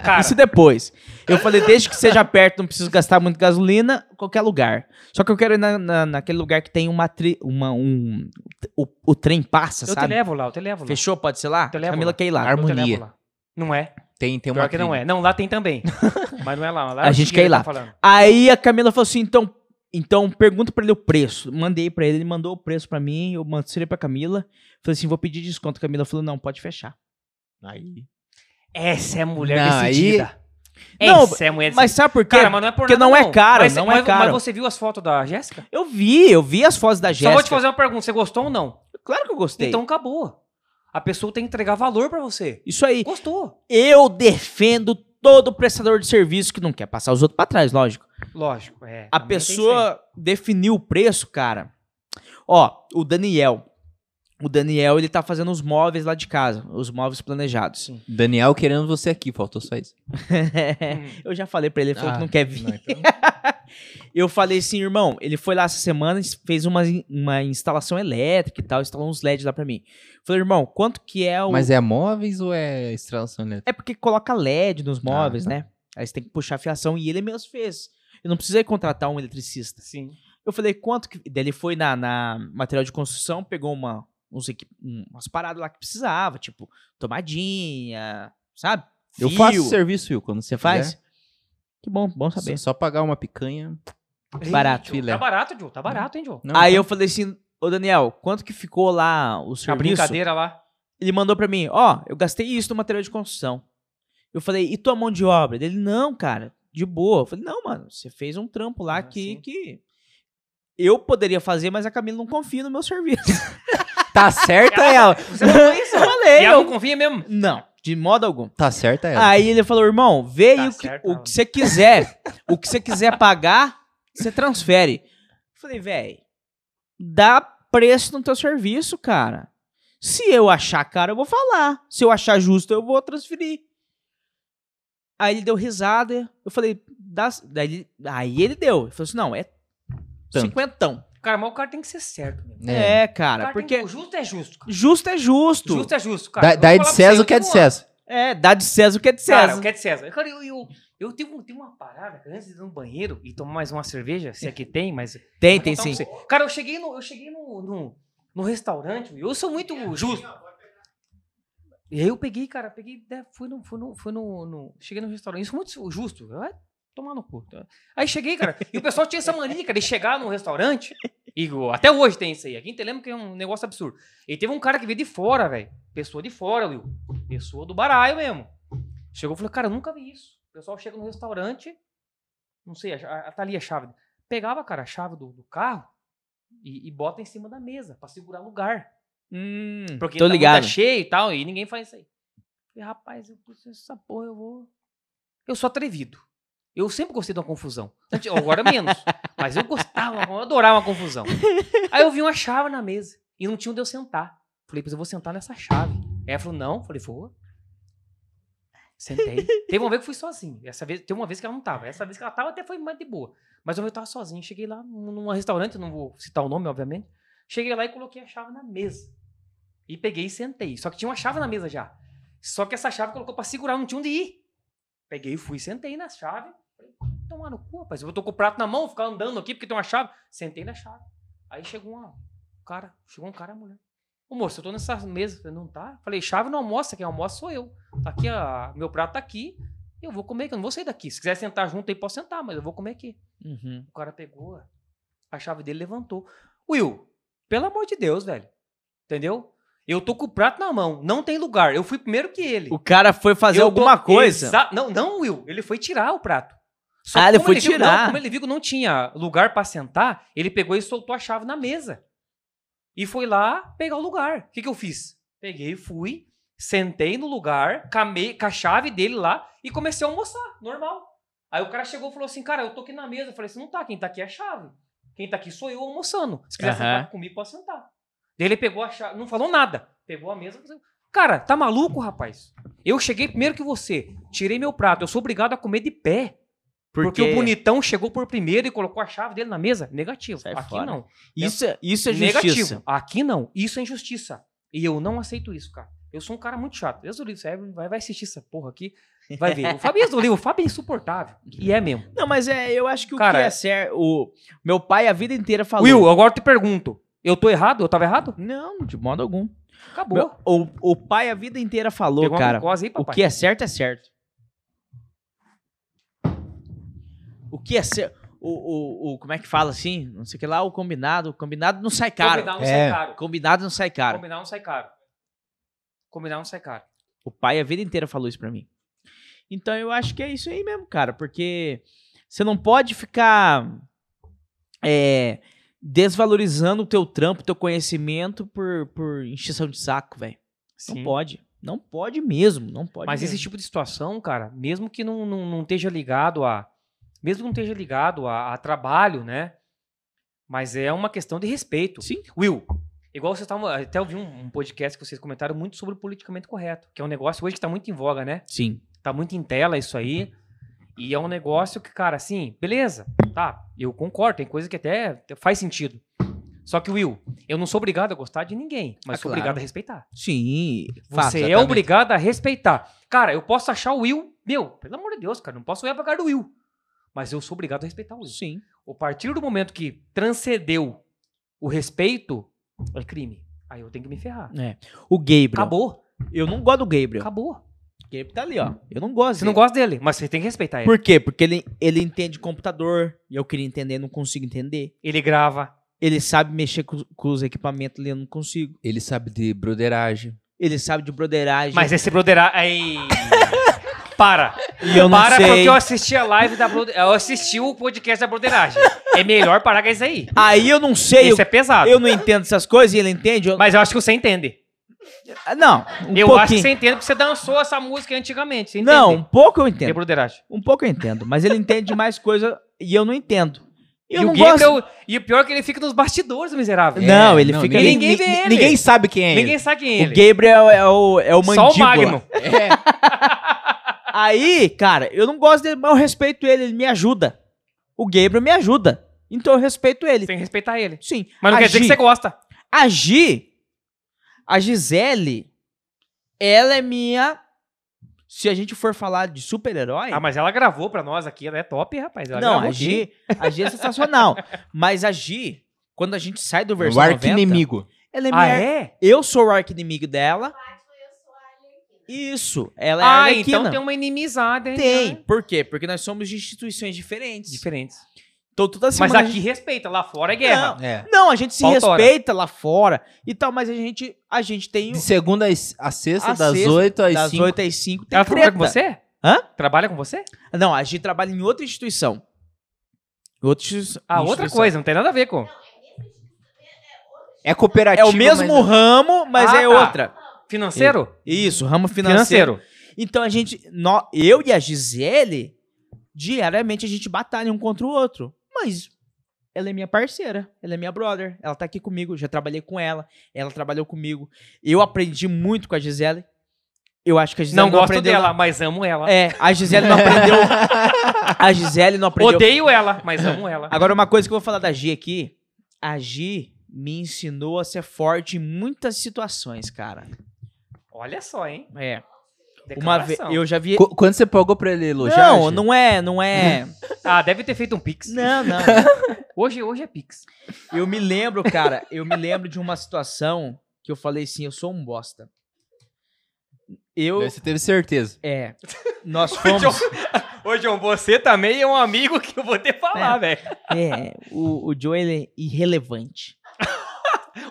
Cara,
Isso depois. Eu falei: desde que seja perto, não preciso gastar muito gasolina, qualquer lugar. Só que eu quero ir na, na- naquele lugar que tem uma. Tri, uma um, o, o trem passa,
eu te
sabe?
levo lá, eu te levo lá.
Fechou? Pode ser lá?
Te levo
Camila
lá.
quer ir lá.
Eu te levo
Harmonia.
lá. Não é?
Tem, tem uma
Pior que não
trilha.
é. Não, lá tem também. Mas não é lá. lá
A
é o
gente
que
quer ir
ele tá
lá.
falando.
Aí a Camila falou assim, então, então pergunta pra ele o preço. Mandei pra ele, ele mandou o preço pra mim, eu mandei pra Camila. Falei assim, vou pedir desconto. Camila falou, não, pode fechar.
Aí.
Essa é a mulher
Não, aí-
decidida.
Não,
Essa é a mulher
Mas sabe por quê?
Cara, mas não é por
Porque
nada,
não é caro,
mas,
não é
mas,
caro.
Mas você viu as fotos da Jéssica?
Eu vi, eu vi as fotos da
Só
Jéssica.
vou te fazer uma pergunta. Você gostou ou não?
Claro que eu gostei.
Então acabou. A pessoa tem que entregar valor pra você.
Isso aí.
Gostou.
Eu defendo todo prestador de serviço que não quer passar os outros pra trás, lógico.
Lógico. é,
A
também tem isso aí.
pessoa definiu o preço, cara. Ó, o Daniel. O Daniel, ele tá fazendo os móveis lá de casa, os móveis planejados.
Daniel querendo você aqui, faltou só isso.
Hum.
Eu já falei pra ele, ele falou
Ah,
que não quer vir.
não, então-
Eu falei assim, irmão, ele foi lá essa semana, fez uma, uma instalação elétrica e tal, instalou uns LEDs lá pra mim. Eu falei, irmão, quanto que é o...
Mas é móveis ou é instalação elétrica?
É porque coloca LED
Ah.
nos móveis,
tá.
né? Aí você tem que puxar a fiação e ele mesmo fez. Eu não precisei contratar um eletricista.
Sim.
Eu falei, quanto que... Daí ele foi na, na material de construção, pegou uma, uns equi- um- umas paradas lá que precisava, tipo, tomadinha, sabe?
Eu
Fio.
faço né? serviço, Will, quando você
Você faz? Tá
fizer.
Que bom, bom saber.
Só, só pagar uma picanha.
Barato.
Tio,
Filé.
Tá barato, Ju. Tá barato, hein, Ju?
Não,
Aí
então-
eu falei assim, ô Daniel, quanto que ficou lá o
A
serviço?
Tá brincadeira lá.
Ele mandou pra mim, ó, eu gastei isso no material de construção. Eu falei, e tua mão de obra? Ele, não, cara, de boa. Eu falei, não, mano, você fez um trampo lá
Ah,
que,
sim.
que eu poderia fazer, mas a Camila não confia no meu serviço.
Tá certa ela.
Você falou isso?
eu
então, E
falei,
ela não
eu...
confia mesmo?
Não, de modo algum.
Tá certa ela.
Aí ele falou, irmão, vê
Tá
aí o, que,
certo,
o
Alan.
que você quiser. o que você quiser pagar, você transfere. Eu falei, velho, dá preço no teu serviço, cara. Se eu achar caro, eu vou falar. Se eu achar justo, eu vou transferir. Aí ele deu risada. Eu falei, dá. Daí ele- aí ele deu. Ele falou assim: não, é
Tanto.
cinquentão.
Cara, mas o cara tem que ser certo. Meu.
É.
É,
O
cara,
cara
porque
tem... O justo é justo, cara.
justo é justo.
Justo é justo, cara.
Da,
Eu vou
daí
falar
de
pra você,
César o que é
eu
de
tô
César.
É, dá de César o que é de César.
Cara, o que é de César? Cara, eu, eu, eu tenho, tenho uma parada, cara, antes de ir no banheiro e tomar mais uma cerveja, se é que tem, mas...
Tem, tem
Vou
sim.
contar pra você. Então, assim, Cara, eu cheguei no, eu cheguei no, no, no restaurante, eu sou muito justo. E aí eu peguei, cara, peguei, né, fui no, fui no, fui no, no- cheguei no restaurante, isso é muito justo, vai tomar no cu. tá? Aí cheguei, cara, e o pessoal tinha essa mania, cara, de chegar no restaurante, e o- até hoje tem isso aí, aqui em Telemaco que é um negócio absurdo. E teve um cara que veio de fora, velho, pessoa de fora, Will, pessoa do baralho mesmo. Chegou e falou, cara, eu nunca vi isso. O pessoal chega no restaurante, não sei, a, a, tá ali a chave. Pegava, cara, a chave do, do carro e, e bota em cima da mesa pra segurar lugar.
Hum,
Porque
tô
tá,
ligado.
tá cheio e tal, e ninguém faz isso aí. Falei, rapaz, eu preciso dessa porra, eu vou. Eu sou atrevido. Eu sempre gostei de uma confusão. Antes- Agora menos. mas eu gostava, eu adorava uma confusão. Aí eu vi uma chave na mesa e não tinha onde eu sentar. Falei, pois eu vou sentar nessa chave. Aí ela falou, não. Falei, vou. Sentei. Teve uma vez que fui sozinho. Essa vez, teve uma vez que ela não tava. Essa vez que ela tava até foi mais de boa. Mas eu tava sozinho. Cheguei lá num num restaurante, não vou citar o nome, obviamente. Cheguei lá e coloquei a chave na mesa. E peguei e sentei. Só que tinha uma chave na mesa já. Só que essa chave colocou pra segurar, não tinha onde ir. Peguei e fui, sentei na chave. Falei, tomar no cu, rapaz. Eu tô com o prato na mão, ficar andando aqui porque tem uma chave. Sentei na chave. Aí chegou uma, um cara, chegou um cara e a mulher. Ô moço, eu tô nessa mesa. Falei, não tá? Falei, chave não almoça, quem almoça sou eu. Tá aqui, a, meu prato tá aqui. Eu vou comer, que eu não vou sair daqui. Se quiser sentar junto aí, posso sentar, mas eu vou comer aqui.
Uhum.
O cara pegou a chave dele levantou. Will, pelo amor de Deus, velho. Entendeu? Eu tô com o prato na mão, não tem lugar. Eu fui primeiro que ele.
O cara foi fazer
Eu tô-
alguma coisa.
Exa- Não, não, Will. Ele foi tirar o prato. Só
Ah,
que
ele
como
foi
viu- não,
tirar.
como ele viu que não tinha lugar pra sentar, ele pegou e soltou a chave na mesa. E foi lá pegar o lugar. O que, que eu fiz? Peguei e fui, sentei no lugar, camei, com a chave dele lá e comecei a almoçar, normal. Aí o cara chegou e falou assim: Cara, eu tô aqui na mesa. Eu falei assim: Não tá, quem tá aqui é a chave. Quem tá aqui sou eu almoçando. Se quiser
Aham.
sentar comigo, pode sentar. Daí ele pegou a chave, não falou nada. Pegou a mesa. falou assim, Cara, tá maluco, rapaz? Eu cheguei primeiro que você, tirei meu prato, eu sou obrigado a comer de pé. Porque, o bonitão chegou por primeiro e colocou a chave dele na mesa? Negativo.
Sai
Aqui
fora.
não.
Isso, é- isso é
Negativo.
justiça.
Aqui não. Isso é injustiça. E eu não aceito isso, cara. Eu sou um cara muito chato. Deus do livro, você vai, vai assistir essa porra aqui. Vai ver. O Fábio é do livro, o Fábio é insuportável. E é mesmo.
Não, mas é, eu acho que o
Cara,
que é certo. O meu pai a vida inteira falou.
Will, agora eu te pergunto. Eu tô errado? Eu tava errado?
Não, de modo algum.
Acabou.
Meu- o, o pai a vida inteira falou,
Pegou uma
cara.
glicose aí,
O
papai.
que é certo é certo. O que é certo. O, o, o- como é que fala assim? Não sei o que lá, o combinado. O combinado não sai caro.
Combinar não
É.
sai caro.
Combinado não sai caro.
Combinar não sai caro. Combinar não sai caro.
O pai a vida inteira falou isso pra mim. Então eu acho que é isso aí mesmo, cara, porque você não pode ficar é, desvalorizando o teu trampo, teu conhecimento por, por encheção de saco, velho. Não
Sim.
pode. Não pode mesmo, não pode.
Mas esse
mesmo.
tipo de situação, cara, mesmo que não, não, não esteja ligado a. Mesmo que não esteja ligado a, a trabalho, né? Mas é uma questão de respeito.
Sim.
Will, igual vocês estavam. Até ouvi um, um podcast que vocês comentaram muito sobre o politicamente correto, que é um negócio hoje que tá muito em voga, né?
Sim.
Tá muito em tela isso aí. E é um negócio que, cara, assim, beleza, tá, eu concordo, tem coisa que até faz sentido. Só que, Will, eu não sou obrigado a gostar de ninguém, mas
Ah,
sou
claro.
obrigado a respeitar.
Sim.
Você é
exatamente.
obrigado a respeitar. Cara, eu posso achar o Will. Meu, pelo amor de Deus, cara, não posso olhar pra cara do Will. Mas eu sou obrigado a respeitar o Will.
Sim.
A partir do momento que transcendeu o respeito, é crime. Aí eu tenho que me ferrar.
O Gabriel.
Acabou.
Eu não gosto do Gabriel.
Acabou.
O Gabriel tá ali, ó. Eu não gosto.
Você não
dele.
gosta dele, mas você tem que respeitar ele.
Por quê? Porque ele, ele entende computador. E eu queria entender, não consigo entender.
Ele grava.
Ele sabe mexer com, com os equipamentos ali, eu não consigo.
Ele sabe de broderagem.
Ele sabe de broderagem.
Mas esse broderá. Aí. Para.
e eu não
Para
sei.
porque eu assisti a live da broderagem. Eu assisti o podcast da broderagem. É melhor parar com isso aí.
Aí eu não sei.
Isso
Eu,
é pesado.
eu não entendo essas coisas e ele entende. eu-
Mas eu acho que você entende.
Ah, Não. Um
eu
pouquinho.
acho que você entende porque você dançou essa música antigamente. Você
Não, um
entende?
pouco eu
Que é
entendo.
broderagem.
Um pouco eu entendo. Mas ele entende mais coisa e eu não entendo. E eu
e
não
o
gosto.
Gabriel, e o pior é que ele fica nos bastidores, o miserável.
Não, ele
não,
fica
ninguém-
ali.
ninguém vê ele.
Ninguém sabe quem é ele.
Ninguém sabe quem é
O
ele.
Gabriel é o, é o mandíbula.
Só o Magno.
É, Aí, cara, eu não gosto dele, mas eu respeito ele, ele me ajuda. O Gabriel me ajuda. Então eu respeito ele.
Você tem que respeitar ele.
Sim.
Mas não quer dizer que
Agir.
você gosta.
A Gi, a Gisele, ela é minha. Se a gente for falar de super-herói.
Ah, mas ela gravou pra nós aqui, ela é top, rapaz. Ela
não,
gravou
a Gi, a Gi é sensacional. mas a Gi, quando a gente sai do
O
versão.
arco
90,
inimigo.
ela é minha.
Ah, é?
Eu sou o arco-inimigo dela. Isso, ela é a
Ah,
Arlequina.
então tem uma inimizade aí.
Tem.
né?
Por quê? Porque nós somos de instituições diferentes.
Diferentes.
Então toda
Mas
semana. a
aqui
gente-
respeita, lá fora é guerra.
É.
Não, a gente se
Pautora.
respeita lá fora e tal, mas a gente, a gente tem.
De segunda às- à sexta,
À
das
sexta,
8 às
das
5.
8 às 5 tem
Ela trabalha com
treta.
você?
Hã?
Trabalha com você?
Não, a gente trabalha em outra instituição. Outra instituição.
Ah, outra coisa, não tem nada a ver com.
É cooperativa.
É o mesmo
mas-
ramo, mas
Ah,
é
tá.
outra.
Financeiro?
Isso, ramo financeiro.
Financeiro.
Então a gente, nó- eu e a Gisele, diariamente a gente batalha um contra o outro. Mas ela é minha parceira, ela é minha brother, ela tá aqui comigo, já trabalhei com ela, ela trabalhou comigo. Eu aprendi muito com a Gisele. Eu acho que a Gisele
Não
não,
gosto
aprendeu
dela, mas amo ela.
É, a Gisele não aprendeu. A Gisele não aprendeu.
Odeio ela, mas amo ela.
Agora, uma coisa que eu vou falar da Gi aqui. A Gi me ensinou a ser forte em muitas situações, cara.
Olha só, hein?
É. Uma vez.
Declaração.
Eu já vi.
Qu- Quando você pagou pra ele elogiar?
Não,
Gi?
não é, não é.
Ah, deve ter feito um pix.
Não, não.
Hoje, hoje é pix.
Eu me lembro, cara, eu me lembro de uma situação que eu falei assim: eu sou um bosta. Eu.
Você teve certeza.
É. Nós fomos.
Ô, John, você também é um amigo que eu vou ter que falar, velho.
É, o, o Joe ele é irrelevante.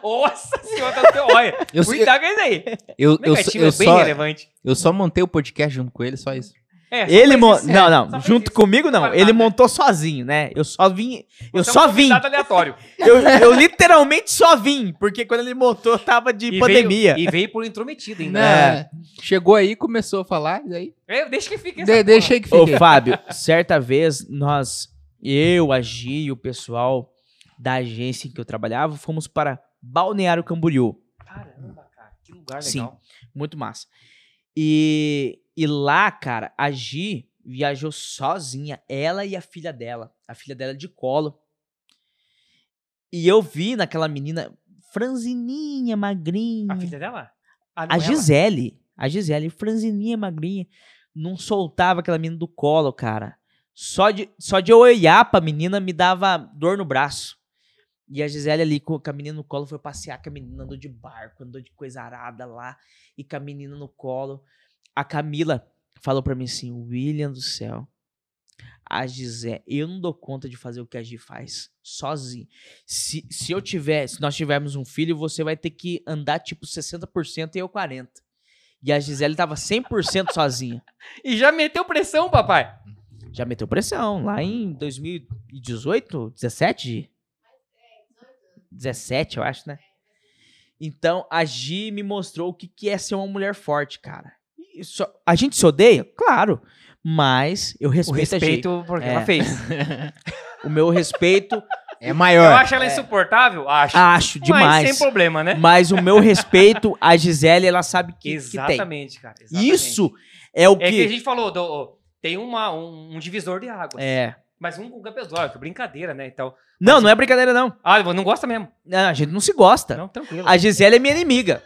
Nossa senhora, tá teu olha.
Eu, eu,
Cuidado com isso aí.
eu, eu,
Negativo
eu
é bem
só,
relevante.
eu só montei o podcast junto com ele, só isso.
É, só
Ele
faz
mon...
isso, é.
Não,
Só
não.
faz
Junto
isso.
comigo, não.
Vai lá,
Ele
né?
montou sozinho, né? Eu só vim. Eu
Você é um
só vim.
convidado aleatório.
Eu, eu literalmente só vim, porque quando ele montou tava de
veio-
pandemia.
e veio por intrometido ainda.
né?
É. Chegou aí, começou a falar, e aí.
É, deixa que fique essa
De,
porra.
deixa aí que
Ô,
fique.
Fábio, certa vez nós, eu, a Gi e o pessoal da agência em que eu trabalhava, fomos para Balneário Camboriú.
Caramba, cara. Que lugar
Sim.
legal.
Muito massa. E, e lá, cara, a Gi viajou sozinha, ela e a filha dela. A filha dela de colo. E eu vi naquela menina franzininha, magrinha.
A filha dela? Ah, não,
A
ela.
Gisele. A Gisele, franzininha, magrinha. Não soltava aquela menina do colo, cara. Só de, só de eu olhar pra menina me dava dor no braço. E a Gisele ali com, com a menina no colo foi passear com a menina, andou de barco, andou de coisa arada lá. E com a menina no colo. A Camila falou pra mim assim: William do céu. A Gisele, eu não dou conta de fazer o que a Gi faz sozinha. Se, se eu tiver, se nós tivermos um filho, você vai ter que andar tipo 60% e eu 40%. E a Gisele tava 100% sozinha.
E já meteu pressão, papai.
Já meteu pressão lá em 2018, 17? Gi? 17, eu acho, né? Então, a Gi me mostrou o que que é ser uma mulher forte, cara. E só- a gente se odeia? Claro. Mas eu
O
respeito, a
respeito porque
É.
ela fez.
Gi. O meu respeito,
É
Eu
maior.
acho ela insuportável? Acho.
acho
Mas
Ah, demais.
sem problema, né?
Mas o meu respeito, a Gisele, ela sabe que, que tem.
Exatamente, cara. exatamente.
Isso é o
É que a
que.
gente falou, do- ó, tem uma, um, um divisor de água.
É.
Mas um com o Campesório, que brincadeira, né? Então,
Não, não é brincadeira, não.
ah, não gosta mesmo.
Não, a gente não se gosta.
Não, tranquilo.
A Gisele é minha inimiga.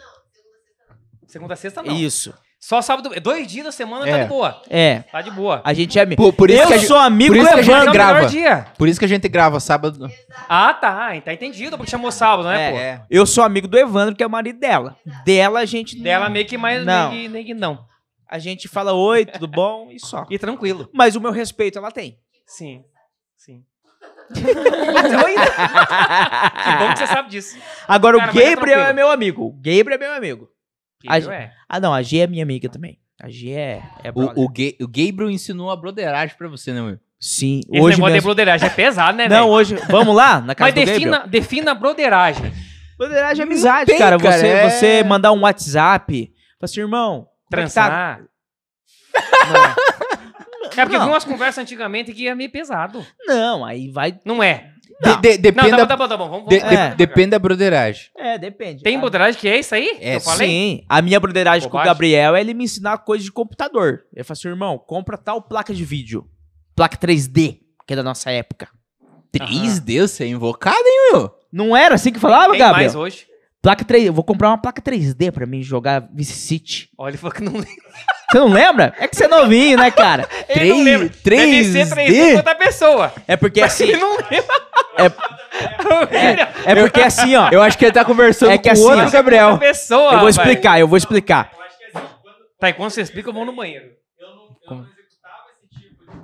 Segunda, a sexta, não.
Isso.
Só sábado, dois dias da semana tá
É.
de boa.
É.
Tá de boa.
A gente é amigo.
Por, por isso
eu
que a gente,
sou amigo
por
do
isso que a gente
Esse é
Evandro.
o
grava.
melhor dia.
por isso que a gente grava sábado.
Ah, tá. Tá entendido porque chamou sábado, né, pô?
é.
Eu sou amigo do Evandro, que é o marido dela. Dela a gente.
Dela meio que mais
Não.
Nem, que- nem que não.
A gente fala oi, tudo bom e só.
E tranquilo.
Mas o meu respeito ela tem. Então,
Sim. Sim. que
Ah.
bom que você sabe disso.
Agora
Cara,
o
mas é
Gabriel é,
tranquilo.
meu amigo. O Gabriel é meu amigo. A gente-
é.
Ah, não. A G é minha amiga também. A G é. é brother.
O, o, Ga- o Gabriel ensinou a broderagem pra você, né, meu?
Sim.
Esse
hoje
negócio de
mesmo.
broderagem é pesado, né,
Não,
velho?
hoje. Vamos lá na casa
Mas
do Gabriel.
defina, defina a broderagem.
Broderagem é amizade,
tem,
cara.
cara,
Você,
é-
você mandar um WhatsApp, falar assim, irmão, como é que tá?
Transar. Não é. É porque eu vi
Não.
umas conversas antigamente que é meio pesado.
Não, aí vai.
Não é.
De-
Não.
de-
Não,
depende,
tá
da,
bom, tá bom, tá bom. Vamos,
de-
vamos
de-
É.
depende da broderagem.
É, depende.
Tem
A-
broderagem que é isso aí?
É,
eu falei?
Sim. A minha broderagem com o
Bobagem.
Gabriel é ele me ensinar coisa de computador. Eu falo assim, irmão, compra tal placa de vídeo. Placa 3D, que é da nossa época.
Três Deus, você é invocado, hein, meu?
Não era assim que falava,
Tem
Gabriel?
mais um. hoje.
Placa 3D. Eu vou comprar uma placa 3D pra mim jogar Vice City.
Olha, ele falou que não lembra.
Você não lembra? É que você é novinho, né, cara?
Ele não lembra. Deve ser 3D de outra pessoa.
É porque assim.
Ele não lembra.
É porque assim, ó.
Eu acho que ele tá conversando
É que
com
assim,
o outro
ó,
Gabriel.
Outra pessoa.
Eu vou
rapaz.
explicar, eu vou explicar.
Tá, enquanto você explica, eu vou no banheiro.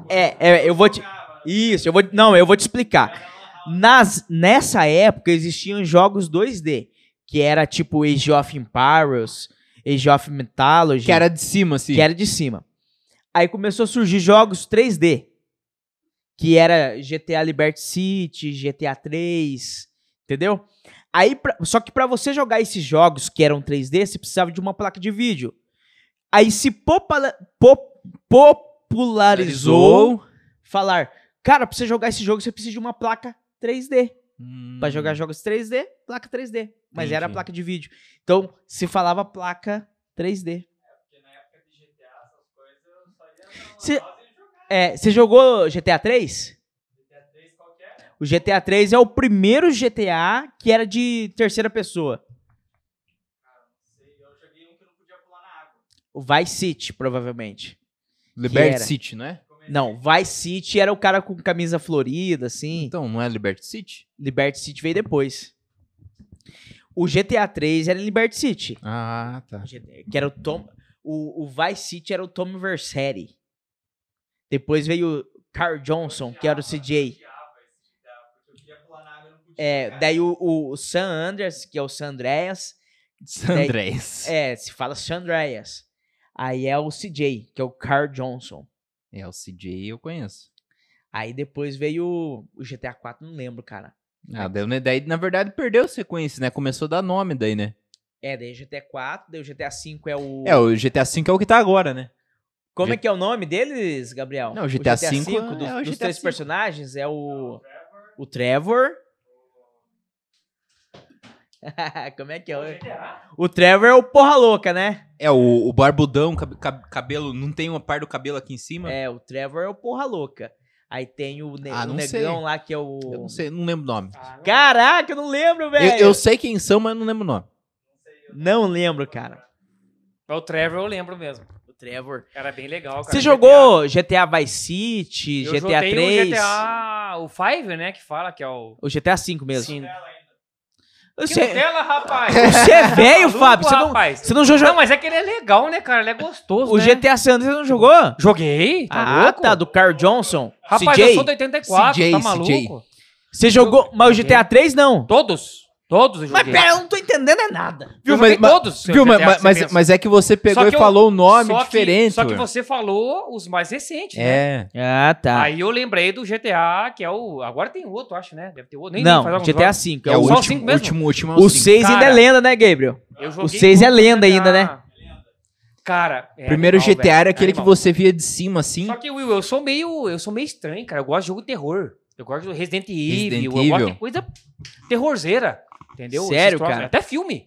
É, é, eu vou te. Isso, eu vou. Não, eu vou te explicar. Nas, nessa época existiam jogos 2D, que era tipo Age of Empires, Age of Mythology,
Que era de cima, assim.
que era de cima. Aí começou a surgir jogos 3D, que era GTA Liberty City, GTA 3, entendeu? Aí, pra- só que pra você jogar esses jogos que eram 3D, você precisava de uma placa de vídeo. Aí se popala- po- popularizou falar, cara, pra você jogar esse jogo, você precisa de uma placa 3D.
Hum.
Pra jogar jogos 3D, placa 3D. Mas era a
Entendi.
placa de vídeo. Então, se falava placa 3D. Você é, você jogou GTA 3? O GTA 3 é o primeiro GTA que era de terceira pessoa. O Vice City, provavelmente. que
Liberty
era.
City, não é?
Não, Vice City era o cara com camisa florida, assim.
Então, não é Liberty City?
Liberty City veio depois. O GTA 3 era em Liberty City.
Ah, tá.
Que era o Tom. O, o Vice City era o Tom Versetti. Depois veio o Carl Johnson, que era o CJ. É, daí o, o, o San Andreas, que é o San Andreas.
Sandrés.
É, se fala San Andreas. Aí é o CJ, que é o Carl Johnson.
É. o CJ eu conheço.
Aí depois veio o- o GTA 4, não lembro, cara.
Ah, daí, né, daí, na verdade, perdeu sequência, né? Começou a dar nome daí, né?
É, daí GTA 4, daí o GTA 5 é o.
É, o GTA V é o que tá agora, né?
Como é que é o nome deles, Gabriel?
Não, o GTA V
cinco
é
dos,
o
dos
GTA
três
V.
personagens é o o Trevor. Como é que é? O, o Trevor é o porra louca, né?
É, o, o barbudão, cab- cab- cabelo, não tem uma par do cabelo aqui em cima?
É, o Trevor é o porra louca. Aí tem o, ne-
Ah,
o
não
negão
sei.
lá que é o.
Eu não sei, não lembro o nome.
Caraca, eu não lembro, velho.
Eu, eu sei quem são, mas não lembro o nome.
Não lembro, cara.
O Trevor eu lembro mesmo.
O Trevor.
Era bem legal, cara.
Você
GTA.
jogou GTA Vice City,
Eu
GTA
joguei
3?
O GTA... O 5, né? Que fala que é o...
O GTA 5 mesmo.
Sim. Que
Você,
Nutella, rapaz! Tá
você é velho,
Maluco,
Fábio. Você não,
rapaz.
você não jogou.
Não, mas é que ele é legal, né, cara? Ele é gostoso,
o
né?
GTA San Andreas você não jogou?
Joguei, tá
ah,
louco?
tá, do Carl Johnson.
Rapaz,
CJ.
eu sou do 84,
CJ.
tá maluco?
Você jogou, mas o GTA 3 não.
Todos. Todos eu
Mas
joguei.
pera, eu não tô entendendo é nada.
Viu,
eu joguei
mas- mas-
todos. seu
Viu, mas,
GTA que você
mas,
pensa.
mas é que você pegou
Só
e
que eu-
falou o nome
Só que-
diferente.
só que
ué.
você falou os mais recentes, né?
É.
Ah, tá.
Aí eu lembrei do GTA, que é o... Agora tem outro, acho, né? Deve ter outro. Nem
não,
lembro, faz alguns
GTA
anos.
5
É, o
é
Só
último,
o cinco mesmo?
último, último é o
O
cinco.
6 ainda é
Cara.
lenda, né, Gabriel?
Eu
O
joguei
6 é
muito
lenda
GTA.
ainda, né?
Cara... é
Primeiro
animal,
GTA
velho,
era
é
aquele que
animal.
você via de cima assim.
Só que, Will, eu sou meio. Eu sou meio estranho, cara. Eu gosto de jogo de terror. Eu gosto do Resident Evil,
Resident
eu gosto de
Evil.
coisa terrorzeira. Entendeu? Esses
Sério,
troços,
cara?
Até filme.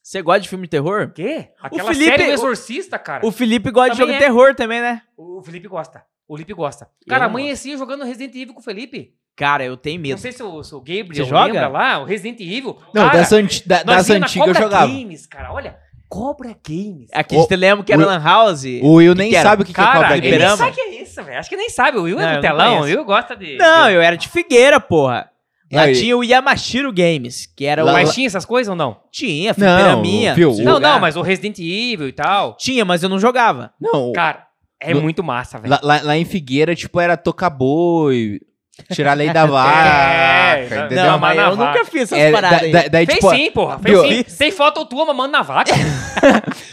Você gosta de filme de terror?
O quê? Aquela
Felipe-
série do
o-
Exorcista, cara.
O Felipe gosta de
Também
jogo de
é.
terror também, né?
O, Felipe gosta. O Felipe gosta.
Eu
Cara,
não
amanhecia jogando Resident Evil com o Felipe.
Cara, eu tenho
Não
medo.
sei se o, se o
Você
Gabriel
joga?
lembra lá, o Resident Evil.
Não,
cara,
das, anti- da-
nós
das
ia na
antigas eu
Cobra
jogava.
Games, cara. Olha, Cobra Games.
Aqui
O-
você lembra que era
o-
Lan House?
O Will nem
que era?
sabe o que, que é
Cara,
Cobra
ele
Games.
nem
Fliperama?
sabe o que é isso, velho. Acho que nem sabe. O Will
Não, eu
é
não
do telão, o
conheço.
Will gosta de...
Não,
de...
eu era de Figueira, porra. Lá
Aí-
tinha o Yamashiro Games, que era o...
Lá-
Mas tinha essas coisas ou não?
Tinha,
Não,
minha.
viu?
Não, não, mas o Resident Evil e tal.
Tinha, mas eu não jogava.
Não,
Cara, é
Tipo, No-
muito massa, velho.
lá, lá- lá em Figueira, tipo, era tocar boi, tirar lei da vaca,
É,
entendeu?
Não,
Não,
mas
mas na
eu nunca
vaca.
fiz essas
É,
paradas
da-
aí.
da- daí,
Fez
tipo,
sim, porra.
viu?
Fez sim. Tem foto tua mamando na vaca.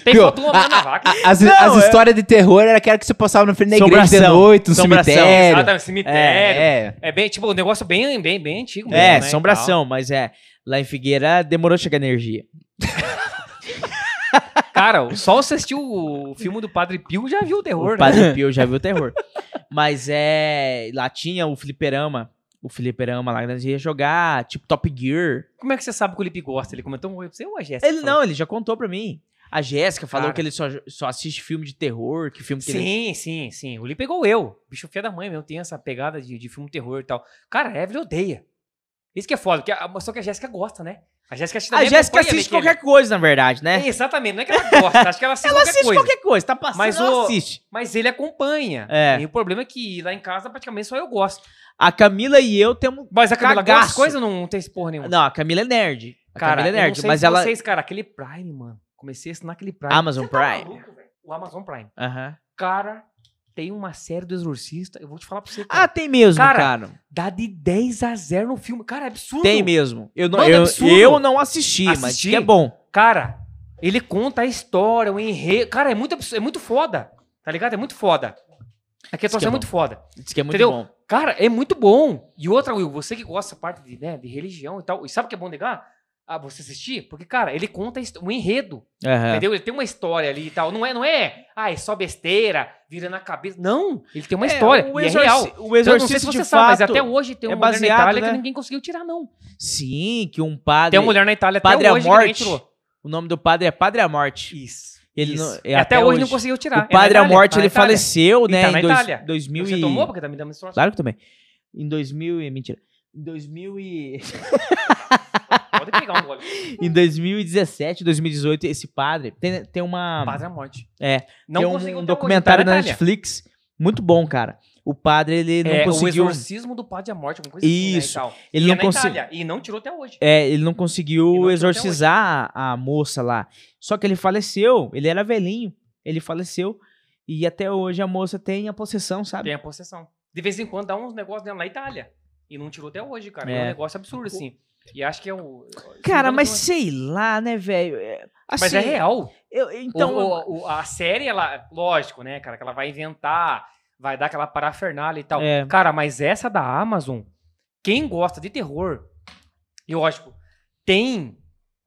Tem
Viu?
foto tua mamando na vaca.
as,
Não,
as
é-
histórias de terror era aquela que você passava no frente da igreja de
Assombração.
noite, no
Assombração.
cemitério.
Nada, Ah, tá, cemitério. É,
É,
bem, tipo, um negócio bem, bem, bem antigo. mesmo,
É,
né,
assombração, mas é. Lá em Figueira demorou a chegar energia.
e tal. Cara, só você assistiu o filme do Padre Pio já viu o terror, né?
O Padre Pio já viu o terror. Mas é. Lá tinha o Fliperama. O Fliperama lá, nós ia jogar, tipo Top Gear.
né? Como é que você sabe que o Lipe gosta? Ele comentou um oi pra você ou a Jéssica?
Ele não, ele já contou pra mim. A Jéssica falou
Cara.
que ele só, só assiste filme de terror, que filme que ele...
Sim, sim, sim. O Lipe é igual eu. Bicho fia da mãe mesmo. Tem essa pegada de, de filme terror e tal. Cara, a Evelyn odeia. Isso que é foda. porque a- só que a Jéssica gosta, né? A Jéssica assiste
A
também,
Jéssica
acompanha
assiste
meio que ele.
qualquer coisa, na verdade, né?
É, Exatamente. Não é que ela gosta. acho que ela assiste
Ela
qualquer
assiste
coisa.
qualquer coisa, tá passando,
Mas
ela
o-
assiste.
Mas ele acompanha.
É.
E o problema é que lá em casa praticamente só eu gosto.
A Camila e eu temos...
Mas a Camila
Cagaço.
gosta de coisa não tem esse porra nenhuma.
Não, a Camila é nerd. A
cara,
Camila é
eu não
nerd,
sei
mas
de
ela...
vocês, cara, aquele Prime, mano. Comecei a assinar aquele Prime. Tá
Amazon Prime.
Maluco, velho. o Amazon Prime.
Aham.
Cara, tem uma série do Exorcista. Eu vou te falar pra você,
Ah,
cara.
tem mesmo, cara.
Cara, Dá de 10 a 0 no filme. Cara, é absurdo.
Tem mesmo. Eu não,
Mano, é
eu,
absurdo.
eu não assisti, mas
Assisti?
que é bom.
Cara, ele conta a história, o enredo. Cara, é muito, abs- é muito foda. Tá ligado? É muito foda. Aqui
Isso que
a situação
é
é muito foda.
Diz que é muito
Entendeu?
bom.
Cara, é muito bom. E outra, Will, você que gosta dessa parte de, né, de religião e tal. E sabe o que é bom negar? Ah, você assistir? Porque, cara, ele conta a his- um enredo.
Aham.
Entendeu? Ele tem uma história ali e tal. Não é, não é, ah, é só besteira, virando a cabeça. Não, ele tem
É,
uma história.
o
e é
exorci-
real.
O
Eu não
exorcista
sei se você
de
sabe, mas
fato-
até hoje tem
é
uma mulher na
baseado,
Itália
né?
que ninguém conseguiu tirar, não.
Sim, que um padre...
Tem uma mulher na Itália até
Padre à
hoje que ninguém
morte.
tirou.
O nome do padre é Padre à Morte.
Isso.
Ele
isso.
não- é
E
até
até, hoje não É
hoje.
conseguiu tirar.
O padre
à
à morte, ele
faleceu.
faleceu,
E
né?
tá na
em dois,
Itália.
2000
Você
e...
tomou? Porque tá me dando menstruação.
Claro que também. Em 2000 e... Mentira. Em 2000 e...
Pode pegar um gole.
em 2017, 2018, esse padre... Tem, tem uma...
Padre à morte.
Ah, É.
Não
tem
conseguiu
um,
até hoje, tá
documentário
na
na
Itália.
Netflix. Muito bom, cara. O padre, ele não
é,
conseguiu...
O exorcismo do Padre à Morte, alguma coisa assim,
Isso.
né, e tal.
Ele
E
não
é na
consi-
Itália, E não tirou até hoje.
É, ele não conseguiu
E não tinha até
exorcizar a, a moça lá. Só que ele faleceu. Ele era velhinho. Ele faleceu. E até hoje a moça tem a possessão, sabe?
Tem a possessão. De vez em quando dá uns negócios dela na Itália. E não tirou até hoje, cara. É,
É.
um negócio absurdo, assim. E acho que é o...
Cara, mas
Mas
sei lá, né, velho? É, assim,
é real.
eu- então,
O- o- o- a série, ela... Lógico, né, cara? Que ela vai inventar, vai dar aquela parafernália e tal.
É.
Cara, mas essa da Amazon, quem gosta de terror, e lógico, tem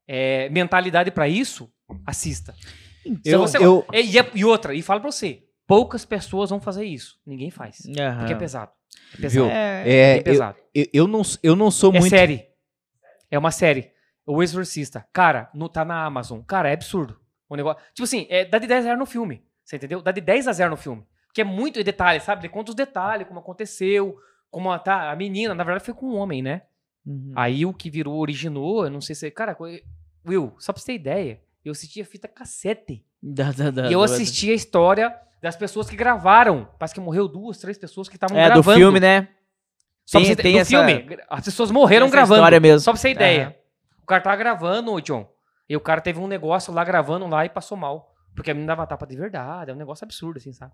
é, mentalidade pra isso, assista. Se
Eu,
você-
eu,
É, E, é- e outra, e falo pra você, poucas pessoas vão fazer isso. Ninguém faz.
Aham.
Porque é pesado. É pesado.
Viu?
Ah. É,
é,
É pesado.
eu, eu não, eu não sou
É
muito.
série. É uma série. O Exorcista. Cara, no, tá na Amazon. Cara, é absurdo. O negócio. Tipo assim, é, dá de 10 a 0 no filme. Você entendeu? Dá de 10 a 0 no filme. Porque é muito detalhe, sabe? Ele conta os detalhes, como aconteceu, como a, tá, a menina, na verdade, foi com um homem, né? Aí o que virou, originou, eu não sei se. Cara, co- Will, só pra você ter ideia, eu assistia fita cassete.
Da- da- da-
e eu
É, do-
assisti a história das pessoas que gravaram. Parece que morreu duas, três pessoas que estavam
É, do
gravando.
filme, né?
Só
Tem-
pra você ter,
tem
do
essa-
filme, gra- as pessoas morreram
Essa
gravando.
história mesmo.
Só pra você ter ideia. O cara tava gravando, ô, John. E o cara teve um negócio lá gravando lá e passou mal. Porque a menina dava tapa de verdade. É um negócio absurdo, assim, sabe?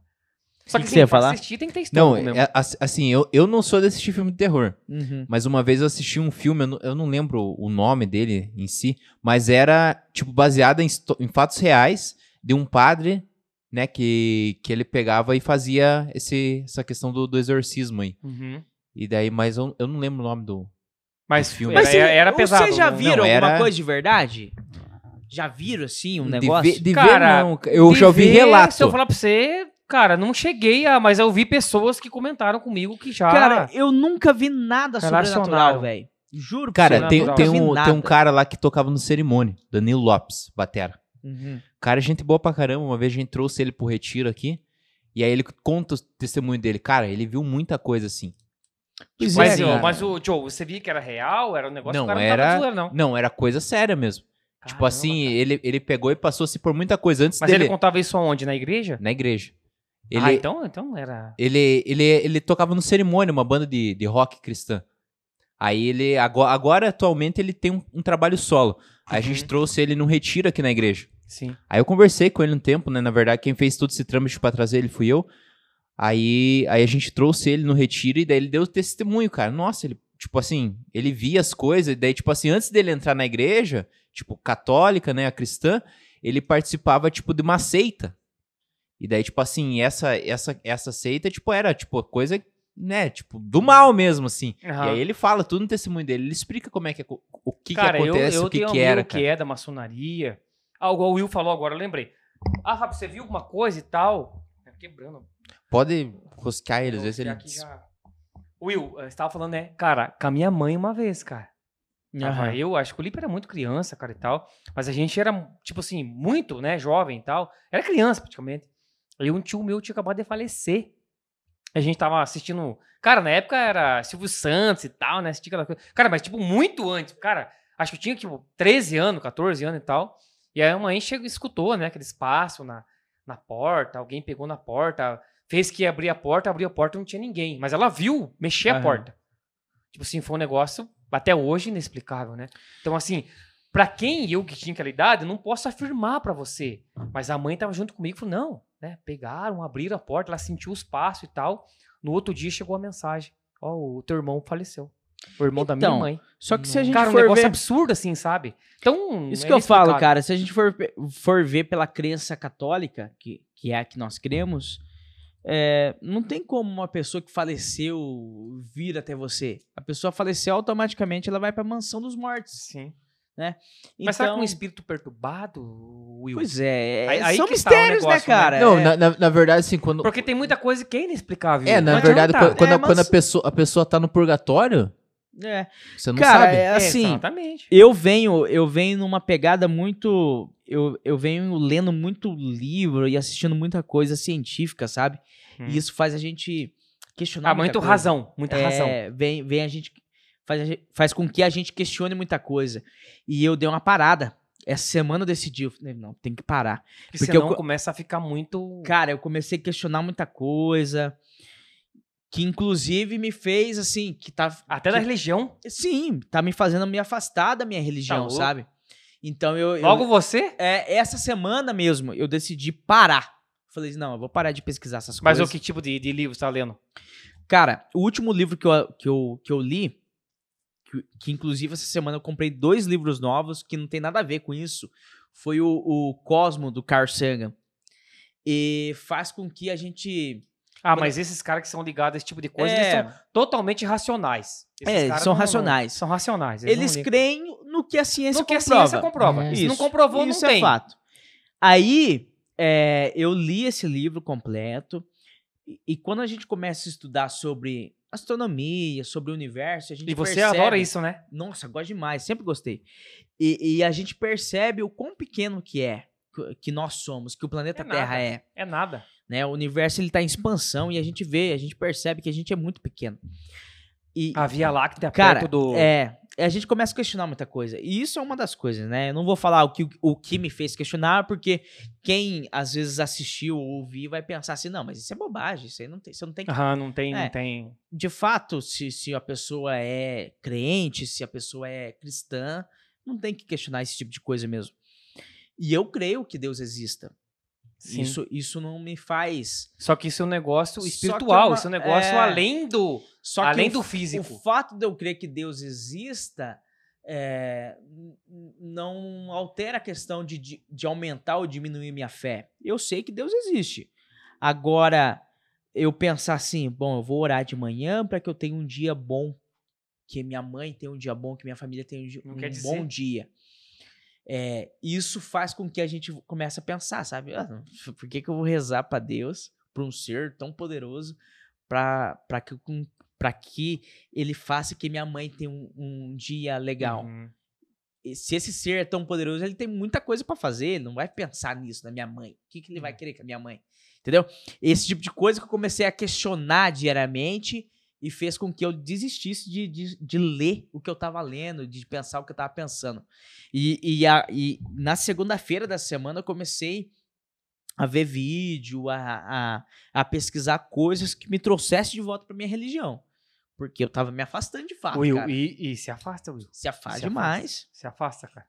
Só
Que
que,
que
assim,
você ia
pra
falar?
assistir tem que ter história
Não,
mesmo.
é- ass- assim, eu, eu não sou de assistir filme de terror.
Uhum.
Mas uma vez eu assisti um filme, eu não, eu não lembro o nome dele em si, mas era, tipo, baseado em, histo- em fatos reais de um padre, né, que, que ele pegava e fazia esse, essa questão do, do exorcismo aí.
Uhum.
E daí, mas eu, eu não lembro o nome do...
Mas
filme.
era,
Mas
era, era
cê-
pesado.
Vocês já
não- é?
viram
né? não,
alguma
era-
coisa de verdade? Já viram, assim, um
De
negócio?
ver- de ver,
Cara,
não, eu
De
já ouvi
ver,
relato.
Se eu falar pra você, cara, não cheguei a. Mas eu vi pessoas que comentaram comigo que já.
Cara, eu nunca vi nada
Relacionado.
sobrenatural, velho. Juro pra
Cara,
você,
tem,
nunca
tem,
vi
um,
nada.
tem um cara lá que tocava no cerimônio, Danilo Lopes, batera.
Uhum.
Cara, é gente boa pra caramba. Uma vez a gente trouxe ele pro retiro aqui. E aí ele conta o testemunho dele. Cara, ele viu muita coisa assim.
Pois
mas,
é,
eu-
cara.
mas o Joe, você viu que era real? Era um negócio
Não,
que o cara não
era-
tava zoando, não.
Não, era coisa séria mesmo. tipo
Caramba,
assim,
cara.
ele, ele pegou e passou assim por muita coisa antes
Mas
dele.
ele contava isso aonde? Na igreja?
Na igreja. Ele,
Ah, então, então era.
ele, ele, ele tocava no cerimônio, uma banda de, de rock cristã. Aí ele. Agora, agora, atualmente, ele tem um, um trabalho solo. Aí a gente
Uhum.
trouxe ele num retiro aqui na igreja.
Sim.
Aí eu conversei com ele um tempo, né? Na verdade, quem fez todo esse trâmite pra trazer ele fui eu. Aí, aí a gente trouxe ele no retiro e daí ele deu testemunho, cara. Nossa, ele, tipo assim, ele via as coisas, e daí, tipo assim, antes dele entrar na igreja, tipo, católica, né, a cristã, ele participava, tipo, de uma seita. E daí, tipo assim, essa, essa, essa seita, tipo, era, tipo, coisa, né, tipo, do mal mesmo, assim.
Aham.
E aí ele fala tudo no testemunho dele, ele explica como é que, é co- o que
cara,
que acontece,
eu, eu
o que
tenho
que
amigo
era,
que
cara.
é da maçonaria. Ah, igual o Will falou agora, eu lembrei. Ah, Rafa, você viu alguma coisa e tal? Tá Quebrando.
Pode rosquear ele, às vezes
Vou
ele...
tirar aqui já. Will, eh, você tava falando, né? Cara, com a minha mãe uma vez, cara. Tava
Aham.
Eu acho que o Lipe era muito criança, cara, e tal. Mas a gente era, tipo assim, muito, né, jovem e tal. Era criança, praticamente. E um tio meu tinha acabado de falecer. A gente tava assistindo. Cara, na época era Silvio Santos e tal, né? Assistia aquela coisa. Cara, mas tipo, muito antes. Cara, acho que eu tinha, tipo, 13 anos, 14 anos e tal. E aí a mãe chegou, escutou, né? Aquele espaço na, na porta, alguém pegou na porta, fez que abrir a porta, abriu a porta não tinha ninguém. Mas ela viu mexer a
Aham.
porta. Tipo assim, foi um negócio até hoje inexplicável, né? Então, assim, pra quem eu que tinha aquela idade, eu não posso afirmar pra você. Mas a mãe tava junto comigo e falou: não, né? Pegaram, abriram a porta, ela sentiu os passos e tal. No outro dia chegou a mensagem: Ó, o teu irmão faleceu. O irmão da
Então,
minha mãe.
Só que se a gente
Cara, um
for
negócio
ver...
absurdo, assim, sabe? Então.
Isso
é
que eu falo,
inexplicável.
cara. Se a gente for, pe- for ver pela crença católica, que, que é a que nós cremos, é, não tem como uma pessoa que faleceu vir até você. A pessoa faleceu automaticamente, ela vai pra mansão dos mortos.
Sim.
Então,
Mas será que é um espírito perturbado, Will?
Pois é, é-
Aí- aí
são
que tá o
mistérios, né,
negócio, né?
cara?
Não,
É.
na, na, na verdade, assim, quando.
Porque tem muita coisa que é inexplicável.
É, na
Não
verdade,
adianta.
quando, quando a-
É, mas-
quando a, pessoa, a pessoa tá no purgatório,
É.
você não
Cara,
sabe.
é assim,
Exatamente.
eu venho, eu venho numa pegada muito, eu, eu venho lendo muito livro e assistindo muita coisa científica, sabe?
Hum.
E isso faz a gente questionar
Ah,
muita
muito
coisa.
razão, muita razão.
É, vem, vem a gente faz, a gente- faz com que a gente questione muita coisa. E eu dei uma parada. Essa semana eu decidi, eu falei, não, tem que parar.
Porque,
porque
senão
eu-
começa a ficar muito.
Cara, eu comecei a questionar muita coisa que inclusive me fez assim, que tá
Até da
que-
religião.
Sim, tá me fazendo me afastar da minha religião,
Tá louco.
sabe? Então eu, eu-
Logo você?
é, essa semana mesmo eu decidi parar. Falei, não, eu vou parar de pesquisar essas
Mas o
coisas.
que tipo de, de livro você tá lendo?
Cara, o último livro que eu, que eu, que eu li, que, que inclusive essa semana eu comprei dois livros novos que não tem nada a ver com isso, foi o, o Cosmo, do Carl Sagan. E faz com que a gente.
Ah,
Quando-
mas esses caras que são ligados a esse tipo de coisa, eles
é,
são totalmente racionais. Esses
é,
caras
são
não- não-
racionais.
são racionais. Eles,
Eles
não ligam.
creem no que a ciência
No que a
comprova.
ciência comprova.
É.
Se não comprovou,
isso
não
é
tem.
fato. Aí, é, eu li esse livro completo. E, e quando a gente começa a estudar sobre astronomia, sobre o universo. A gente
E você
percebe...
adora isso, né?
Nossa, gosto demais, sempre gostei. E, e a gente percebe o quão pequeno que é, que- que nós somos, que o planeta
É nada.
Terra é.
É nada.
né? O universo ele tá em expansão e a gente vê, a gente percebe que a gente é muito pequeno. E
A Via Láctea
Cara,
perto do.
é, a gente começa a questionar muita coisa. E isso é uma das coisas, né? Eu não vou falar o que, o que me fez questionar, porque quem às vezes assistiu ou ouviu vai pensar assim, não, mas isso é bobagem, isso aí não tem, você não tem que
Aham, não tem,
É.
não tem.
de fato, se, se a pessoa é crente, se a pessoa é cristã, não tem que questionar esse tipo de coisa mesmo. E eu creio que Deus exista.
Sim.
Isso, isso não me faz.
Só que isso é um
Só
negócio
que é
espiritual,
uma-
isso é um negócio
é.
além do,
Só que
além
o
do físico.
O fato de eu crer que Deus exista é, n- n- não altera a questão de, de, de aumentar ou diminuir minha fé. Eu sei que Deus existe. Agora, eu pensar assim, bom, eu vou orar de manhã para que eu tenha um dia bom, que minha mãe tenha um dia bom, que minha família tenha um, di-
Não
um
quer dizer.
bom dia. É, isso faz com que a gente comece a pensar, sabe? Ah, por que, que eu vou rezar para Deus, para um ser tão poderoso, para que, com- pra que ele faça que minha mãe tenha um, um dia legal?
Uhum.
E se esse ser é tão poderoso, ele tem muita coisa pra fazer, ele não vai pensar nisso na minha mãe. O que, que ele vai querer com a minha mãe? Entendeu? Esse tipo de coisa que eu comecei a questionar diariamente e fez com que eu desistisse de, de, de ler o que eu tava lendo, de pensar o que eu tava pensando. E, e, a- e na segunda-feira da semana eu comecei a ver vídeo, a, a, a pesquisar coisas que me trouxessem de volta pra minha religião. Porque eu tava me afastando de fato.
Will,
Ah, cara.
e, e se afasta, Will.
Se afasta
se afasta.
demais.
Se afasta, cara.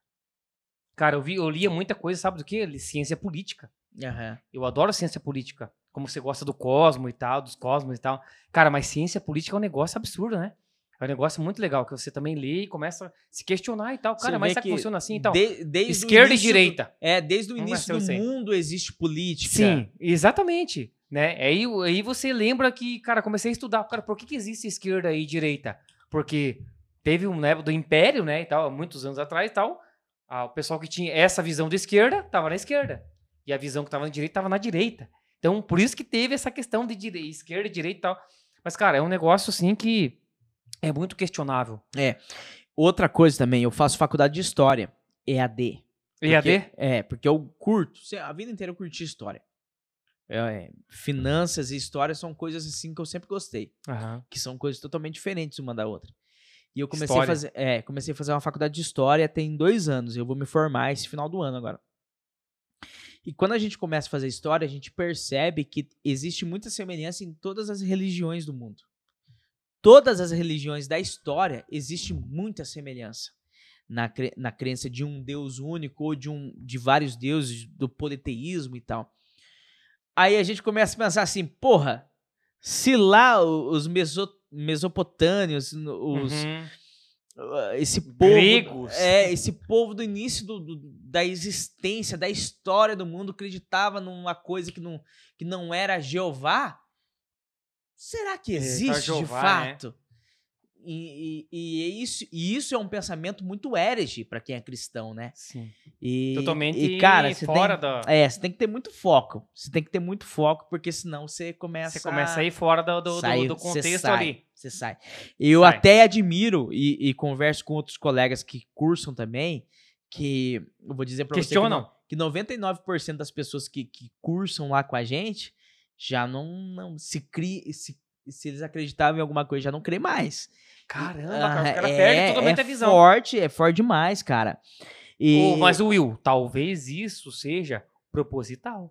Cara, eu, vi, eu lia muita coisa, sabe do que? Ciência política.
Aham.
Eu adoro ciência política. Como você gosta do cosmo e tal, dos cosmos e tal. Cara, mas ciência política é um negócio absurdo, né? É um negócio muito legal, que você também lê e começa a se questionar e tal.
Você
Cara,
vê
mas será que,
que
funciona assim e tal?
De- desde o
Esquerda e
início do-
direita.
é, desde o
Não
início
nasceu
do
sem.
mundo existe política.
Sim, exatamente. Né? Aí, aí você lembra que, cara, comecei a estudar. Cara, por que, que existe esquerda e direita? Porque teve um né, do Império, né, e tal, há muitos anos atrás e tal. ah, o pessoal que tinha essa visão de esquerda estava na esquerda. E a visão que estava na direita estava na direita. Então, por isso que teve essa questão de dire... esquerda e direita e tal. Mas, cara, é um negócio, assim, que é muito questionável.
Outra coisa também, eu faço faculdade de história, EAD.
EAD?
Porque- É, porque eu curto, se- a vida inteira eu curti história. É, finanças e história são coisas assim que eu sempre gostei,
Aham.
que são coisas totalmente diferentes uma da outra. E eu comecei
História.
a fazer, é, comecei a fazer uma faculdade de história tem dois anos. Eu vou me formar esse final do ano agora. E quando a gente começa a fazer história, a gente percebe que existe muita semelhança em todas as religiões do mundo. Todas as religiões da história existe muita semelhança na, cre- na crença de um Deus único ou de, um, de vários deuses, do politeísmo e tal. Aí a gente começa a pensar assim, porra, se lá o- os meso- mesopotâmios, no- os,
Uhum.
uh, esse povo
Gregos.
é esse povo do início do- do- da existência da história do mundo acreditava numa coisa que não, que não era Jeová será que
É, tá
existe de
Jeová, né?
fato e, e- e é isso e isso é um pensamento muito herege para quem é cristão né
Sim.
e
Totalmente
e, cara você
fora
tem,
da...
é você tem que ter muito foco você tem que ter muito foco porque senão você começa
Você começa a ir fora do, do, do-
Saiu,
do
cê
contexto
sai.
ali.
Você sai. Eu
Sai.
até admiro e, e converso com outros colegas que cursam também, que eu vou dizer pra
Questionam.
você que, no- que 99% das pessoas que, que cursam lá com a gente já não, não se cria, se, se eles acreditavam em alguma coisa, já não crê mais.
Caramba, cara,
Ah,
o cara perde totalmente
é
a visão.
forte, é forte demais, cara. E,
Ô, mas Will, talvez isso seja proposital.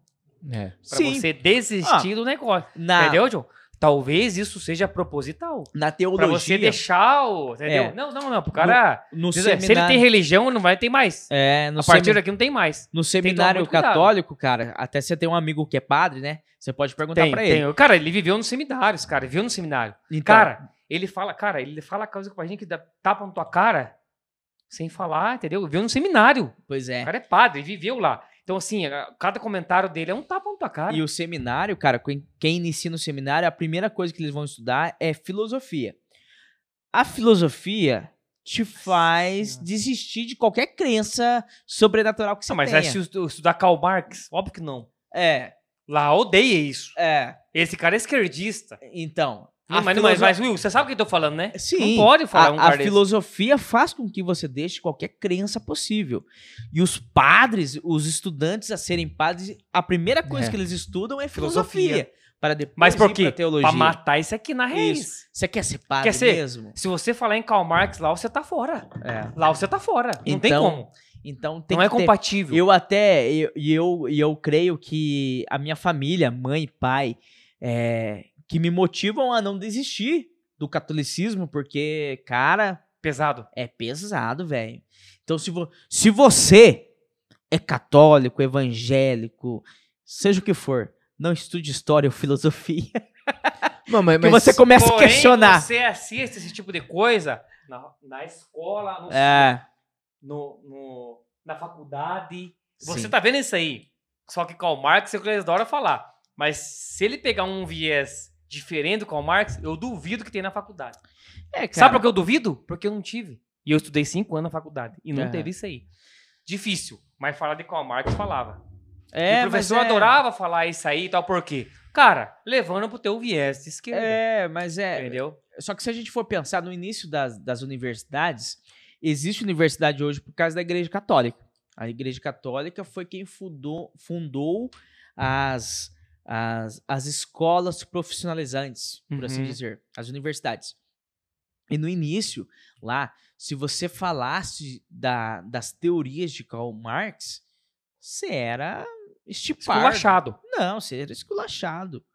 É.
Pra
sim,
você desistir do negócio.
na,
Entendeu, John? Talvez isso seja proposital.
na
Pra
teologia,
você deixar o. Entendeu?
É.
Não, não, não. Pro cara.
no
se ele- se ele tem
seminário,
religião, não vai ter mais.
é, no
a partir
seminário-
daqui não tem mais.
No
que tomar
seminário
muito cuidado.
católico, cara, até você tem um amigo que é padre, né? Você pode perguntar
Tem,
pra
tem.
ele.
Cara, ele viveu no seminário, esse cara. Viveu no seminário.
Então,
Cara, ele fala, cara, ele fala coisa com a gente que dá tapa na tua cara sem falar, entendeu? Viveu no seminário.
pois
O
é.
cara é padre, ele viveu lá. Então, assim, a- cada comentário dele é um tapa na tua cara.
E o seminário, cara, quem, quem inicia no seminário, a primeira coisa que eles vão estudar é filosofia. A filosofia te faz
Senhora.
desistir de qualquer crença sobrenatural que você
Não, mas
tenha.
aí se eu estudar Karl Marx, óbvio que não.
É,
Lá odeia isso.
é.
Esse cara é esquerdista.
Então,
Não,
A
mas, mas,
filoso-
mas, Will, você sabe o que eu tô falando, né?
Sim.
Não pode falar
a,
um
a
par desse.
filosofia faz com que você deixe qualquer crença possível. E os padres, os estudantes a serem padres, a primeira coisa
É.
que eles estudam é filosofia.
Filosofia.
Para depois
Mas por
ir
quê?
pra teologia.
Pra matar isso aqui na raiz.
Você quer ser padre
Quer ser?
mesmo?
Se você falar em Karl Marx, lá você tá fora.
É.
Lá você tá fora. Não tem
Então,
como.
Então tem
não é
que ter
compatível.
Eu até, e eu, e eu, e eu creio que a minha família, mãe, pai, é, que me motivam a não desistir do catolicismo, porque, cara,
Pesado.
é pesado, velho. Então, se, vo- se você é católico, evangélico, seja o que for, não estude história ou filosofia,
Não, mas,
que você começa a
Porém,
questionar.
você assiste esse tipo de coisa na, na escola, no,
É,
no- no- na faculdade. Você
sim.
tá vendo isso aí. Só que Karl Marx, eu eles adoram falar. Mas se ele pegar um viés diferente do Karl Marx, eu duvido que tem na faculdade.
É, cara.
Sabe por que eu duvido? Porque eu não tive. E eu estudei cinco anos na faculdade. E não
Aham.
teve isso aí. Difícil. Mas falar de Karl Marx falava.
é,
e o professor
mas é-
adorava falar isso aí e tal. Por quê? Cara, levando pro teu viés de esquerda.
É, mas é,
Entendeu?
Só que se a gente for pensar no início das, das universidades, existe universidade hoje por causa da Igreja Católica. A Igreja Católica foi quem fundou, fundou as, as, as escolas profissionalizantes, por assim
Uhum.
dizer, as universidades. E no início, lá, se você falasse da- das teorias de Karl Marx, você era estipado.
Esculachado.
Não, você era esculachado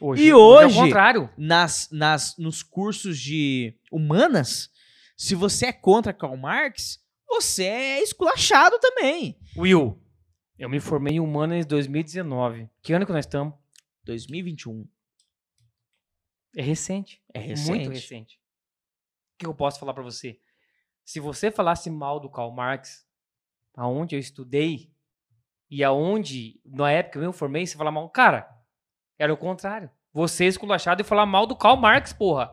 Hoje.
E
É o
hoje-
contrário.
nas, nas, nos cursos de humanas, se você é contra Karl Marx, você é esculachado também.
Will, eu me formei em humanas em 2019. Que ano que nós estamos?
2021
É recente.
é recente.
Muito recente. O que eu posso falar pra você? Se você falasse mal do Karl Marx, aonde eu estudei e aonde, na época que eu me formei, você falar mal, cara, era o contrário. Você é esculachado e falar mal do Karl Marx, porra.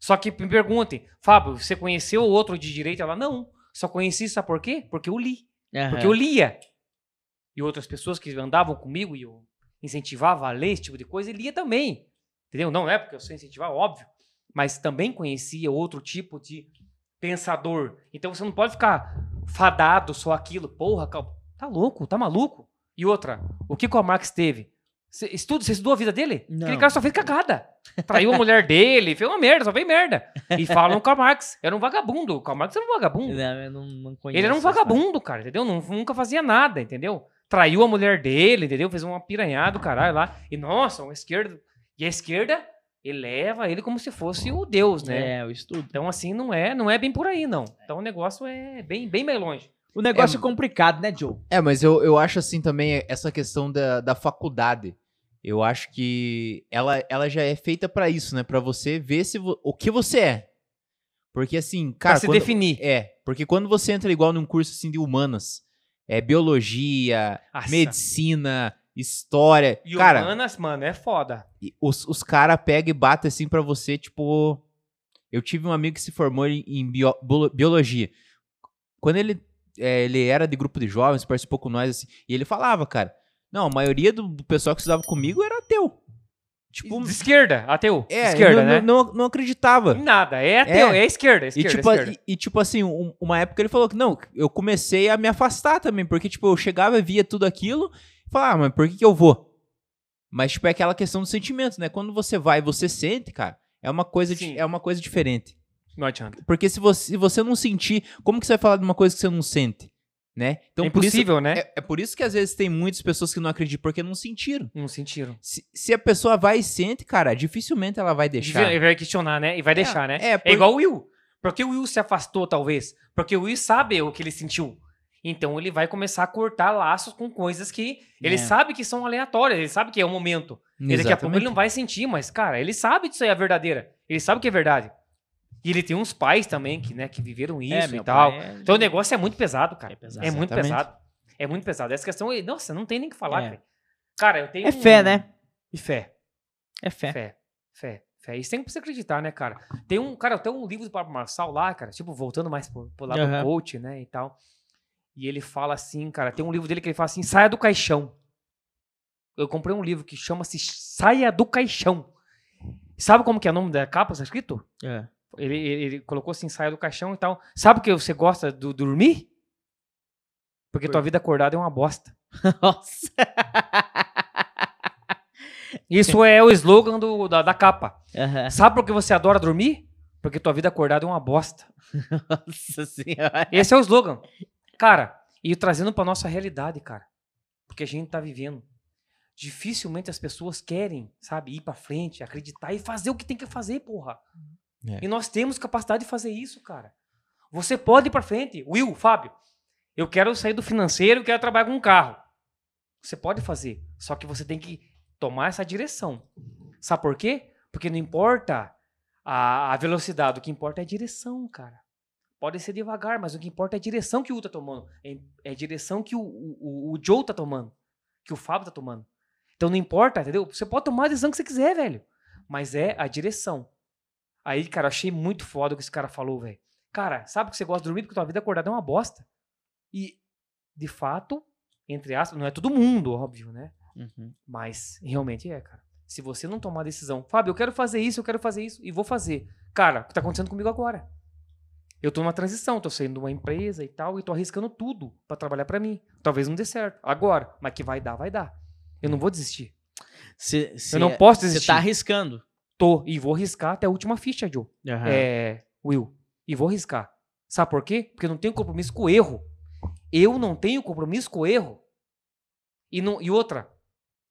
Só que me perguntem, Fábio, você conheceu o outro de direita? Ela, não. Só conheci, sabe por quê? Porque eu li.
Aham.
Porque eu lia. E outras pessoas que andavam comigo e eu incentivava a ler esse tipo de coisa, e lia também. Entendeu? Não é porque eu sou incentivar, óbvio. Mas também conhecia outro tipo de pensador. Então você não pode ficar fadado só aquilo. Porra, cal- tá louco, tá maluco. E outra, o que que o Marx teve? Você estuda, você estudou a vida dele?
Não.
Aquele cara só fez cagada. Traiu a mulher dele, fez uma merda, só fez merda. E falam que o Karl Marx era um vagabundo. O Karl Marx era um vagabundo.
Não, eu não, não conheço.
Ele era um
essa
vagabundo, cara, entendeu? Nun- Nunca fazia nada, entendeu? Traiu a mulher dele, entendeu? Fez uma piranhada do caralho lá. E nossa, um esquerdo. E a esquerda eleva ele como se fosse o Deus,
história.
né?
É, eu estudo.
Então, assim, não é, não é bem por aí, não. Então o negócio é bem, bem mais longe.
O negócio é complicado, né, Joe?
É, mas eu, eu acho assim também essa questão da, da faculdade. Eu acho que ela, ela já é feita pra isso, né? Pra você ver se vo- o que você é. Porque assim, cara,
pra se
quando-
definir.
é, porque quando você entra igual num curso assim de humanas, é biologia,
Nossa,
medicina, história,
E
cara,
humanas, mano, é foda.
e os, os cara pega e bate assim pra você, tipo, eu tive um amigo que se formou em, em bio- bolo- biologia. Quando ele, é, ele era de grupo de jovens, participou com nós, assim, e ele falava, cara, não, a maioria do do pessoal que estudava comigo era ateu. Tipo,
De esquerda, ateu.
é,
esquerda,
não,
né?
não, não acreditava.
Em Nada, é ateu, é,
É.
esquerda,
E
esquerda,
tipo,
esquerda.
e, e tipo assim, um- uma época ele falou que não, eu comecei a me afastar também, porque tipo, eu chegava, via tudo aquilo, e falava, ah, mas por que, que eu vou? Mas tipo, é aquela questão do sentimento, né? Quando você vai e você sente, cara, é uma coisa, di-
Sim.
é uma coisa diferente.
Não adianta.
Porque se você, se você não sentir, como que você vai falar de uma coisa que você não sente, né? Então,
é
por isso,
impossível, né?
é, é por isso que às vezes tem muitas pessoas que não acreditam porque não sentiram.
Não sentiram.
Se, se a pessoa vai e sente, cara, dificilmente ela vai deixar.
Ele vai questionar, né? E vai deixar, né?
É,
É
por-
igual o Will. Porque o Will se afastou, talvez. Porque o Will sabe o que ele sentiu. Então ele vai começar a cortar laços com coisas que ele
É.
sabe que são aleatórias, ele sabe que é o momento. E daqui a pouco ele não vai sentir, mas, cara, ele sabe disso aí é verdadeira. Ele sabe que é verdade. E ele tem uns pais também que, né, que viveram isso
é,
e
meu
tal.
pai é-
Então o negócio é muito pesado, cara. É,
É pesado.
muito
Exatamente.
pesado. É muito pesado. Essa questão, aí, nossa, não tem nem o que falar,
É.
velho. Cara, eu tenho.
É
um-
fé, né?
E fé.
É fé.
Fé, fé, fé. Isso tem que você acreditar, né, cara? Tem um, cara, tem um livro do Pablo Marçal lá, cara, tipo, voltando mais pro, pro lado
Aham.
do coach, né, e tal. E ele fala assim, cara, tem um livro dele que ele fala assim, saia do caixão. Eu comprei um livro que chama-se Saia do Caixão. Sabe como que é o nome da capa? Está escrito?
É.
Ele, ele, ele colocou assim, saia do caixão e tal. Sabe que você gosta do dormir? Porque tua vida acordada é uma bosta.
Nossa.
Isso é o slogan do, da, da capa.
Aham.
Sabe por que você adora dormir? Porque tua vida acordada é uma bosta.
Nossa senhora.
Esse é o slogan. Cara, e trazendo pra nossa realidade, cara. Porque a gente tá vivendo. Dificilmente as pessoas querem, sabe, ir pra frente, acreditar e fazer o que tem que fazer, porra.
É.
E nós temos capacidade de fazer isso, cara. Você pode ir pra frente. Will, Fábio, eu quero sair do financeiro, eu quero trabalhar com um carro. Você pode fazer, só que você tem que tomar essa direção. Sabe por quê? Porque não importa a, a velocidade, o que importa é a direção, cara. Pode ser devagar, mas o que importa é a direção que o U tá tomando. É, é a direção que o, o, o Joe tá tomando. Que o Fábio tá tomando. Então não importa, entendeu? Você pode tomar a decisão que você quiser, velho. Mas é a direção. Aí, cara, eu achei muito foda o que esse cara falou, velho. Cara, sabe que você gosta de dormir porque tua vida acordada é uma bosta. E, de fato, entre aspas, não é todo mundo, óbvio, né?
Uhum.
Mas realmente é, cara. Se você não tomar a decisão, Fábio, eu quero fazer isso, eu quero fazer isso, e vou fazer. Cara, o que tá acontecendo comigo agora? Eu tô numa transição, tô saindo de uma empresa e tal, e tô arriscando tudo pra trabalhar pra mim. Talvez não dê certo agora, mas que vai dar, vai dar. Eu não vou desistir.
Cê- cê-
eu não posso
Você
desistir.
tá arriscando.
Tô, e vou arriscar até a última ficha, Joe. É, Will, e vou arriscar. Sabe por quê? Porque eu não tenho compromisso com o erro. Eu não tenho compromisso com o erro. E, não, e outra,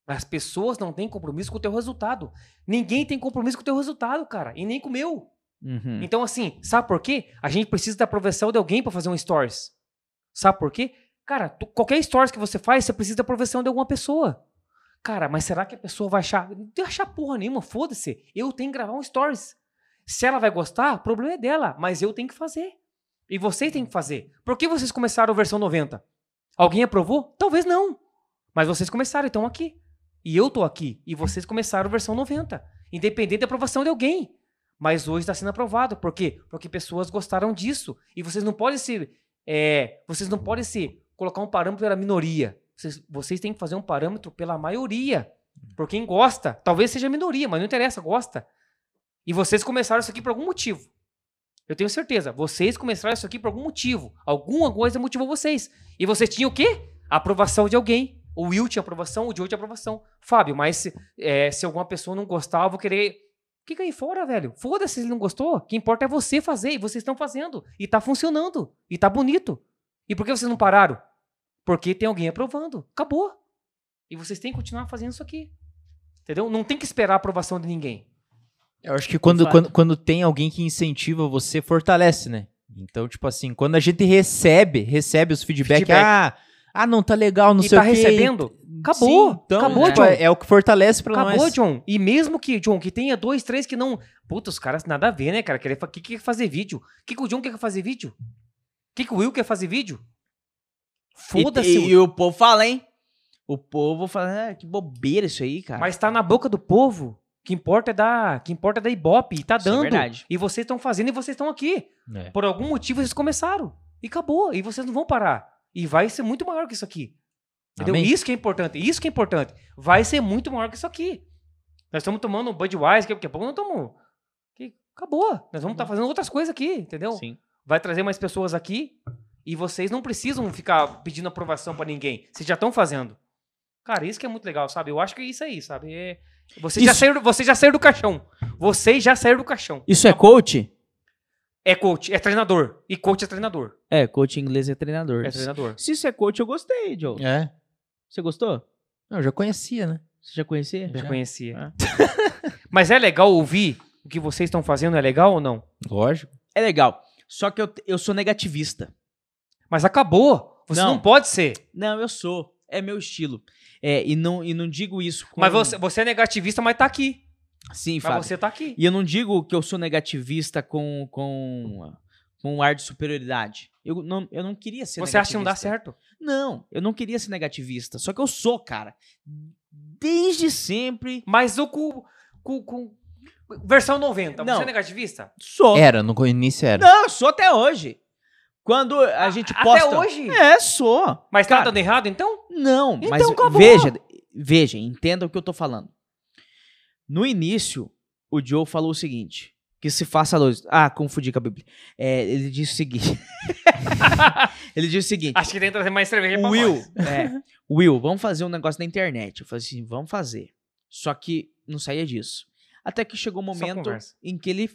as pessoas não têm compromisso com o teu resultado. Ninguém tem compromisso com o teu resultado, cara. E nem com o meu.
Uhum.
Então, assim, sabe por quê? A gente precisa da aprovação de alguém pra fazer um stories. Sabe por quê? Cara, tu- qualquer stories que você faz, você precisa da aprovação de alguma pessoa. Cara, mas será que a pessoa vai achar? Não tem que achar porra nenhuma, foda-se. Eu tenho que gravar um stories. Se ela vai gostar, o problema é dela, mas eu tenho que fazer. E vocês têm que fazer. Por que vocês começaram a versão 90? Alguém aprovou? Talvez não. Mas vocês começaram, então aqui. E eu tô aqui. E vocês começaram a versão 90. Independente da aprovação de alguém. Mas hoje está sendo aprovado. Por quê? Porque pessoas gostaram disso. E vocês não podem se. é, vocês não podem se colocar um parâmetro pela minoria. Vocês, vocês têm que fazer um parâmetro pela maioria. Por quem gosta. Talvez seja a minoria, mas não interessa, gosta. E vocês começaram isso aqui por algum motivo. Eu tenho certeza. Vocês começaram isso aqui por algum motivo. Alguma coisa motivou vocês. E vocês tinham o quê? A aprovação de alguém. O Will tinha aprovação, o Joe tinha aprovação. Fábio, mas se, é, se alguma pessoa não gostar, eu vou querer Fica aí fora, velho. Foda-se se ele não gostou. O que importa é você fazer. E vocês estão fazendo. E tá funcionando. E tá bonito. E por que vocês não pararam? Porque tem alguém aprovando. Acabou. E vocês têm que continuar fazendo isso aqui. Entendeu? Não tem que esperar a aprovação de ninguém.
Eu acho que quando,
fato.
quando, quando tem alguém que incentiva, você fortalece, né? Então, tipo assim, quando a gente recebe, recebe os feedback,
Feedback.
ah, ah, não, tá legal, não
e
sei
tá
o quê.
recebendo. Acabou.
Sim, então,
acabou,
né?
John.
É o que fortalece pra
Acabou,
nós.
John. E mesmo que, John, que tenha dois, três que não. Puta, os caras nada a ver, né, cara? Querer fa... que, que quer fazer vídeo? O que, que o John quer fazer vídeo? O que, que o Will quer fazer vídeo? Foda-se.
E, e, e o povo fala, hein? O povo fala, ah, que bobeira isso aí, cara.
Mas tá na boca do povo. O que importa é dar, o que importa é dar ibope, e tá
Isso é
dando.
verdade.
E vocês estão fazendo e vocês estão aqui.
É.
Por algum motivo vocês começaram e acabou, e vocês não vão parar. E vai ser muito maior que isso aqui. Entendeu?
Amém.
Isso que é importante, isso que é importante. Vai ser muito maior que isso aqui. Nós estamos tomando um Budweiser, que daqui a pouco não tomamos. Que- Acabou. Nós vamos estar fazendo outras coisas aqui, entendeu?
Sim.
Vai trazer mais pessoas aqui e vocês não precisam ficar pedindo aprovação pra ninguém. Vocês já estão fazendo. Cara, isso que é muito legal, sabe? Eu acho que é isso aí, sabe? É- Vocês, já
Isso.
saíram, vocês já saíram do caixão. Vocês já saíram do caixão.
Isso é coach?
É coach, é treinador. E coach é treinador.
É, coach em inglês é treinador.
É treinador.
Se isso é coach, eu gostei, Joe.
É.
Você gostou?
Não, eu já conhecia, né?
Você já conhecia?
Já conhecia.
Ah.
Mas é legal ouvir o que vocês estão fazendo, é legal ou não?
Lógico.
É legal. Só que eu, eu sou negativista.
Mas acabou. Você não,
Não.
pode ser.
Não, eu sou. É meu estilo. É, e não, e não digo isso com...
Mas você, você é negativista, mas tá aqui.
Sim, Fábio.
Mas você tá aqui.
E eu não digo que eu sou negativista com, com, com um ar de superioridade. Eu não, eu não queria ser
Você é acha que não dá
negativista.
certo?
Não, eu não queria ser negativista. Só que eu sou, cara. Desde sempre
Mas o com. com, com- versão 90.
Não.
Você é negativamente
sou.
É.
Era, no início era.
Não, sou até hoje. Quando a, gente posta...
Ah, Até hoje?
É, sou.
Mas tá
Cara,
dando errado, então?
Não,
Então
mas
acabou.
veja, veja, entenda o que eu tô falando. No início, o Joe falou o seguinte: que se faça a luz. Ah, confundi com a Bíblia. É, ele disse o seguinte. ele disse o seguinte.
Acho que tem que trazer mais cerveja pra
Will,
nós.
é, Will, vamos fazer um negócio na internet. Eu falei assim, vamos fazer. Só que não saía disso. Até que chegou um
Só
momento
conversa.
em que ele,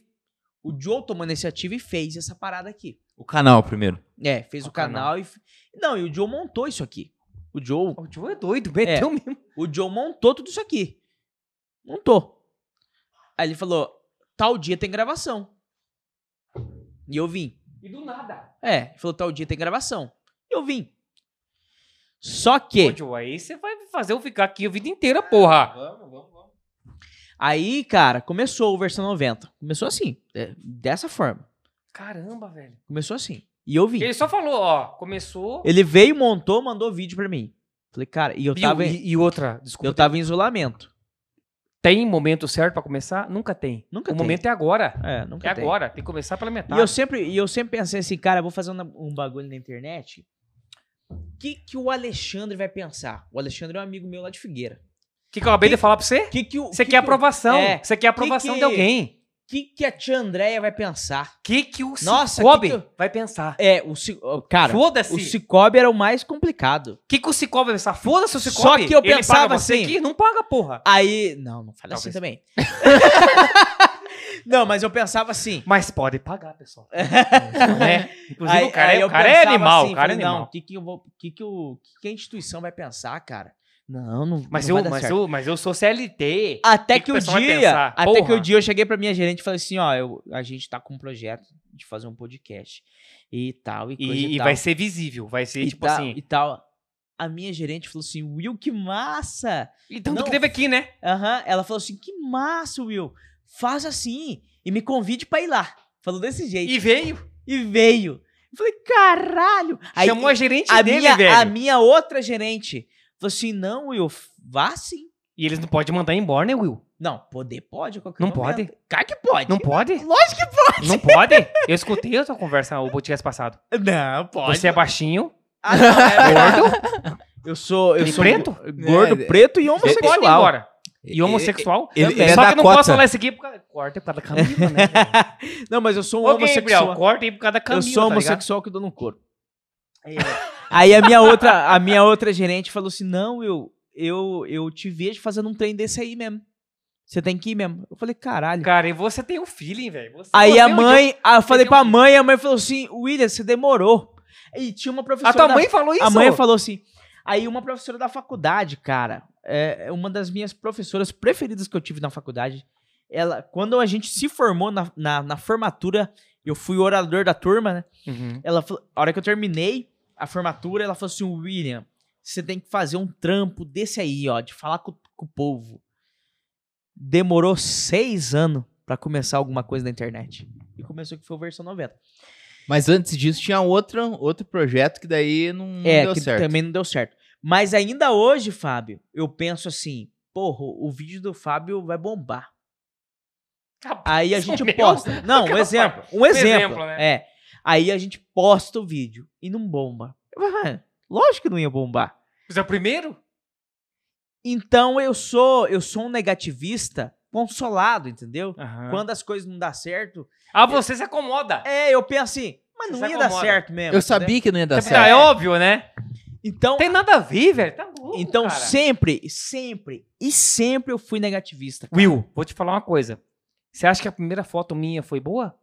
o Joe tomou a iniciativa e fez essa parada aqui.
O canal primeiro.
É, fez o
O canal.
canal e. f- Não, e o Joe montou isso aqui. O Joe,
O Joe é doido, meteu mesmo.
o Joe montou tudo isso aqui. Montou. Aí ele falou: tal dia tem gravação. E eu vim.
E do nada.
É, ele falou: tal dia tem gravação. E eu vim. Só que.
Pô, Joe, aí você vai fazer eu ficar aqui a vida inteira, porra.
Vamos, vamos, vamos.
Aí, cara, começou o versão 90. Começou assim, é, dessa forma.
Caramba, velho.
Começou assim. E eu vim.
Ele só falou, ó, começou.
Ele veio, montou, mandou vídeo pra mim. Falei, cara, e eu
Bill,
tava, em-
e, e outra, desculpa.
eu tava em isolamento.
Tem momento certo pra começar? Nunca tem.
Nunca
o
tem.
momento é agora.
É, nunca
É
tem.
agora. tá? Tem que começar pela
E
metade.
eu sempre, e eu sempre pensei assim, cara, eu vou fazer um, um bagulho na internet. O que, que o Alexandre vai pensar? O Alexandre é um amigo meu lá de Figueira.
O que, que eu acabei de falar pra você?
Que que o,
Você
que que
quer
o-
aprovação.
é.
Você quer aprovação
que-
de alguém.
que, que a tia Andréia vai pensar?
O que, que o
Nossa,
Cicobi
que que
vai pensar?
É, o Ci- ó, cara,
Foda-se.
o Cicobi era o mais complicado.
O que, que o Cicobi vai pensar? Foda-se o
Só
Cicobi.
que eu
Ele
pensava
paga você
assim-
aqui? Não paga, porra.
Aí. Não, não fala assim
Talvez.
também. não, mas eu pensava assim.
Mas pode pagar, pessoal. É, né? Inclusive,
Aí-
o cara,
aí
é,
eu
o cara é
pensava
animal.
assim,
o cara é
falei, Não,
animal.
o que que, eu vou, o que, que, o, o que que a instituição vai pensar, cara? Não, não.
Mas,
não vai
eu,
dar
mas,
certo.
eu, mas eu sou CLT.
Até
que
que,
que o
o
pessoal vai
dia.
pensar?
Até que
Porra.
o dia eu cheguei pra minha gerente e falei assim: ó, eu, a gente tá com um projeto de fazer um podcast e tal, e coisa e,
E, e
tal.
vai ser visível. Vai ser,
e
tipo
tal,
assim.
E tal. A minha gerente falou assim: Will, que massa!
E tanto
Não.
que teve aqui, né?
Aham, ela falou assim: que massa, Will. Faz assim e me convide pra ir lá. Falou desse jeito.
E veio.
E, veio. Eu falei: caralho. Aí,
chamou a gerente
a
dele,
minha,
velho.
a minha outra gerente falou assim: não, Will, vá sim.
E eles não podem mandar embora, né, Will?
Não, poder pode a qualquer
Não
momento.
pode?
Claro que pode.
Não pode?
Lógico que pode.
Não pode? Eu escutei a sua conversa, o podcast passado.
Não, pode.
Você é baixinho,
Ah, não, é verdade.
gordo,
eu sou. Eu
e
sou
preto?
Gordo,
É,
preto e
Você pode ir
homossexual.
embora. E homossexual?
Ele-
também.
ele é
Só
da
que eu não
cota.
posso falar isso aqui por causa. Corta por causa da Camila, né? velho?
não, mas eu sou um
Ô, Gabriel,
homossexual.
corta aí por causa da Camila.
eu sou
tá ligado?
homossexual que dou no corpo. É. Aí a minha outra, a minha outra gerente falou assim: "Não, eu eu eu te vejo fazendo um trem desse aí mesmo. Você tem que ir mesmo". Eu falei: "Caralho".
Cara, e você tem um feeling, velho. Você-
Aí
você
a
é um
mãe, aí eu falei
um
pra
dia-
mãe, a mãe falou assim: "William, você demorou". E tinha uma
idiota.
professora
A tua
da-
mãe falou isso?
a mãe falou assim. Aí uma professora da faculdade, cara, é é uma das minhas professoras preferidas que eu tive na faculdade. Ela, quando a gente se formou na, na, na formatura, eu fui orador da turma, né?
Uhum.
Ela falou, a hora que eu terminei a formatura, ela falou assim: William, você tem que fazer um trampo desse aí, ó, de falar com, com o povo. Demorou seis anos pra começar alguma coisa na internet. E começou que foi o versão 90.
Mas antes disso tinha outra, outro projeto que daí não
É,
deu
que
certo.
também não deu certo. Mas ainda hoje, Fábio, eu penso assim, porra, o vídeo do Fábio vai bombar.
Acabou.
Aí a
Isso
gente
mesmo?
posta. Não, um
Acabou.
exemplo. Um exemplo.
Um exemplo, né?
É. Aí a gente posta o vídeo e não bomba. Eu falei, "Ah, Lógico que não ia bombar.
Você é o primeiro?
Então eu sou, eu sou um negativista consolado, entendeu?
Quando-
Quando as coisas não dão certo,
Ah, você se acomoda.
é, eu penso assim, mas
Você
não
se
ia dar
acomoda.
certo né? mesmo.
Eu
entendeu?
sabia que não ia dar
tá
Você
certo.
fala, É óbvio, né?
Então,
Não tem nada a ver, velho. Tá louco,
então
cara.
sempre, sempre e sempre eu fui negativista. cara.
Will, vou te falar uma coisa. Você acha que a primeira foto minha foi boa?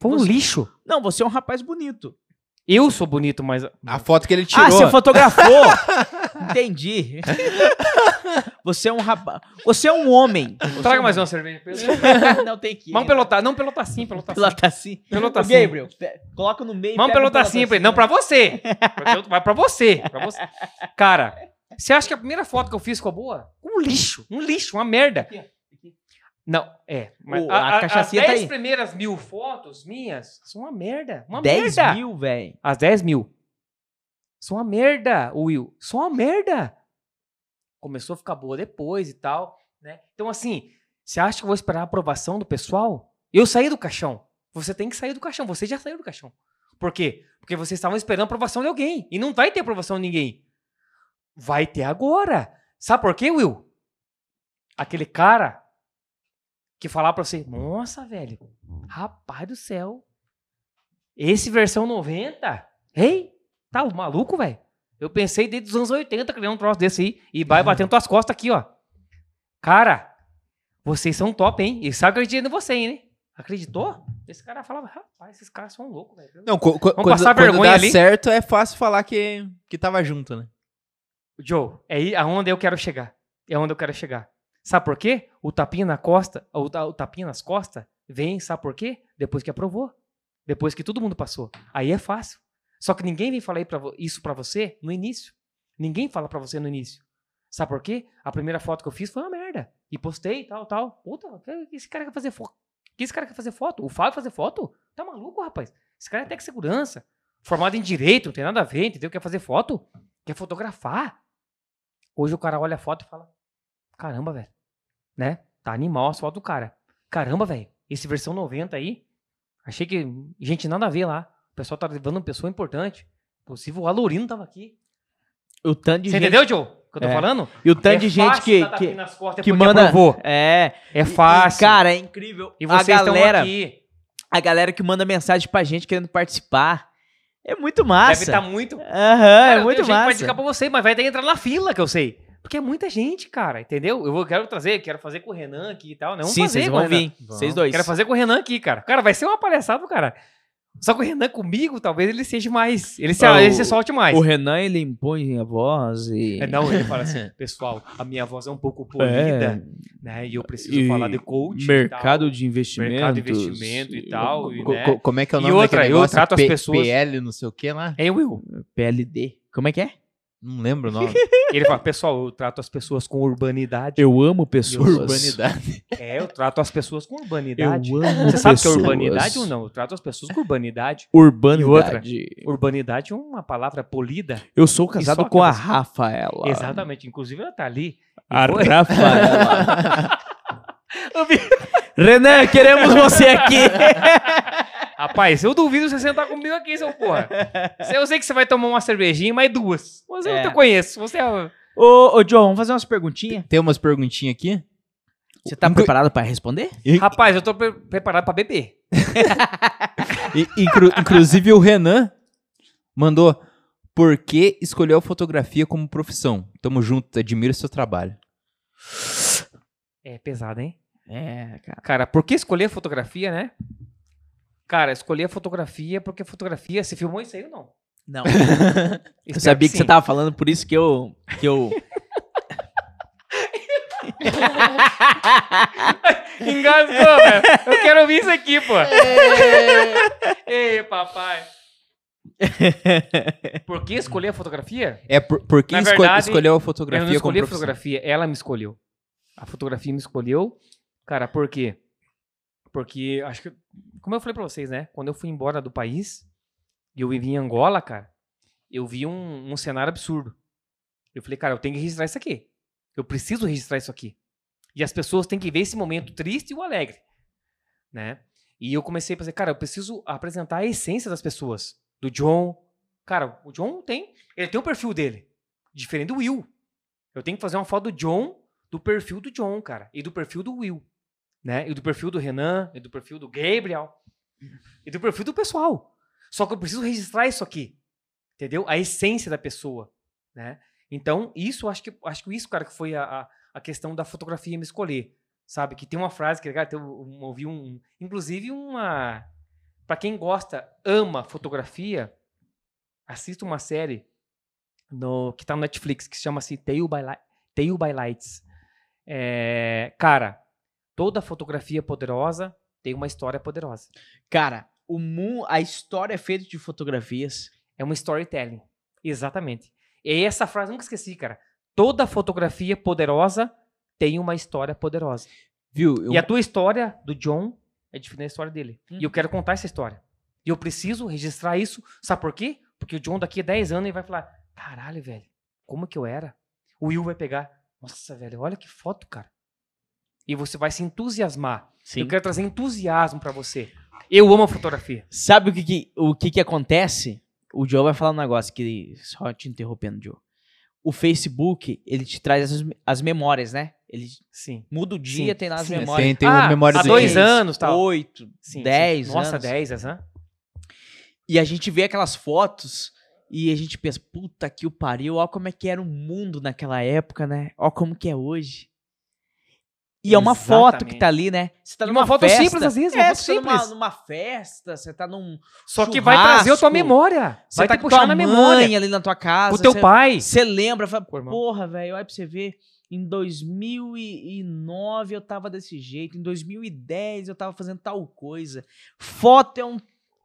Foi um
Você-
lixo.
Não, você é um rapaz bonito.
Eu sou bonito, mas.
A foto que ele tirou.
Ah, você fotografou. Entendi. você é um rapaz. Você é um homem. Você é
Traga
um
mais uma
homem.
cerveja. pra ele.
Não tem que.
Vamos pelotar. Não pelotar sim, pelotar sim.
Pelotar sim.
Pelotar
assim. Ô,
sim.
Gabriel, pe- coloca no meio.
assim. Vamos
pega um
pelotar sim pra ele. Não, pra você. Pra eu- Vai pra você. pra você. Cara, você acha que a primeira foto que eu fiz ficou boa? Um lixo. Um lixo, uma merda. Não, é. Mas
Ô,
a,
a
a,
cachaçinha
as
tá
10
aí.
primeiras mil fotos minhas são uma merda. Uma
10
merda.
mil, velho.
As 10 mil. São uma merda, Will. São uma merda. Começou a ficar boa depois e tal, né? Então, assim, você acha que eu vou esperar a aprovação do pessoal? Eu saí do caixão. Você tem que sair do caixão. Você já saiu do caixão. Por quê? Porque vocês estavam esperando a aprovação de alguém. E não vai ter aprovação de ninguém. Vai ter agora. Sabe por quê, Will? Aquele cara que falar pra você, nossa, velho, rapaz do céu, esse versão 90, ei, tá o maluco, velho? Eu pensei desde os anos 80 criando um troço desse aí e vai batendo tuas costas aqui, ó. Cara, vocês são top, hein? E sabe que eu acreditei em você, hein? né? Acreditou? Esse cara falava, rapaz, esses caras são loucos, velho.
Não, co- co- quando,
passar
quando
vergonha
dá
ali.
certo, é fácil falar que, que tava junto, né?
Joe, é aí aonde eu quero chegar. É onde eu quero chegar. Sabe por quê? O tapinha na costa, o, ta- o tapinha nas costas vem, sabe por quê? Depois que aprovou. Depois que todo mundo passou. Aí é fácil. Só que ninguém vem falar aí pra vo- isso pra você no início. Ninguém fala pra você no início. Sabe por quê? A primeira foto que eu fiz foi uma merda. E postei, tal, tal. Puta, que- esse cara quer fazer foto. Que esse cara quer fazer foto? O Fábio fazer foto? Tá maluco, rapaz? Esse cara é técnico de segurança. Formado em direito, não tem nada a ver, entendeu? Quer fazer foto? Quer fotografar? Hoje o cara olha a foto e fala: Caramba, velho. Né? Tá animal as fotos do cara. Caramba, velho. Esse versão 90 aí. Achei que. Gente, nada a ver lá. O pessoal tá levando uma pessoa importante. Possível, o Alorino tava aqui.
O tanto de
Você
gente.
entendeu, Joe? O que eu tô
É.
falando?
E o tanto de gente
fácil
que.
dar tapinha
que...
nas costas, é
que
porque
manda-
aprovou.
É,
É
E-
fácil.
E, cara, é incrível.
E
a
vocês estão
galera,
aqui.
a galera que manda mensagem pra gente querendo participar. É muito
Deve
massa.
estar tá muito.
Aham,
Cara,
é
eu
muito
tenho gente que Vai indicar
massa.
pra você, mas vai ter que entrar na fila, que eu sei. Porque é muita gente, cara, entendeu? Eu vou, quero trazer, quero fazer com o Renan aqui e tal. Né? Vamos
Sim,
fazer
vocês
com o
vão
Renan.
vir. Vocês dois.
Quero fazer com o Renan aqui, cara. Cara, vai ser uma palhaçada, cara. Só que o Renan comigo, talvez ele seja mais. Ele se,
Ah,
ele
o-
se solte mais.
O Renan, ele impõe a voz e.
É, não, ele fala assim, pessoal, a minha voz é um pouco polida, né? E eu preciso
E
falar de coach. e
mercado
tal.
de investimentos.
Mercado de investimento e tal. E,
Co-
né?
co- como é que é o
E
nome
outra,
daquele
eu
negócio?
trato as
P-
pessoas-
PL, não sei o que lá?
Hein, Will?
PLD. Como é que é?
Não lembro o nome.
Ele fala, pessoal, eu trato as pessoas com urbanidade.
Eu amo
Urbanidade.
É, eu trato as pessoas com
Eu
urbanidade.
amo
Você
pessoas.
sabe o que é urbanidade ou não? Eu trato as pessoas com urbanidade.
Urbanidade.
Urbanidade é uma palavra polida.
Eu sou
E
casado
só
com a
aquelas-
Rafaela.
Exatamente. Inclusive, ela tá ali.
A
Foi.
Rafaela.
Eu vi-
Renan, queremos você aqui.
Rapaz, eu duvido você sentar comigo aqui, seu porra. Você- Eu sei que você vai tomar uma cervejinha, mais duas. Mas eu
É.
te conheço. Você é...
ô, ô, John, vamos fazer umas perguntinhas?
Tem umas perguntinhas aqui?
Você tá
Inclu-
preparado pra responder?
Rapaz, eu tô pre- preparado pra beber.
E- incru- inclusive o Renan mandou por que escolheu a fotografia como profissão? Tamo junto, admiro seu trabalho.
É pesado, hein?
É, cara.
Cara, por que escolher a fotografia, né? Cara, escolher a fotografia porque a fotografia... Você filmou isso aí ou não?
Não. Eu
Espero
sabia que você tá-
sim.
tava falando, por isso que eu. Que eu...
Engasgou, velho. Eu quero ouvir isso aqui, pô.
É.
Ei, papai. Por que escolher a fotografia?
É por, por que
Na
esco-
verdade,
escolheu a
Eu
fotografia
não
como
escolhi a
profissão?
fotografia, ela me escolheu. A fotografia me escolheu. Cara, por quê? Porque, acho que, como eu falei pra vocês, né? Quando eu fui embora do país e eu vivi em Angola, cara, eu vi um, um cenário absurdo. Eu falei, cara, eu tenho que registrar isso aqui. Eu preciso registrar isso aqui. E as pessoas têm que ver esse momento triste e o alegre, né? E eu comecei a pensar, cara, eu preciso apresentar a essência das pessoas. Do John. Cara, o John tem, ele tem o perfil dele. Diferente do Will. Eu tenho que fazer uma foto do John, do perfil do John, cara. E do perfil do Will. Né? E do perfil do Renan, e do perfil do Gabriel. E do perfil do pessoal. Só que eu preciso registrar isso aqui. Entendeu? A essência da pessoa. Né? Então, isso, acho que, acho que isso, cara, que foi a, a, a questão da fotografia me escolher. Sabe? Que tem uma frase que, cara, tem um- um- ouvi um. Inclusive, uma. Pra quem gosta, ama fotografia, assista uma série no, que tá no Netflix, que chama-se Tale by, Li- Tale by Lights. É, cara, toda fotografia é poderosa tem uma história poderosa.
Cara, o mundo, a história é feita de fotografias.
É um storytelling. Exatamente. E essa frase eu nunca esqueci, cara. Toda fotografia poderosa tem uma história poderosa.
Viu? Eu-
E a tua história do John é diferente da história dele. E eu
Uhum.
quero contar essa história. E eu preciso registrar isso. Sabe por quê? Porque o John daqui a 10 anos ele vai falar: caralho, velho, como que eu era? O Will vai pegar: nossa, velho, olha que foto, cara. E você vai se entusiasmar.
Sim.
Eu quero trazer entusiasmo pra você. Eu amo a fotografia.
Sabe o que, que- o que, que acontece? O Joe vai falar um negócio que. Só te interrompendo, Joe. O Facebook, ele te traz as, as memórias, né? Ele
Sim.
muda o dia, tem lá as
sim.
É,
memórias.
Tem, tem
Ah,
uma memória
há
do
dois
Enem.
anos, tal.
Oito.
Sim, sim.
dez
Nossa,
anos.
10, aham.
E a gente vê aquelas fotos e a gente pensa, puta que o pariu, ó como é que era o mundo naquela época, né? Ó como que é hoje. E é uma foto que
Exatamente.
tá ali, né? Você tá
E
numa
uma foto
festa.
simples, às vezes, uma
É,
foto
você tá numa,
simples.
numa festa, você tá num.
Só que vai trazer a tua
churrasco,
memória.
Você
Vai
tá
te
com
puxar
tua
na
mãe
memória.
ali na tua casa.
Com o teu
você,
pai.
Você lembra, fala,
Com o irmão.
porra, velho, olha pra você ver. Em 2009 eu tava desse jeito, em 2010 eu tava fazendo tal coisa. Foto é um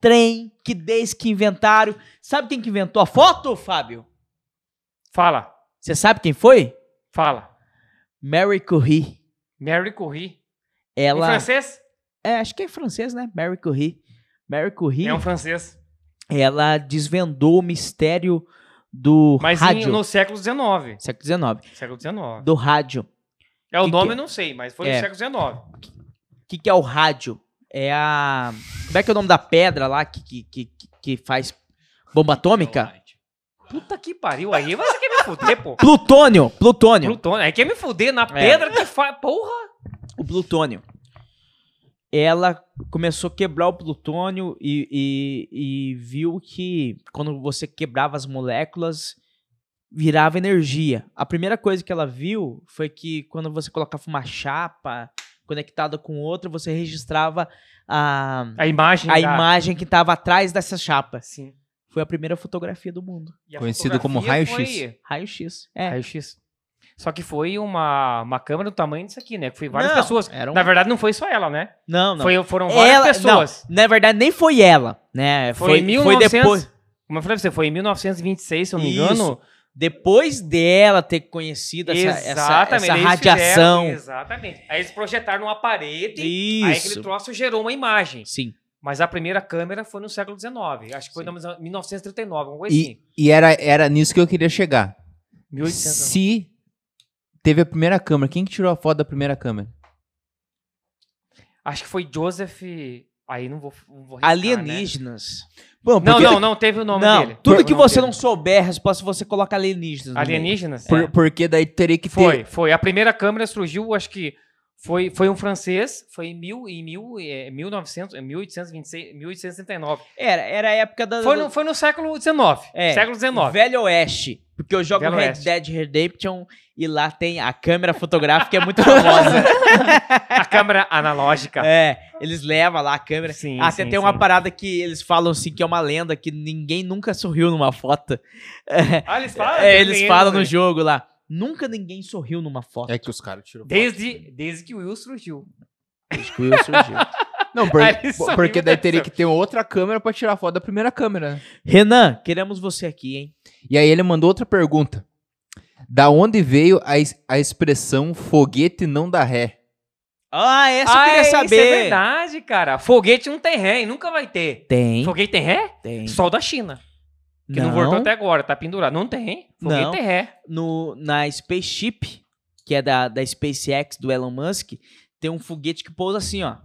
trem que desde que inventaram. Sabe quem que inventou a foto, Fábio?
Fala,
Você sabe quem foi?
fala.
Mary Curie.
Mary Curie. Um
Ela.
francês?
É, acho que é francês, né? Mary Curie. Mary Curie,
É um francês.
ela desvendou o mistério do
Mas em-
rádio.
no século XIX.
Século XIX.
Século XIX.
Do rádio.
É o
Que
nome,
que-
eu não sei, mas foi
É.
no século XIX.
O que, que é o rádio? É a. Como é que é o nome da pedra lá que, que, que, que faz bomba atômica?
Puta que pariu. Aí você quer me fuder, pô.
Plutônio! Plutônio!
Plutônio. Aí quer me fuder
É.
na pedra que faz. Porra!
O plutônio. Ela começou a quebrar o plutônio e, e, e viu que quando você quebrava as moléculas, virava energia. A primeira coisa que ela viu foi que quando você colocava uma chapa conectada com outra, você registrava a,
A imagem.
a
da-
imagem que estava atrás dessa chapa.
Sim.
Foi a primeira fotografia do mundo.
E a
Conhecido como
fotografia
raio-x.
foi-
Raio-X. É.
Raio-x. Só que foi uma, uma câmera do tamanho disso aqui, né? Que foi várias
Não,
pessoas.
era um-
Na verdade, não foi só ela, né?
Não, não.
Foi, foram várias
Ela-
pessoas.
Na verdade, nem foi ela, né?
Foi,
Foi,
em
foi
1900.
depois,
Como eu falei pra você, foi em 1926, se eu não me
Isso.
engano.
depois dela ter conhecido essa, essa,
Exatamente.
essa
eles
radiação.
fizeram- exatamente. Aí eles projetaram uma parede. Aí
Isso.
aquele troço gerou uma imagem.
Sim.
Mas a primeira câmera foi no século XIX. Acho que foi em 1939, alguma coisa assim.
E, e era, era nisso que eu queria chegar.
1800.
Se teve a primeira câmera, quem que tirou a foto da primeira câmera?
Acho que foi Joseph. Aí não vou. Não vou arriscar, né?
Alienígenas.
Bom,
Não,
porque,
não, não teve o nome
não,
dele.
tudo
Foi
que
o nome
você
dele.
não souber, a resposta é você coloca alienígenas. no meio.
Alienígenas?
por-
É.
porque daí teria que ter.
Foi, foi. A primeira câmera surgiu, acho que foi, foi um francês, foi em, mil, em mil, é, 1900, é, 1826, 1869.
Era, era a época da.
Foi
do-
no, foi no século XIX.
É,
século XIX.
Velho Oeste. Porque eu jogo
Velho
Red
Oeste.
Dead Redemption e lá tem a câmera fotográfica é muito famosa.
A câmera analógica.
é, eles levam lá a câmera.
Sim,
Ah, tem
sim,
até uma
sim.
parada que eles falam assim que é uma lenda que ninguém nunca sorriu numa foto.
Ah, eles falam?
É, eles
Tem- né?
falam no jogo lá. Nunca ninguém sorriu numa foto.
É que os caras tiraram.
Desde, desde que o Will surgiu.
Desde que o Will surgiu. Não, por-
Aí só
por- porque
me
daí teria
decepciona.
que ter outra câmera pra tirar a foto da primeira câmera. né?
Renan, queremos você aqui, hein?
E aí ele mandou outra pergunta. Da onde veio a, es- a expressão foguete não dá ré?
Ah, essa eu queria
isso
saber.
é verdade, cara. Foguete não tem ré, e nunca vai ter.
Tem,
Foguete tem ré?
tem.
Só o da China. Que não, voltou até agora, tá pendurado. Não tem. Foguete
Não.
tem ré.
no, na Spaceship, que é da, da SpaceX do Elon Musk, tem um foguete que pousa assim, ó.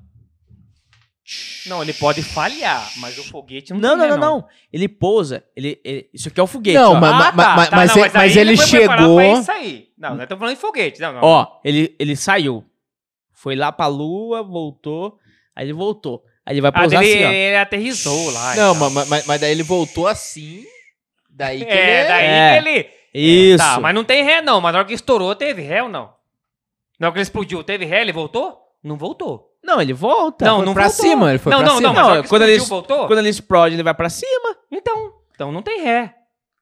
Não, ele pode falhar, mas o foguete não
Não,
tem
não,
ré,
não, não. Ele pousa. Ele, ele- isso aqui é o foguete.
Não,
ó.
mas-
Ah, tá, tá,
mas
não,
é-
ele- mas ele
foi preparado
chegou-
pra isso aí. Não, é nós estamos falando de foguete. Não, não.
Ó, ele, ele saiu. Foi lá pra lua, voltou. Aí ele voltou. Aí ele vai
Ah,
pousar
ele,
assim, ó.
ele aterrissou lá.
não,
então.
mas, mas- mas daí ele voltou assim. Daí que
É,
ele...
daí
É.
que ele...
Isso.
Tá, mas não tem ré não. Mas na hora que estourou, teve ré ou não? Na hora que ele explodiu, teve ré? Ele voltou? Não voltou.
Não, ele volta.
não,
foi
não
pra
voltou.
cima, ele foi
não,
pra
não,
cima.
Não, mas na hora
Não,
que
quando ele
explodiu, voltou?
Quando ele explode, ele vai pra cima.
Então, então não tem ré.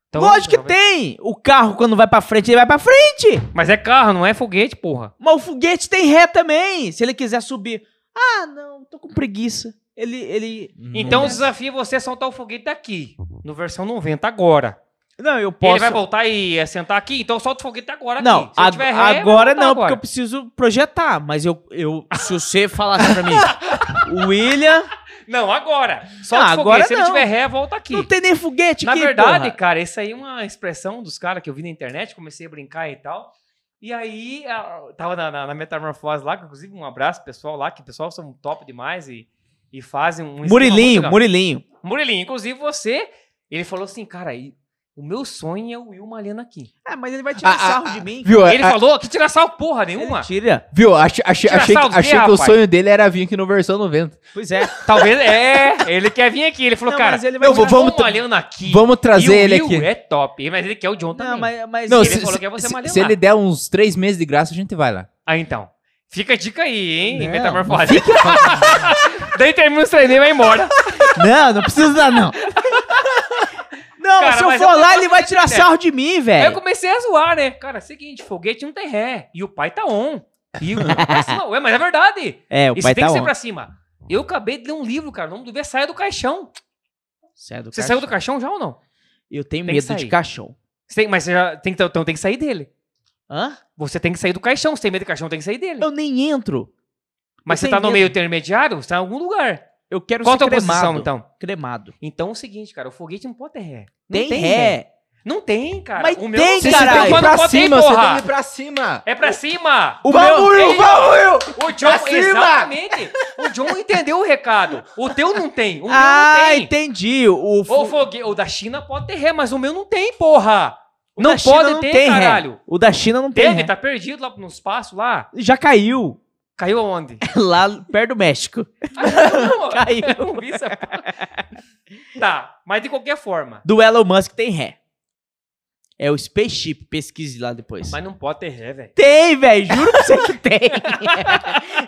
Então,
Lógico que
não vai-
tem. O carro, quando vai pra frente, ele vai pra frente.
Mas é carro, não é foguete, porra.
Mas o foguete tem ré também. Se ele quiser subir. Ah, não, tô com preguiça. Ele. ele...
Então o desafio é você soltar o foguete daqui, no versão 90 agora.
Não, eu
Ele
posso.
vai voltar e é, sentar aqui, então solta o foguete agora
não,
aqui. Se eu
ag-
tiver ré, vai
agora
voltar
não, porque eu preciso projetar. Mas eu. eu se você falasse pra mim, o William.
Não, agora. Solta
Ah,
o foguete.
agora
Se
não.
ele tiver ré, volta aqui.
Não tem nem foguete
Na
aqui,
verdade,
porra.
cara, isso aí é uma expressão dos caras que eu vi na internet, comecei a brincar e tal. E aí, a- tava na, na- na Metamorfose lá, que, inclusive um abraço pro pessoal lá, que o pessoal são top demais e, e fazem um... esquema muito
Murilinho,
legal.
Murilinho.
Murilinho, inclusive você, ele falou assim, cara, e O meu sonho é o Will Malena aqui.
Ah, mas ele vai tirar
Ah, ah,
sarro
ah,
de mim.
Viu?
Ele
A- a-
falou que tira sal porra nenhuma.
É, Ele tira.
Viu? Achei, achei,
Tira
achei, que-
sarro do
achei
quê,
que o
rapaz?
sonho dele era vir aqui no versão 90.
Pois é.
Talvez, é, ele quer vir aqui. Ele falou,
Não,
cara,
mas ele vai
não,
tirar-
vamos
Tom
tra-
Malhano aqui.
Vamos trazer
e o
ele
Will
aqui.
é top. Mas ele quer o John também.
Não, mas, mas
Não,
ele
se,
falou
se-
que é você
se-
malhar
se
lá.
ele der uns três meses de graça, a gente vai lá.
Ah, então. Fica a dica aí, hein,
Não,
metamorfose. Daí termina os treinos e vai embora.
Não, não precisa dar, não. Não,
Cara,
se eu
mas
for
eu- É.
lá, ele vai tirar sarro de mim,
Aí eu
velho.
comecei a zoar, né? Cara, seguinte, foguete não tem ré. E o pai tá on. E o pra cima, ué, mas é verdade.
É, o
Isso
pai
tem
tá
que ser
on.
pra cima. Eu acabei de ler um livro, cara. O nome do livro é Saia do Caixão.
Você é do
Você
caixão.
saiu do caixão já ou não?
Eu tenho
Tem que
medo de
sair.
caixão.
Você tem- mas você já tem que, então tem que sair dele.
Hã?
Você tem que sair do caixão. Você tem medo de caixão, tem que sair dele.
Eu nem entro.
mas
eu
você tá
tenho
no
medo.
meio intermediário, você tá em algum lugar.
Eu quero
Qual a
ser
tua
cremado.
posição, então?
Cremado.
Então é o seguinte, cara. O foguete não pode ter ré. Não
Tem, ré.
Não tem, cara.
Mas
o meu
tem,
não
Você
tem,
caralho.
Então não pode ter, porra.
pra cima.
É pra cima.
O
vamos,
meu...
Will,
Ei,
vamos, Will!
O John,
Pra cima!
exatamente. O John entendeu o recado. O teu não tem. O meu não
Ah,
tem.
entendi. O
O
fu-
fogue... o da China pode ter ré, mas o meu não tem, porra.
o
não
da China
pode ter,
ré.
caralho.
O da China não tem.
Teve,
ré.
tá perdido lá no espaço lá.
Já caiu.
Caiu aonde?
É Lá perto do México.
Não,
Caiu.
eu não vi essa porra. é Tá, mas de qualquer forma.
Do Elon Musk tem ré. É o Spaceship. Pesquise lá depois.
Mas não pode ter ré, velho.
Tem, velho. Juro pra você que tem.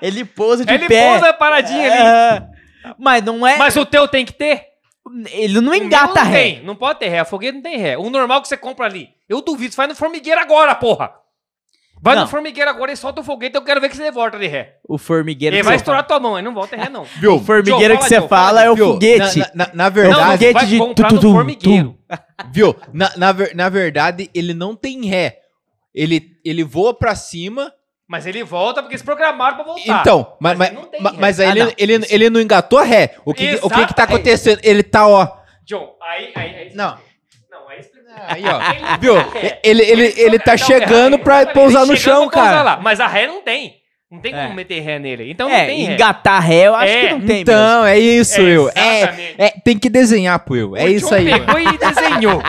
Ele pousa de
Ele
pé.
pousa a paradinha ali.
É. Mas não é.
Mas o teu tem que ter?
Ele não
O meu
engata
não
ré.
Tem, não pode ter ré. A fogueira não tem ré. O normal que você compra ali. Eu duvido. Vai no formigueiro agora, porra. Vai
Não.
no formigueiro agora e solta o foguete. Eu quero ver que você volta de ré.
O formigueiro.
Ele
que
vai
você fala.
estourar tua mão. Ele não volta de ré, não.
Viu?
O formigueiro
Joe,
que
fala,
você
Joe,
fala
fala,
é o
Viu?
foguete.
Na, na- na
Não,
verdade,
foguete
vai
de
comprar
tum,
no
tum,
formigueiro.
viu? Na, na, ver- na verdade, ele não tem ré. Ele, ele voa pra cima.
Mas ele volta porque eles programaram pra voltar.
Então, mas,
Tá. mas
mas,
não tem
ma-
ré.
mas aí
Ah,
ele,
não.
ele, ele não engatou a ré. O que, o que que tá
Exato, é.
acontecendo? Ele tá, ó.
John, aí... aí, aí
Não.
Não, aí... explica.
Ah,
É.
Aí, ó.
Ele
Viu?
não tem ré.
Ele, ele, ele tá
Não,
chegando
errado,
pra
exatamente.
pousar
Ele
no
chegando
chão,
pra pousar
cara.
lá, Mas a ré não tem. Não tem
É.
como meter ré nele. Então não
É,
tem ré.
engatar ré eu acho
É,
que não tem mesmo.
Então, é isso, Will. É,
Exatamente.
é, tem que desenhar, pô, Will. É
O
isso
John
aí. mano.
pegou e desenhou.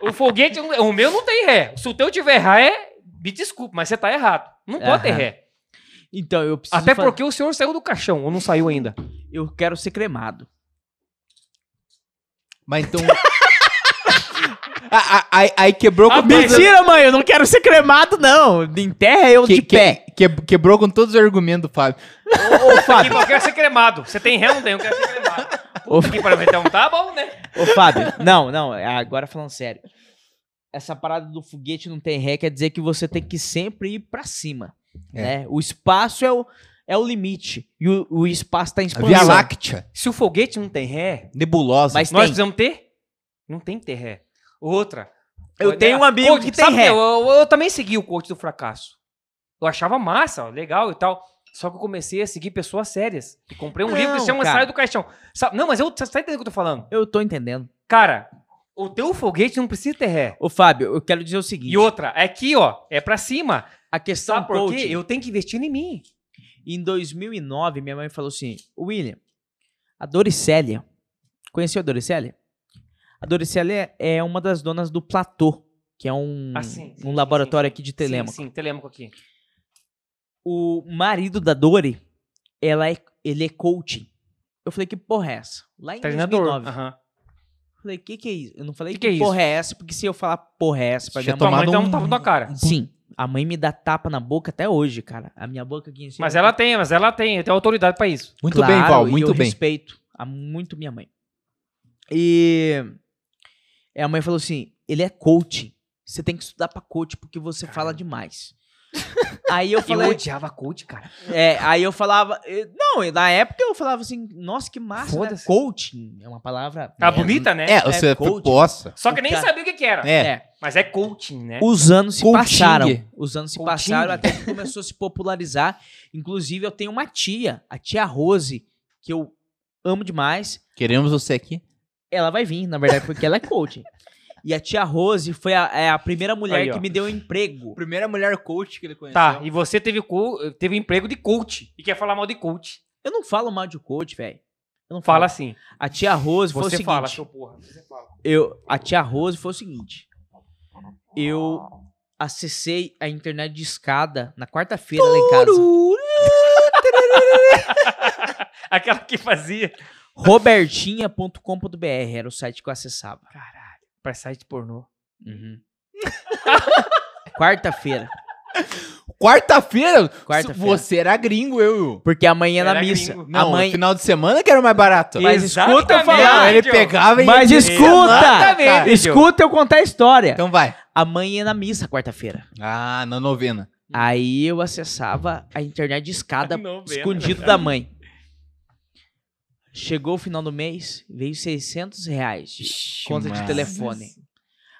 o foguete, o meu não tem ré. Se o teu tiver ré, me desculpe, mas você tá errado. Não pode ter
Aham.
ré.
Então, eu preciso.
Até
fa-
porque o senhor saiu do caixão, ou não saiu ainda.
Eu quero ser cremado.
Mas então. Ah, ah, Aí aí quebrou com
Ah,
todos-
Mentira, mãe, eu não quero ser cremado, não. Em terra eu
que- é?
de
que-
pé.
que- quebrou com todos os argumentos, Fábio.
Ô, ô,
Aqui
Fábio,
eu quero ser cremado. Você tem ré ou não tem? Eu quero ser cremado.
ô,
Aqui para então tá bom, né?
ô, Fábio, não, não, é, agora falando sério. Essa parada do foguete não tem ré quer dizer que você tem que sempre ir pra cima,
É.
né? O espaço é o, é o limite e o, o espaço tá em
A Via
expansão.
Láctea,
Se o foguete não tem ré,
nebulosa.
Mas
nós
tem.
precisamos ter? Não tem que ter ré. Outra.
Eu tenho um amigo
Coach,
que tem
sabe
ré.
Eu, eu- eu também segui o coach do fracasso. Eu achava massa, ó, legal e tal. Só que eu comecei a seguir pessoas sérias. E comprei um
Não,
livro que se chama
cara.
Saia do Caixão. Sa- Não, mas eu, você tá entendendo o que eu tô falando?
Eu tô entendendo.
Cara, o teu foguete não precisa ter ré.
Ô, Fábio, eu quero dizer o seguinte.
E outra, é aqui, ó, é pra cima.
A questão
Sabe por quê?
coaching,
Eu tenho que investir em mim.
Em 2009, minha mãe falou assim: William, a Doricélia. Conheceu a Doricélia? A Doricélia é uma das donas do Platô, que é um,
Ah, sim, sim,
um
sim,
laboratório
sim,
aqui de Telemaco.
Sim, sim, Telêmaco aqui.
O marido da Dori, ela é, ele é coaching. Eu falei: que porra é essa? Lá em
Treinador.
2009.
Aham.
Eu falei: que que é isso? Eu não falei
Que
que,
que é
porra é essa, porque se eu falar porra é essa pra
Tinha
minha
Tua
mãe.
tomado
mãe dá um
um-
tapa na tua cara.
Sim, a mãe me dá tapa na boca até hoje, cara. A minha boca aqui em cima.
Mas ela tem, mas ela tem, tem autoridade pra isso.
Muito
Claro,
bem, Val,
e
muito
eu
bem.
respeito a muito minha mãe. E é, a mãe falou assim: ele é coaching. Você tem que estudar pra coach porque você fala demais. aí eu
Eu
falei,
odiava coach, cara.
é, aí eu falava, eh, não, e na época eu falava assim, nossa que massa, né?
Foda-se.
coaching é uma palavra.
Tá
né?
bonita, né?
É, você
É,
é
coach.
proposta.
Só que nem
Cara.
sabia o que, que era.
É.
É.
Mas é coaching, né?
Os anos se
Coaching.
passaram, os anos se
Coaching.
passaram até que começou a se popularizar. Inclusive eu tenho uma tia, a tia Rose, que eu amo demais.
Queremos você aqui.
Ela vai vir, na verdade, porque ela é coach. E a tia Rose foi a, é a primeira mulher
Aí, ó.
que me deu um emprego.
Primeira mulher coach que ele conheceu.
Tá,
né?
e você teve, co- teve emprego de coach e quer falar mal de coach.
Eu não falo mal de coach, velho. Eu não
Fala
falo.
assim.
A tia Rose É. foi o
Você
seguinte.
fala, seu porra. Você fala.
eu, a tia Rose foi o seguinte. Eu acessei a internet de escada na quarta-feira lá em casa.
Aquela que fazia.
Robertinha.com.br era o site que eu acessava. Uhum.
Caralho. Pra site pornô.
Quarta-feira.
Quarta-feira?
Quarta-feira.
Você era gringo, eu.
Porque amanhã é
Era
na missa.
gringo.
Não,
a mãe.
final de semana que era mais barato.
Mas escuta eu falar.
Não, ele pegava e...
Mas escuta!
Exatamente.
Escuta eu contar a história.
Então vai.
Amanhã é na missa, quarta-feira.
Ah, na novena.
Aí eu acessava a internet de escada
Novena,
escondido da mãe. Chegou o final do mês, veio 600 reais de conta de
massa.
telefone.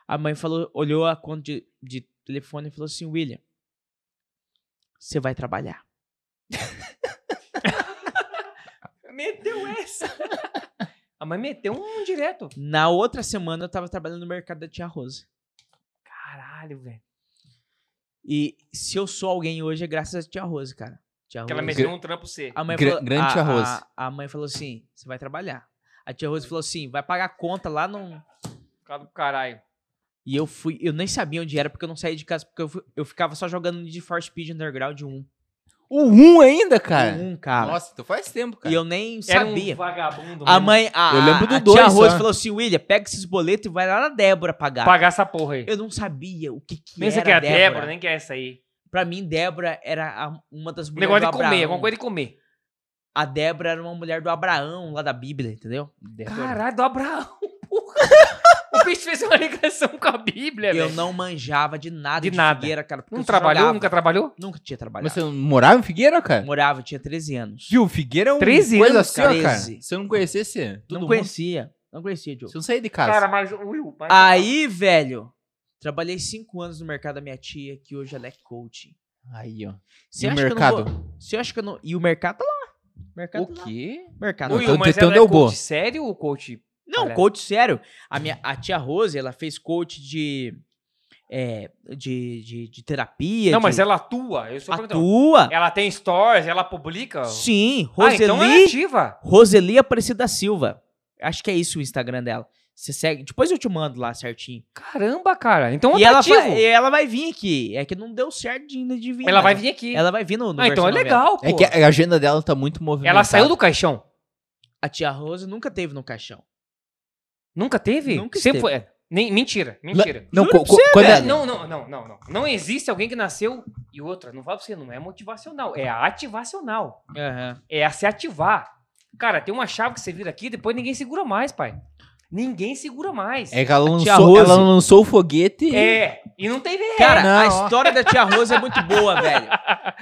A mãe falou, olhou a conta de, de telefone e falou assim, William, você vai trabalhar.
Meteu essa. A mãe meteu um direto.
Na outra semana eu tava trabalhando no mercado da tia Rose.
Caralho, velho.
E se eu sou alguém hoje é graças à tia Rose, cara. Tia
Que ela
Rose-
meteu um trampo C.
A mãe
Gra-
falou,
grande
a-
tia
a-
Rose.
A, mãe falou assim: você vai trabalhar. A tia Rose falou assim: vai pagar a conta lá no.
Cara do caralho.
E eu fui, eu nem sabia onde era porque eu não saía de casa, porque eu, fui- eu ficava só jogando Need for Speed Underground 1.
O 1 ainda, cara?
Um, cara.
Nossa, então faz tempo, cara.
e eu nem
Era
sabia.
um vagabundo.
A
mesmo.
mãe, a,
Eu lembro do
a
dois né?
tia Rose
só.
falou assim: William, pega esses boletos e vai lá na Débora pagar.
Pagar essa porra aí.
Eu não sabia o que, que
Pensa
era
que é a
Débora.
Débora, nem que é essa aí.
Pra mim, Débora era a- uma das mulheres
Negócio
do
de comer,
Abraão.
alguma coisa de comer.
A Débora era uma mulher do Abraão, lá da Bíblia, entendeu?
Caralho, do Abraão, porra. o bicho fez uma ligação com a Bíblia,
eu
velho.
não manjava de nada
De
de,
nada.
Figueira, cara. porque
Não
eu só
trabalhou?
jogava.
Nunca trabalhou?
Nunca tinha trabalhado.
Mas você não morava em Figueira, cara?
Morava, eu tinha 13 anos.
Viu, Figueira é um
13
coisa
anos,
assim, ó, cara.
cara.
Se eu não conhecesse, todo
não
mundo-
conhecia. Não conhecia, Diogo.
Se eu não sair de casa.
Cara, mas o Will. mas-
Aí, velho, trabalhei 5 anos no mercado da minha tia, que hoje ela é coaching.
Aí, ó.
Você
E o
acha
mercado?
Que eu não vou... Você acha que eu não... E o mercado tá lá. Mercado
O
tá
quê?
lá. Mercado
Ui,
tá lá.
Will,
então-
mas
então
ela é
deu
coach
boa.
sério ou coach?
Não,
Olha.
coach sério. A minha a tia Rose, ela fez coach de... é, de, de, de terapia.
Não, mas
de...
ela atua. Eu só perguntando.
Atua?
Ela tem stories, ela publica.
Sim,
Ah,
Roseli...
então ela é ativa.
Roseli Aparecida Silva. Acho que é isso o Instagram dela. Você segue. Depois eu te mando lá certinho.
Caramba, cara. Então ela
E
tá
ela,
ativa.
fa- e ela vai vir aqui. É que não deu certo de ainda de vir.
Ela
mas
vai vir aqui.
Ela vai vir no, no
ah, então é
Versão Novela.
legal, pô.
É que a agenda dela tá muito movimentada.
Ela saiu do caixão.
A tia Rose nunca teve no caixão.
Nunca teve?
Nunca
Sempre
esteve.
foi. é, Nem, mentira, mentira.
Não,
Juro
co-
pra você,
co- quando
É,
ela...
não, não, não, não, não. Não existe alguém que nasceu e outra. Não fala pra você, não é motivacional, é ativacional. É a se ativar. Cara, tem uma chave que você vira aqui, depois ninguém segura mais, pai. Ninguém segura mais.
É que ela
A tia
lançou, ela
Rose.
lançou o foguete.
É, e não tem ver.
Cara,
Não,
a
ó.
história da tia Rose é muito boa, velho.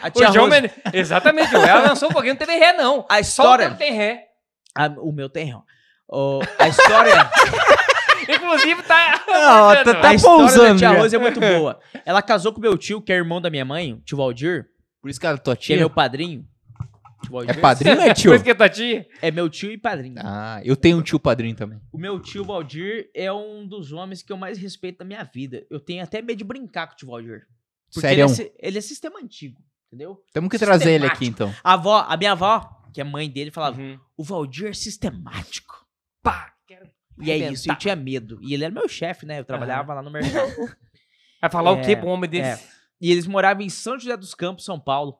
A tia
O João
Rose.
Mene- Exatamente, João. ela lançou um pouquinho, não teve ré,
A
não. Só que
história.
não tem ré.
Ah, o meu tem. ó. Ó, a história,
Inclusive, tá.
Não, ó, tá-
a
tá-
história da
pousando
tia
já.
Rose é muito boa. Ela casou com meu tio, que é irmão da minha mãe, o tio Valdir,
Por isso que ela tua
que
tia.
é meu padrinho.
É
Tio Valdir?
padrinho ou é tio?
Por isso que tá tia.
É meu tio e padrinho.
Ah, eu tenho um tio padrinho também.
O meu tio Valdir é um dos homens que eu mais respeito na minha vida. Eu tenho até medo de brincar com o tio Valdir. Porque ele
Sério.
é, si- ele é sistema antigo, entendeu?
Temos que trazer ele aqui, então.
A avó, a minha avó, que é mãe dele, falava:
Uhum.
o Valdir é sistemático.
Pá, quero
E é
arrebentar.
isso, eu tinha medo. E ele era meu chefe, né? Eu trabalhava lá no mercado.
Vai falar o quê
É,
pra um homem desse?
é. E eles moravam em São José dos Campos, São Paulo.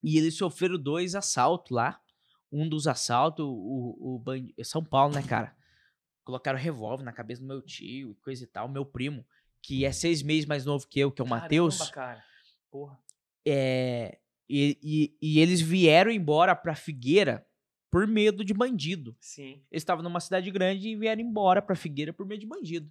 E eles sofreram dois assaltos lá. Um dos assaltos, o, o ban- São Paulo, né, cara? Colocaram revólver na cabeça do meu tio e coisa e tal. Meu primo, que é seis meses mais novo que eu, que é o
Caramba,
Matheus.
cara. Porra.
É, e, e- e eles vieram embora pra Figueira por medo de bandido.
Sim.
Eles estavam numa cidade grande e vieram embora pra Figueira por meio de bandido.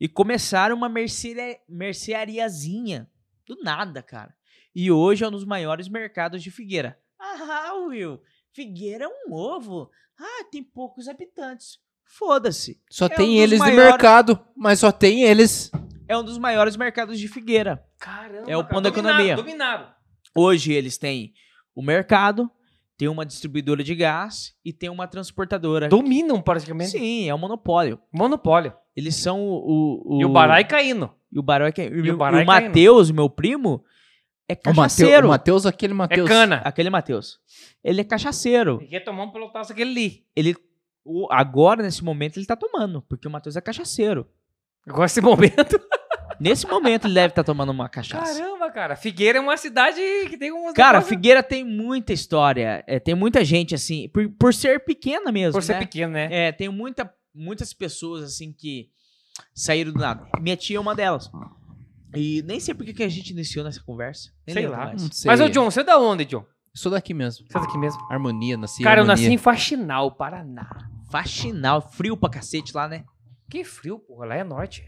E começaram uma mercearia, merceariazinha. Do nada, cara. E hoje é um dos maiores mercados de Figueira. Ah, Will, Figueira é um ovo. Ah, tem poucos habitantes. Foda-se.
então. Só
É um
tem
dos
eles
maiores-
de mercado, mas só tem eles.
É um dos maiores mercados de Figueira.
Caramba.
É o
cara,
pão da
dominado,
economia.
Dominado.
Hoje eles têm o mercado, tem uma distribuidora de gás e tem uma transportadora.
É. Dominam praticamente.
Sim, é um monopólio.
Monopólio.
Eles são o. o,
E o Barai caindo.
E o Barai que- e o meu-
Barai
e o
caindo.
Matheus, meu primo, é
O Mateu-
cachaceiro.
o Matheus, aquele
É
Matheus.
cana.
Aquele Matheus. Ele é cachaceiro.
Ele quer tomar um pelotaço aquele ali.
Ele, o- agora, nesse momento, ele tá tomando, porque o Matheus é cachaceiro.
Agora esse momento.
Nesse momento, ele deve estar tomando uma cachaça.
Caramba, cara. Figueira é uma cidade que tem um.
Cara, Figueira tem muita história. é, tem muita gente, assim, por, por ser pequena mesmo,
Por ser
né?
pequeno, né?
É, tem muita, muitas pessoas, assim, que saíram do nada. Minha tia é uma delas. E nem sei por que que a gente iniciou nessa conversa. Nem
Sei
lembro
lá.
mais.
Não sei.
Mas, ô, John, você é da onde, John?
Sou daqui mesmo.
Você é daqui mesmo?
Harmonia, nasci. em
Cara, eu
harmonia.
nasci em Faxinal, Paraná.
Faxinal, frio pra cacete lá, né?
Que frio, porra. Lá é norte.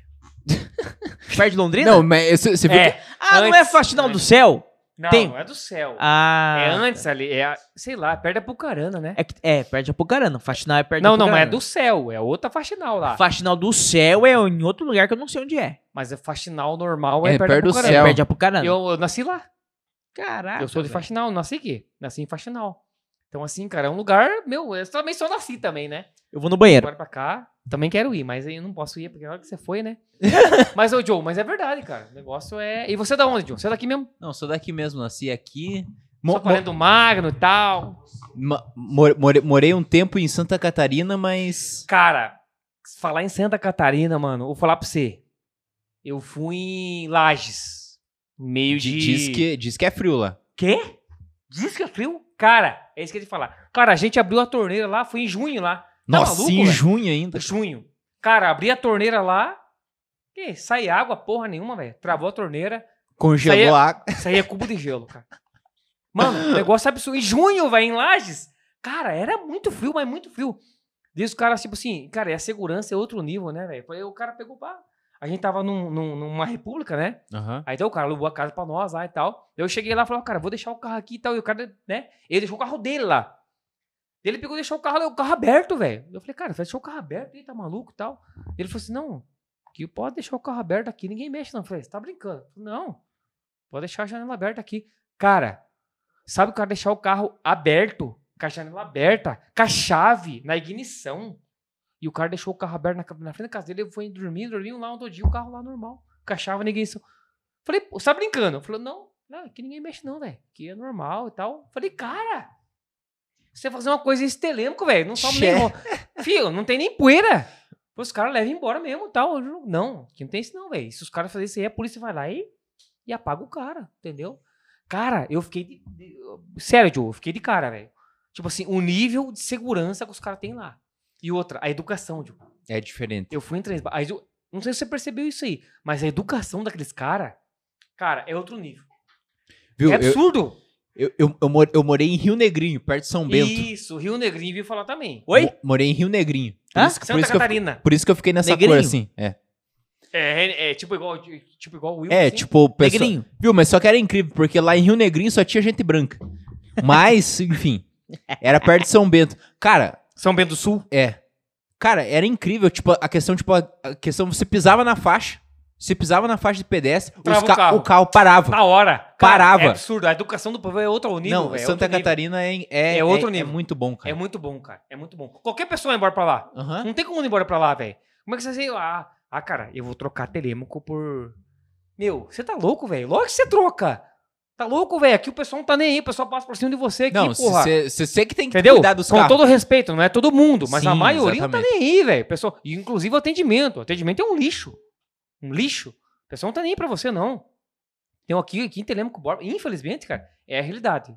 Perto de Londrina?
Não, mas você você viu que
É.
ah, não é
antes,
Faxinal do
antes.
céu?
Não,
Tem-
é do céu.
Ah.
É antes ali. É, a- sei lá, perto da Pucarana, né?
É, que- é, perto de Apucarana. Faxinal é perto de
não, não, mas é
Apucarana.
do céu. É outra Faxinal lá.
Faxinal do céu é em outro lugar que eu não sei onde é.
Mas é Faxinal normal é,
É,
perto,
perto
da
do
É
Pucarana.
céu.
perto de Apucarana.
Eu, eu nasci lá.
Ah,
Caraca.
eu sou de
velho.
Faxinal, nasci aqui. Nasci em Faxinal. Então, assim, cara, é um lugar, meu, eu também só nasci também, né?
Eu vou no banheiro.
Agora pra cá, também quero ir, mas aí eu não posso ir, porque na hora que você foi, né? mas, ô, Joe, mas é verdade, cara. O negócio é... E você é da onde, Joe? Você é daqui mesmo?
Não, sou daqui mesmo, nasci aqui. Mo-
Só parente do Magno e tal.
mo- mo- more- morei um tempo em Santa Catarina, mas.
Cara, se falar em Santa Catarina, mano, vou falar pra você. Eu fui em Lages. Meio de...
Diz que, diz que é frio
Tá
lá.
Quê? Diz que é frio? Cara, é isso que eu ia te falar. Cara, a gente abriu a torneira lá, foi em junho lá. Tá
Nossa,
maluco,
em
velho?
junho ainda.
Junho. Cara, abri a torneira lá. Que? Sai água, porra nenhuma, velho. Travou a torneira.
Congelou
Saía-
a água.
Saía cubo de gelo, cara. Mano, negócio é absurdo. Em junho, velho, em Lages. Cara, era muito frio, mas muito frio. Diz o cara, tipo assim, cara, e a segurança é outro nível, né, velho? Aí O cara pegou pá. A gente tava num- num- numa república, né?
Aham.
Aí então o cara alugou a casa pra nós lá e tal. Eu cheguei lá e falei, ó, cara, vou deixar o carro aqui e tal. E o cara, né? Ele deixou o carro dele lá. Ele pegou e deixou o carro, o carro aberto, velho. Eu falei, cara, você deixou o carro aberto aí, tá maluco e tal. Ele falou assim, não, que pode deixar o carro aberto aqui, ninguém mexe não. Eu falei, você tá brincando? Eu falei, não, pode deixar a janela aberta aqui. Cara, sabe o cara deixar o carro aberto, com a janela aberta, com a chave na ignição. E o cara deixou o carro aberto na, ca- na frente da casa dele, ele foi dormir, dormiu lá um todo dia, o carro lá normal, com a chave na ignição. Falei, pô, você tá brincando? Falou, não, não, que ninguém mexe não, velho. Que é normal e tal. Falei, cara, você fazer uma coisa em estelêmico, velho. Não sobe nem...
Che.
ro- Filho, não tem nem poeira. Os caras levam embora mesmo e tal. Eu não- Não, que não tem isso não, velho. Se os caras fazerem isso aí, a polícia vai lá e, e apaga o cara, entendeu? Cara, eu fiquei... De, de- eu- sério, Joe, eu fiquei de cara, velho. Tipo assim, o nível de segurança que os caras têm lá. E outra, a educação, Joe.
É diferente.
Eu fui em três. ba- a edu- Não sei se você percebeu isso aí, mas a educação daqueles caras, cara, é outro nível.
Viu?
é
Eu,
absurdo.
eu, eu, eu mor- eu morei em Rio Negrinho, perto de São Bento.
Isso, Rio Negrinho veio falar também.
Oi?
Mo- Morei em Rio Negrinho. Por,
Hã?
isso, que, por,
Santa
isso que eu,
Catarina.
por isso que eu fiquei nessa
Negrinho?
cor assim. É,
É, é, é tipo igual tipo igual o Will.
é
assim.
tipo, o pessoal-
Negrinho.
Viu, mas só que era incrível, porque lá em Rio Negrinho só tinha gente branca. Mas, enfim, era perto de São Bento. Cara,
São Bento do Sul.
é. Cara, era incrível, tipo, a questão, tipo, a a questão, você pisava na faixa, você pisava na faixa de pedestre, os
Trava o
ca-
carro.
o carro parava.
Na hora. Cara,
Parava.
É absurdo. A educação do povo é outro nível.
Não,
velho, é
Santa
outro nível.
Catarina é,
É outro nível.
É muito bom,
É
cara.
muito bom, cara. É muito bom. Qualquer pessoa vai embora pra lá.
Aham.
Não tem como ir embora pra lá, velho. Como é que você sei lá? Ah, cara, eu vou trocar Telêmaco por. Meu, você tá louco, velho? Lógico que você troca. Tá louco, velho? Aqui o pessoal não tá nem aí. O pessoal passa por cima de você aqui,
Não,
porra.
você que tem que
Entendeu?
cuidar dos
Com
carros.
todo respeito, não é todo mundo, mas a
Sim,
maioria não tá
exatamente.
nem aí, velho. Pessoal, e inclusive o atendimento. O atendimento é um lixo. Um lixo. O pessoal não tá nem aí pra você, não. Então aqui, aqui em Telêmaco Borba, infelizmente, cara, é a realidade.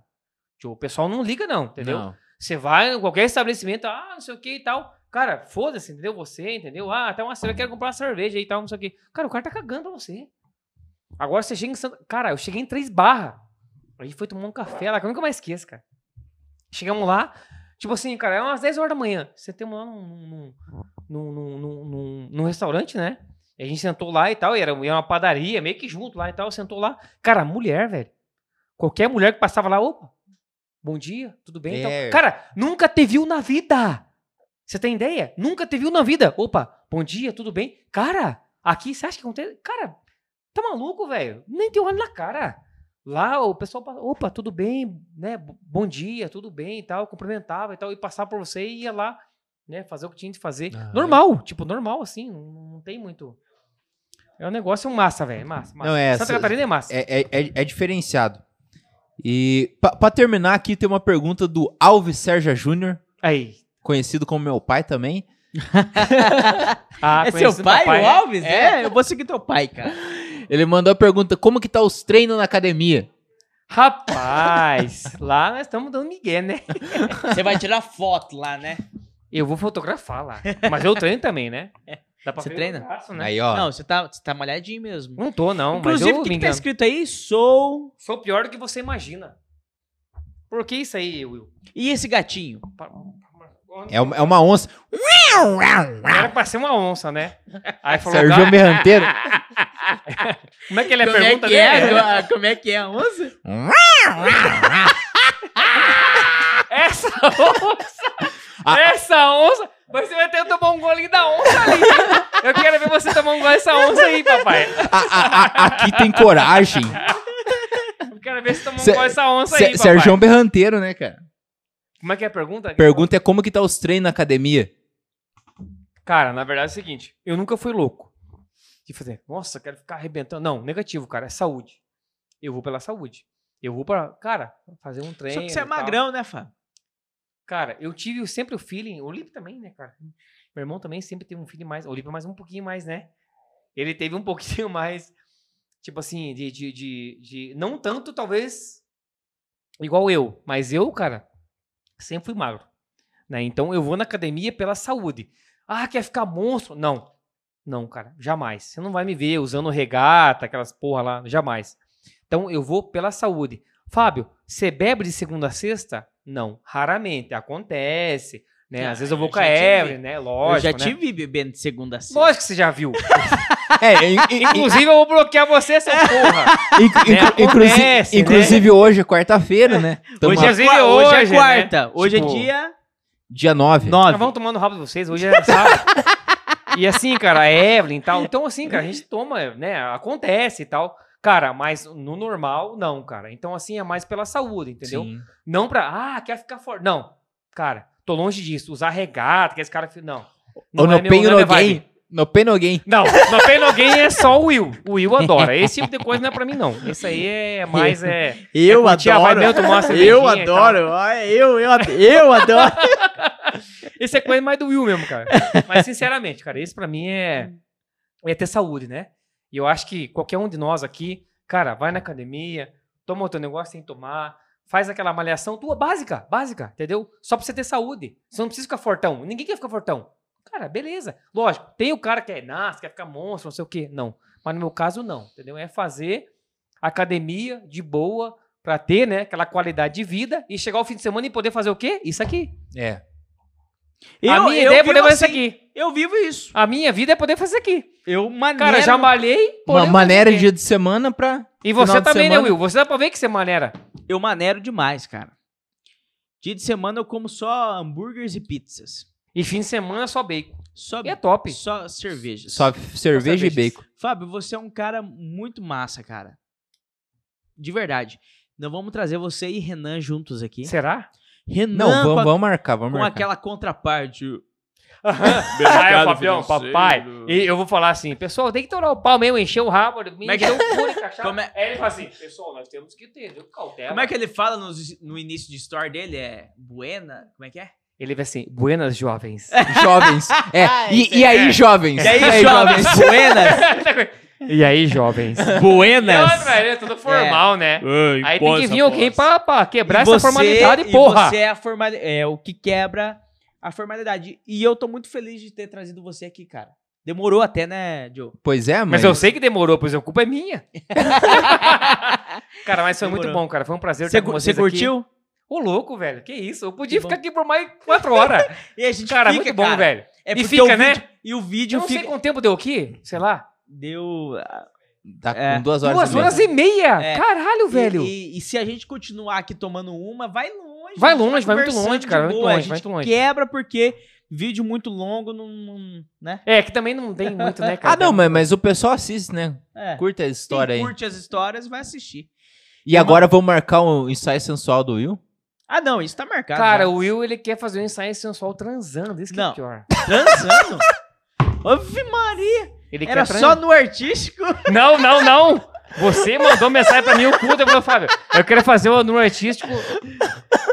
Tipo, O pessoal não liga, não, entendeu?
Não.
Você vai em qualquer estabelecimento, ah, não sei o que e tal. Cara, foda-se, entendeu? Você, entendeu? Ah, tá uma cerveja, quero comprar uma cerveja e tal, não sei o que. Cara, o cara tá cagando pra você. Agora você chega em Santa... Cara, eu cheguei em Três Barra. A gente foi tomar um café lá, que eu nunca mais esqueço, cara. Chegamos lá, tipo assim, cara, é umas 10 horas da manhã. Você tem lá num, num, num, num, num, num- num restaurante, né? E a gente sentou lá e tal, e era era uma padaria, meio que junto lá e tal, sentou lá. Cara, mulher, velho. Qualquer mulher que passava lá, opa, bom dia, tudo bem? e tal.
É.
Cara, nunca te viu na vida. Você tem ideia? Nunca te viu na vida. Opa, bom dia, tudo bem? Cara, aqui você acha que acontece? Cara, tá maluco, velho? Nem tem um olho na cara. Lá o pessoal, pa- opa, tudo bem, né? bo- Bom dia, tudo bem e tal, cumprimentava e tal, e passava por você e ia lá,
Ah, é.
né, fazer o que tinha de fazer.
Aham.
Normal, tipo, normal, assim, não, não tem muito. É um negócio massa, velho. Massa, massa.
Não, é
Santa
essa-
Catarina é massa.
É, é- é- é diferenciado. E pa- pra terminar aqui, tem uma pergunta do Alves Sérgio Júnior,
Aí.
conhecido como meu pai também.
Ah,
é
conheci
seu
teu
pai, o
né?
Alves? É, eu vou seguir teu pai, cara.
Ele mandou a pergunta: como que tá os treinos na academia?
Rapaz, lá nós estamos dando migué, né?
Você vai tirar foto lá, né?
Eu vou fotografar lá. Mas eu treino também, né? Dá pra
Você
ver o
treina?
braço, né?
Aí, ó.
Não, você tá, você tá malhadinho mesmo.
Não tô, não.
Inclusive,
mas
o
eu
que,
me
que tá
engano.
escrito aí? Sou.
Sou pior do que você imagina. Por que isso aí, Will?
E esse gatinho?
Pa-
É, uma, é uma onça.
Era pra ser uma onça, né? Aí falou, é,
Sérgio
cara,
Merranteiro.
como é que ele é a pergunta dele?
a- como é que é a onça?
Essa onça!
Ah.
Essa onça! Você vai ter que tomar um golinho da onça ali. né? Eu quero ver você tomar um gole dessa onça aí, papai.
A- a- a- aqui tem coragem.
Eu quero ver você tomar um
Sé-
gole dessa onça aí,
Sé-
papai.
Sérgio Berranteiro, né, cara?
Como é que é a pergunta?
Pergunta é como que tá os treinos na academia?
Cara, na verdade é o seguinte, eu nunca fui louco. De fazer, nossa, quero ficar arrebentando. Não, negativo, cara, é saúde. Eu vou pela saúde. Eu vou pra, cara, fazer um treino.
Só que você é
e tal.
magrão, né, Fábio?
Cara, eu tive sempre o feeling, o Lipe também, né, cara? Meu irmão também sempre teve um feeling mais, o Lipe é mais um pouquinho mais, né? Ele teve um pouquinho mais, tipo assim, de, de, de, de- não tanto, talvez, igual eu, mas eu, cara, sempre fui magro, né? Então eu vou na academia pela saúde. Ah, quer ficar monstro? Não, não, cara, jamais. Você não vai me ver usando regata, aquelas porra lá, jamais. Então eu vou pela saúde. Fábio, você bebe de segunda a sexta? Não, raramente, acontece, né?
Ah,
Às vezes eu
eu
vou
já
com a
tive.
Evelyn, né?
Eu
Lógico,
já
né?
te vi bebendo de segunda a sexta.
Lógico que você já viu.
É, in- in- in-
Inclusive, eu vou bloquear você, seu porra.
in- in-
né,
inclusi-
acontece, né?
inclusive hoje é quarta-feira, né? Tamo
Hoje,
a-
é,
Inclusive,
qua- hoje é
hoje, né?
quarta. Hoje
Tipo,
é dia
dia 9.
Nós
9.
vamos tomando rabo de vocês, hoje é sábado. e assim, cara, a Evelyn e tal. Então, assim, cara, a gente toma, né? Acontece e tal. Cara, mas no normal, não, cara. Então, assim, é mais pela saúde, entendeu?
Sim.
Não pra, ah, quer ficar forte. Não, cara, tô longe disso. Usar regata, que esse cara... Não.
Ou
é
no
meu-
pain
não é minha vibe.
alguém. No pain alguém.
Não, no Pain Alguém é só o Will. O Will adora. Esse tipo de coisa não é pra mim, não. Isso aí é mais. É...
Eu
É curtir a vibe, eu tomar uma
Eu
cervejinha e tal.
adoro. olha, Eu, eu, ad- eu adoro.
Esse é coisa mais do Will mesmo, cara. Mas, sinceramente, cara, esse pra mim é. É ter saúde, né? E eu acho que qualquer um de nós aqui, cara, vai na academia, toma o teu negócio sem tomar, faz aquela malhação tua básica, básica, entendeu? Só pra você ter saúde. Você não precisa ficar fortão. Ninguém quer ficar fortão. Cara, beleza. Lógico, tem o cara que é nasce, quer ficar monstro, não sei o quê. Não. Mas no meu caso, não, entendeu? É fazer academia de boa pra ter, né, aquela qualidade de vida e chegar ao fim de semana e poder fazer o quê? Isso aqui.
É.
a
Eu-
minha
eu
ideia é
vivo
poder
assim.
fazer isso aqui.
Eu vivo isso.
A minha vida é poder fazer isso aqui.
Eu maneiro.
Cara, já malhei.
Uma
poder
maneira de
fazer isso aqui.
dia de semana pra.
E você
final de
também, né,
semana.
Will? Você dá pra ver que você maneira.
Eu maneiro demais, cara. Dia de semana eu como só hambúrgueres e pizzas.
E fim de semana é só bacon.
Só,
E é top.
só cervejas.
Só cerveja e
cervejas.
bacon.
Fábio, você é um cara muito massa, cara. De verdade. Nós vamos trazer você e Renan juntos aqui.
Será?
Renan
Não,
com,
vamos,
a-
vamos marcar, vamos
com
marcar.
aquela contraparte.
Ai, papião, papai. E eu vou falar assim, pessoal, tem que torar o pau mesmo, encher o rabo, me
é que-
encher o cu de cachaça.
Como é-
Aí ele fala assim, pessoal, nós temos que ter, viu, cautela.
Como é que ele fala nos- no, início de story dele? É Buena? Como é que é?
Ele vai assim, buenas jovens.
Jovens. É.
Ah,
e,
isso
e É aí, jovens?
E aí, jovens? Buenas?
e aí, jovens?
Buenas?
Não, velho, é tudo formal, né?
Ai,
Aí tem que
poça,
vir alguém
poça.
pra, pra quebrar
E
essa
você-
formalidade,
e
porra.
Você é, a forma, é o que quebra a formalidade. E eu tô muito feliz de ter trazido você aqui, cara. Demorou até, né, Joe?
Pois é,
Mas
mas.
eu sei que demorou, pois a culpa é minha. cara, mas foi muito
Demorou.
bom, cara. Foi um prazer
Você
estar com
cu- você
vocês aqui.
curtiu?
Ô, louco, velho. Que isso? Eu podia
Que
ficar aqui por mais quatro horas.
E a gente
cara,
fica,
muito bom,
cara.
velho.
É
E
porque
fica,
o
né?
vídeo- E o
Eu
vídeo
não sei
fica...
quanto tempo deu aqui, sei lá.
Deu...
Tá com
É.
duas horas.
Duas
e meia.
horas e meia.
É.
Caralho,
E-
velho.
E, e se a gente continuar aqui tomando uma, vai longe.
Vai
a gente tá
longe, vai muito
conversando
longe,
de
cara, vai
boa,
muito longe,
a
vai
gente
muito longe.
quebra porque vídeo muito longo não... não- né?
É, que também não tem muito, né,
Ah,
cara?
não, mas, mas o pessoal assiste, né?
É.
Curta a história
Quem
aí.
curte as histórias vai assistir.
E agora vamos marcar o ensaio sensual do Will?
Ah, não, isso tá marcado.
Cara,
já.
o Will, ele quer fazer um ensaio sensual transando. Isso que é
Não.
pior.
Transando? Ave Maria!
Ele
Era
quer
só no artístico?
Não, não, não! Você mandou mensagem pra mim oculta, falou, Fábio, eu quero fazer um número artístico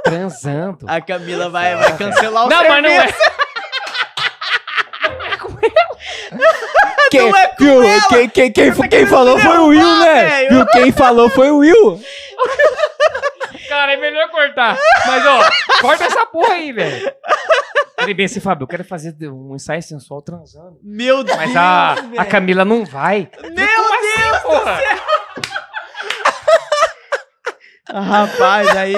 transando.
A Camila vai, vai cancelar o
não, mas não é. Ah,
Quem,
é
viu? Quem, quem, quem, quem falou foi o Will, né?
velho.
Viu? Quem falou foi o Will.
Cara, é melhor cortar. Mas, ó, corta essa porra aí, velho. Ele bem assim, Fábio, eu quero fazer um ensaio sensual transando.
Meu Deus!
Mas a, a Camila não vai.
Meu Deus!
Porra.
Rapaz, aí.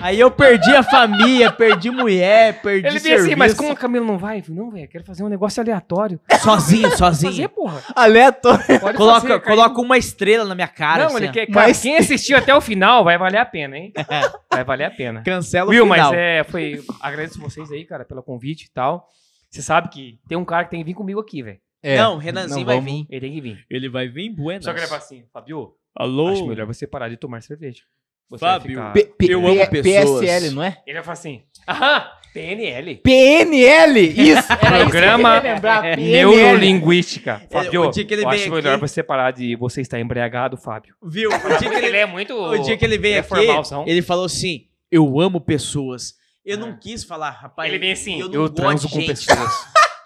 Aí eu perdi a família, perdi mulher, perdi
Ele bem
é serviço.
assim, mas como a Camila não vai? Eu falei, Não, velho, eu quero fazer um negócio aleatório.
Sozinho,
Fazer,
sozinho.
porra.
Aleatório.
Pode
Coloca,
fazer, cara.
coloca uma estrela na minha cara.
Não,
assim,
ele
ó.
quer. Cara,
Mas-
quem assistiu até o final vai valer a pena, hein?
É.
Vai valer a pena.
Cancela o
Will,
final.
mas é, foi. Agradeço vocês aí, cara, pelo convite e tal. Você sabe que tem um cara que tem que vir comigo aqui, velho.
É,
Não, Renanzinho
não
vai
vamos-
vir.
Ele tem que vir.
Ele vai vir em Buenas.
Só que ele fala assim, Fabio, acho
Alô?
melhor você parar de tomar cerveja. Você
Fábio.
vai
P-
ficar...
P-
Eu amo
P-
pessoas.
PSL, não é?
Ele vai falar assim, aham, PNL.
PNL! Isso!
Programa É, Neurolinguística.
É, o
Fabio,
dia que ele
eu
vem
acho melhor
aqui-
você parar de você estar embriagado, Fábio.
Viu? O dia que ele,
é muito...
o dia que ele veio
é
aqui,
formalzão.
ele falou assim, eu amo pessoas. Eu não
É.
quis falar, rapaz.
Ele vem assim,
não
eu
gosto
transo
de
com
gente."
pessoas.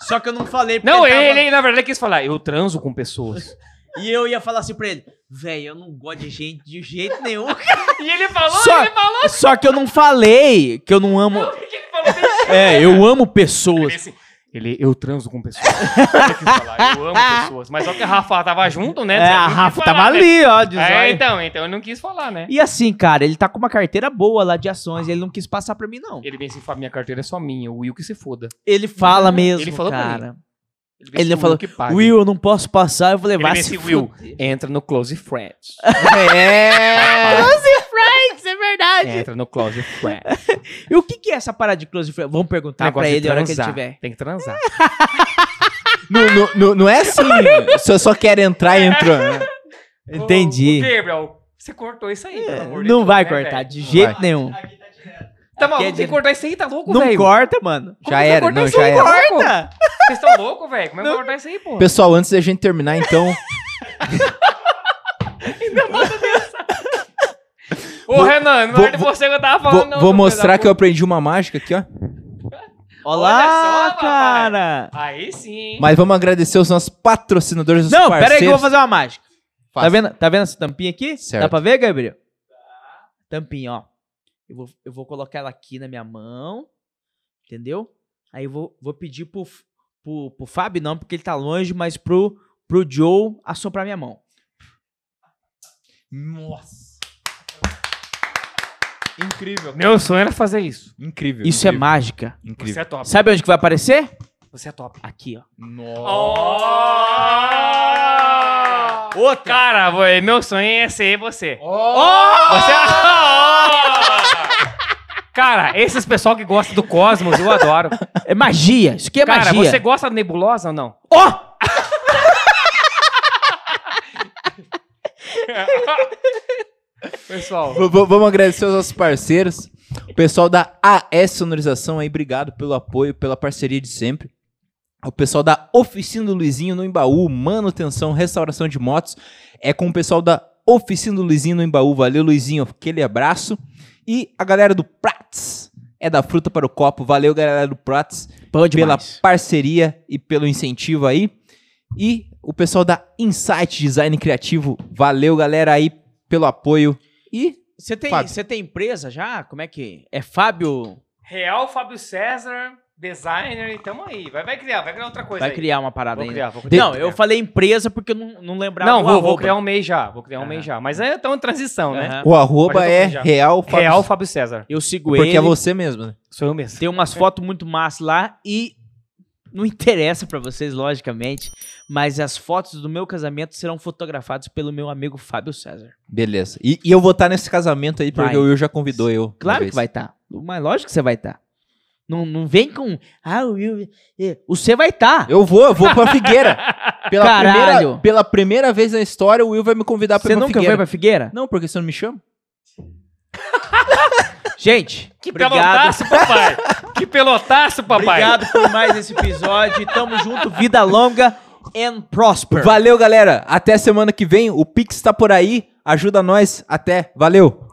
Só que eu não falei. porque
Não,
tava-
ele, ele, na verdade quis falar, eu transo com pessoas.
E eu ia falar assim pra ele, velho, eu não gosto de gente de jeito nenhum.
e ele falou,
Só-
ele falou,
Só que eu não falei que eu não amo...
o que ele falou desse jeito?
É, eu amo
Ele,
pessoas.
assim, ele, eu transo com pessoas. Ele quis falar, eu amo pessoas. Mas só que a Rafa tava junto, né?
É,
Você
a
não quis
Rafa
falar,
tava
né?
ali, ó, de
É,
zóio.
então, então eu não quis falar, né?
E assim, cara, ele tá com uma carteira boa lá de ações, ele não quis passar pra mim, não.
Ele vem assim, Fábio, minha carteira é só minha, o Will que se foda.
Ele fala mesmo,
Ele falou pra
cara.
vem
Ele
assim, o
falou,
Will que paga.
Will, eu não posso passar. Eu falei,
Ele
vai
vem
se
assim, Will,
fuder.
entra no Close Friends.
É!
Isso é verdade.
Entra no Close Friends.
E o que, que é essa parada de close friend? Vamos perguntar
Negócio
pra
de
ele a hora que ele
transar.
tiver.
Tem que transar.
não, não- não- não é assim. Só, só quer entrar, entrou. né?
Entendi. É,
Ô, Gabriel, você cortou isso aí, pelo amor de
Não
Deus,
vai
né,
cortar
velho?
de
Não
jeito
vai.
nenhum.
Tá maluco,
Quer
tem
dizer-
que cortar isso aí, tá louco,
Não
velho?
corta, mano.
Já era, não, já era.
Corta!
Vocês estão loucos, velho? Como é que eu vou cortar isso aí, pô?
Pessoal, antes da gente terminar, então,
Ô, Renan, não
vou-
era de você que eu tava
vou,
falando, não.
vou
seu
mostrar
filho
que eu aprendi uma mágica aqui, ó.
Olha
Olha
lá,
só, papai.
cara.
da puta. Aí sim.
Mas vamos agradecer os nossos patrocinadores, os
Não,
parceiros.
pera aí que eu vou fazer uma mágica. Tá
Faz.
vendo, tá vendo essa tampinha aqui?
Certo.
Dá pra ver, Gabriel? Tampinha, ó. Eu vou, eu vou colocar ela aqui na minha mão. Entendeu? Aí eu vou, vou pedir pro, F- pro, pro Fábio, não, porque ele tá longe, mas pro, pro Joe assoprar minha mão.
Nossa. Incrível.
Meu sonho era fazer isso.
Incrível.
Isso é
incrível,
mágica.
Você
Incrível.
é top.
Sabe onde que vai aparecer?
Você é top.
Tá Aqui, ó.
Oh!
Outra!
Cara, vô, meu sonho é ser você.
Oh!
Você é- Cara, esses pessoal que gostam do Cosmos, eu adoro.
É magia. Isso aqui é
Cara,
magia.
você gosta da nebulosa ou não?
Ó!
Pessoal.
V- v- Vamos agradecer aos nossos parceiros. O pessoal da AS Sonorização aí, obrigado pelo apoio, pela parceria de sempre. O pessoal da Oficina do Luizinho no Embaú, manutenção, restauração de motos. É com o pessoal da Oficina do Luizinho no Embaú. Valeu, Luizinho, aquele abraço. E a galera do Prats, é da Fruta para o Copo. Valeu, galera do Prats, pela
Bom demais.
parceria e pelo incentivo aí. E o pessoal da Insight Design Criativo. Valeu, galera aí, pelo apoio. E
Você tem,
Fábio.
você tem empresa já? Como é que... É Fábio...
Real Fábio César, designer, e tamo aí. Vai, vai criar, vai criar outra coisa
Vai
aí.
criar né? uma parada
é. Vou
ainda.
criar, vou criar.
Não, eu falei empresa porque eu não, não lembrava
Não,
o
vou, vou
arroba.
criar um mês já, vou criar um
Aham.
mês já. Mas é tão em transição, né?
Aham.
O arroba
Mas eu tô
é
com já.
real, Fábio-
Real Fábio César.
Eu sigo
Porque
ele.
é você mesmo, né?
Sou eu mesmo.
Tem umas fotos muito massas lá e não interessa pra vocês, logicamente, mas as fotos do meu casamento serão fotografadas pelo meu amigo Fábio César.
Beleza. E, e eu vou estar nesse casamento aí, porque
Vai.
o Will já convidou eu. uma
Claro
vez.
que vai estar. Mas lógico que você vai estar. Não, não vem com. Ah, o Will. é, O Você vai estar.
Eu vou, eu vou pra Figueira. Pela
Caralho.
Primeira, pela primeira vez na história, o Will vai me convidar pra
Você
ir pra
nunca
Figueira.
foi pra Figueira?
Não, porque você não me chama?
Gente,
Que
obrigado.
pelotaço, papai! que pelotaço, papai!
Obrigado por mais esse episódio. Tamo junto, vida longa and prosper.
Valeu, galera. Até semana que vem. O Pix tá por aí. Ajuda nós. Até. Valeu.
Uh!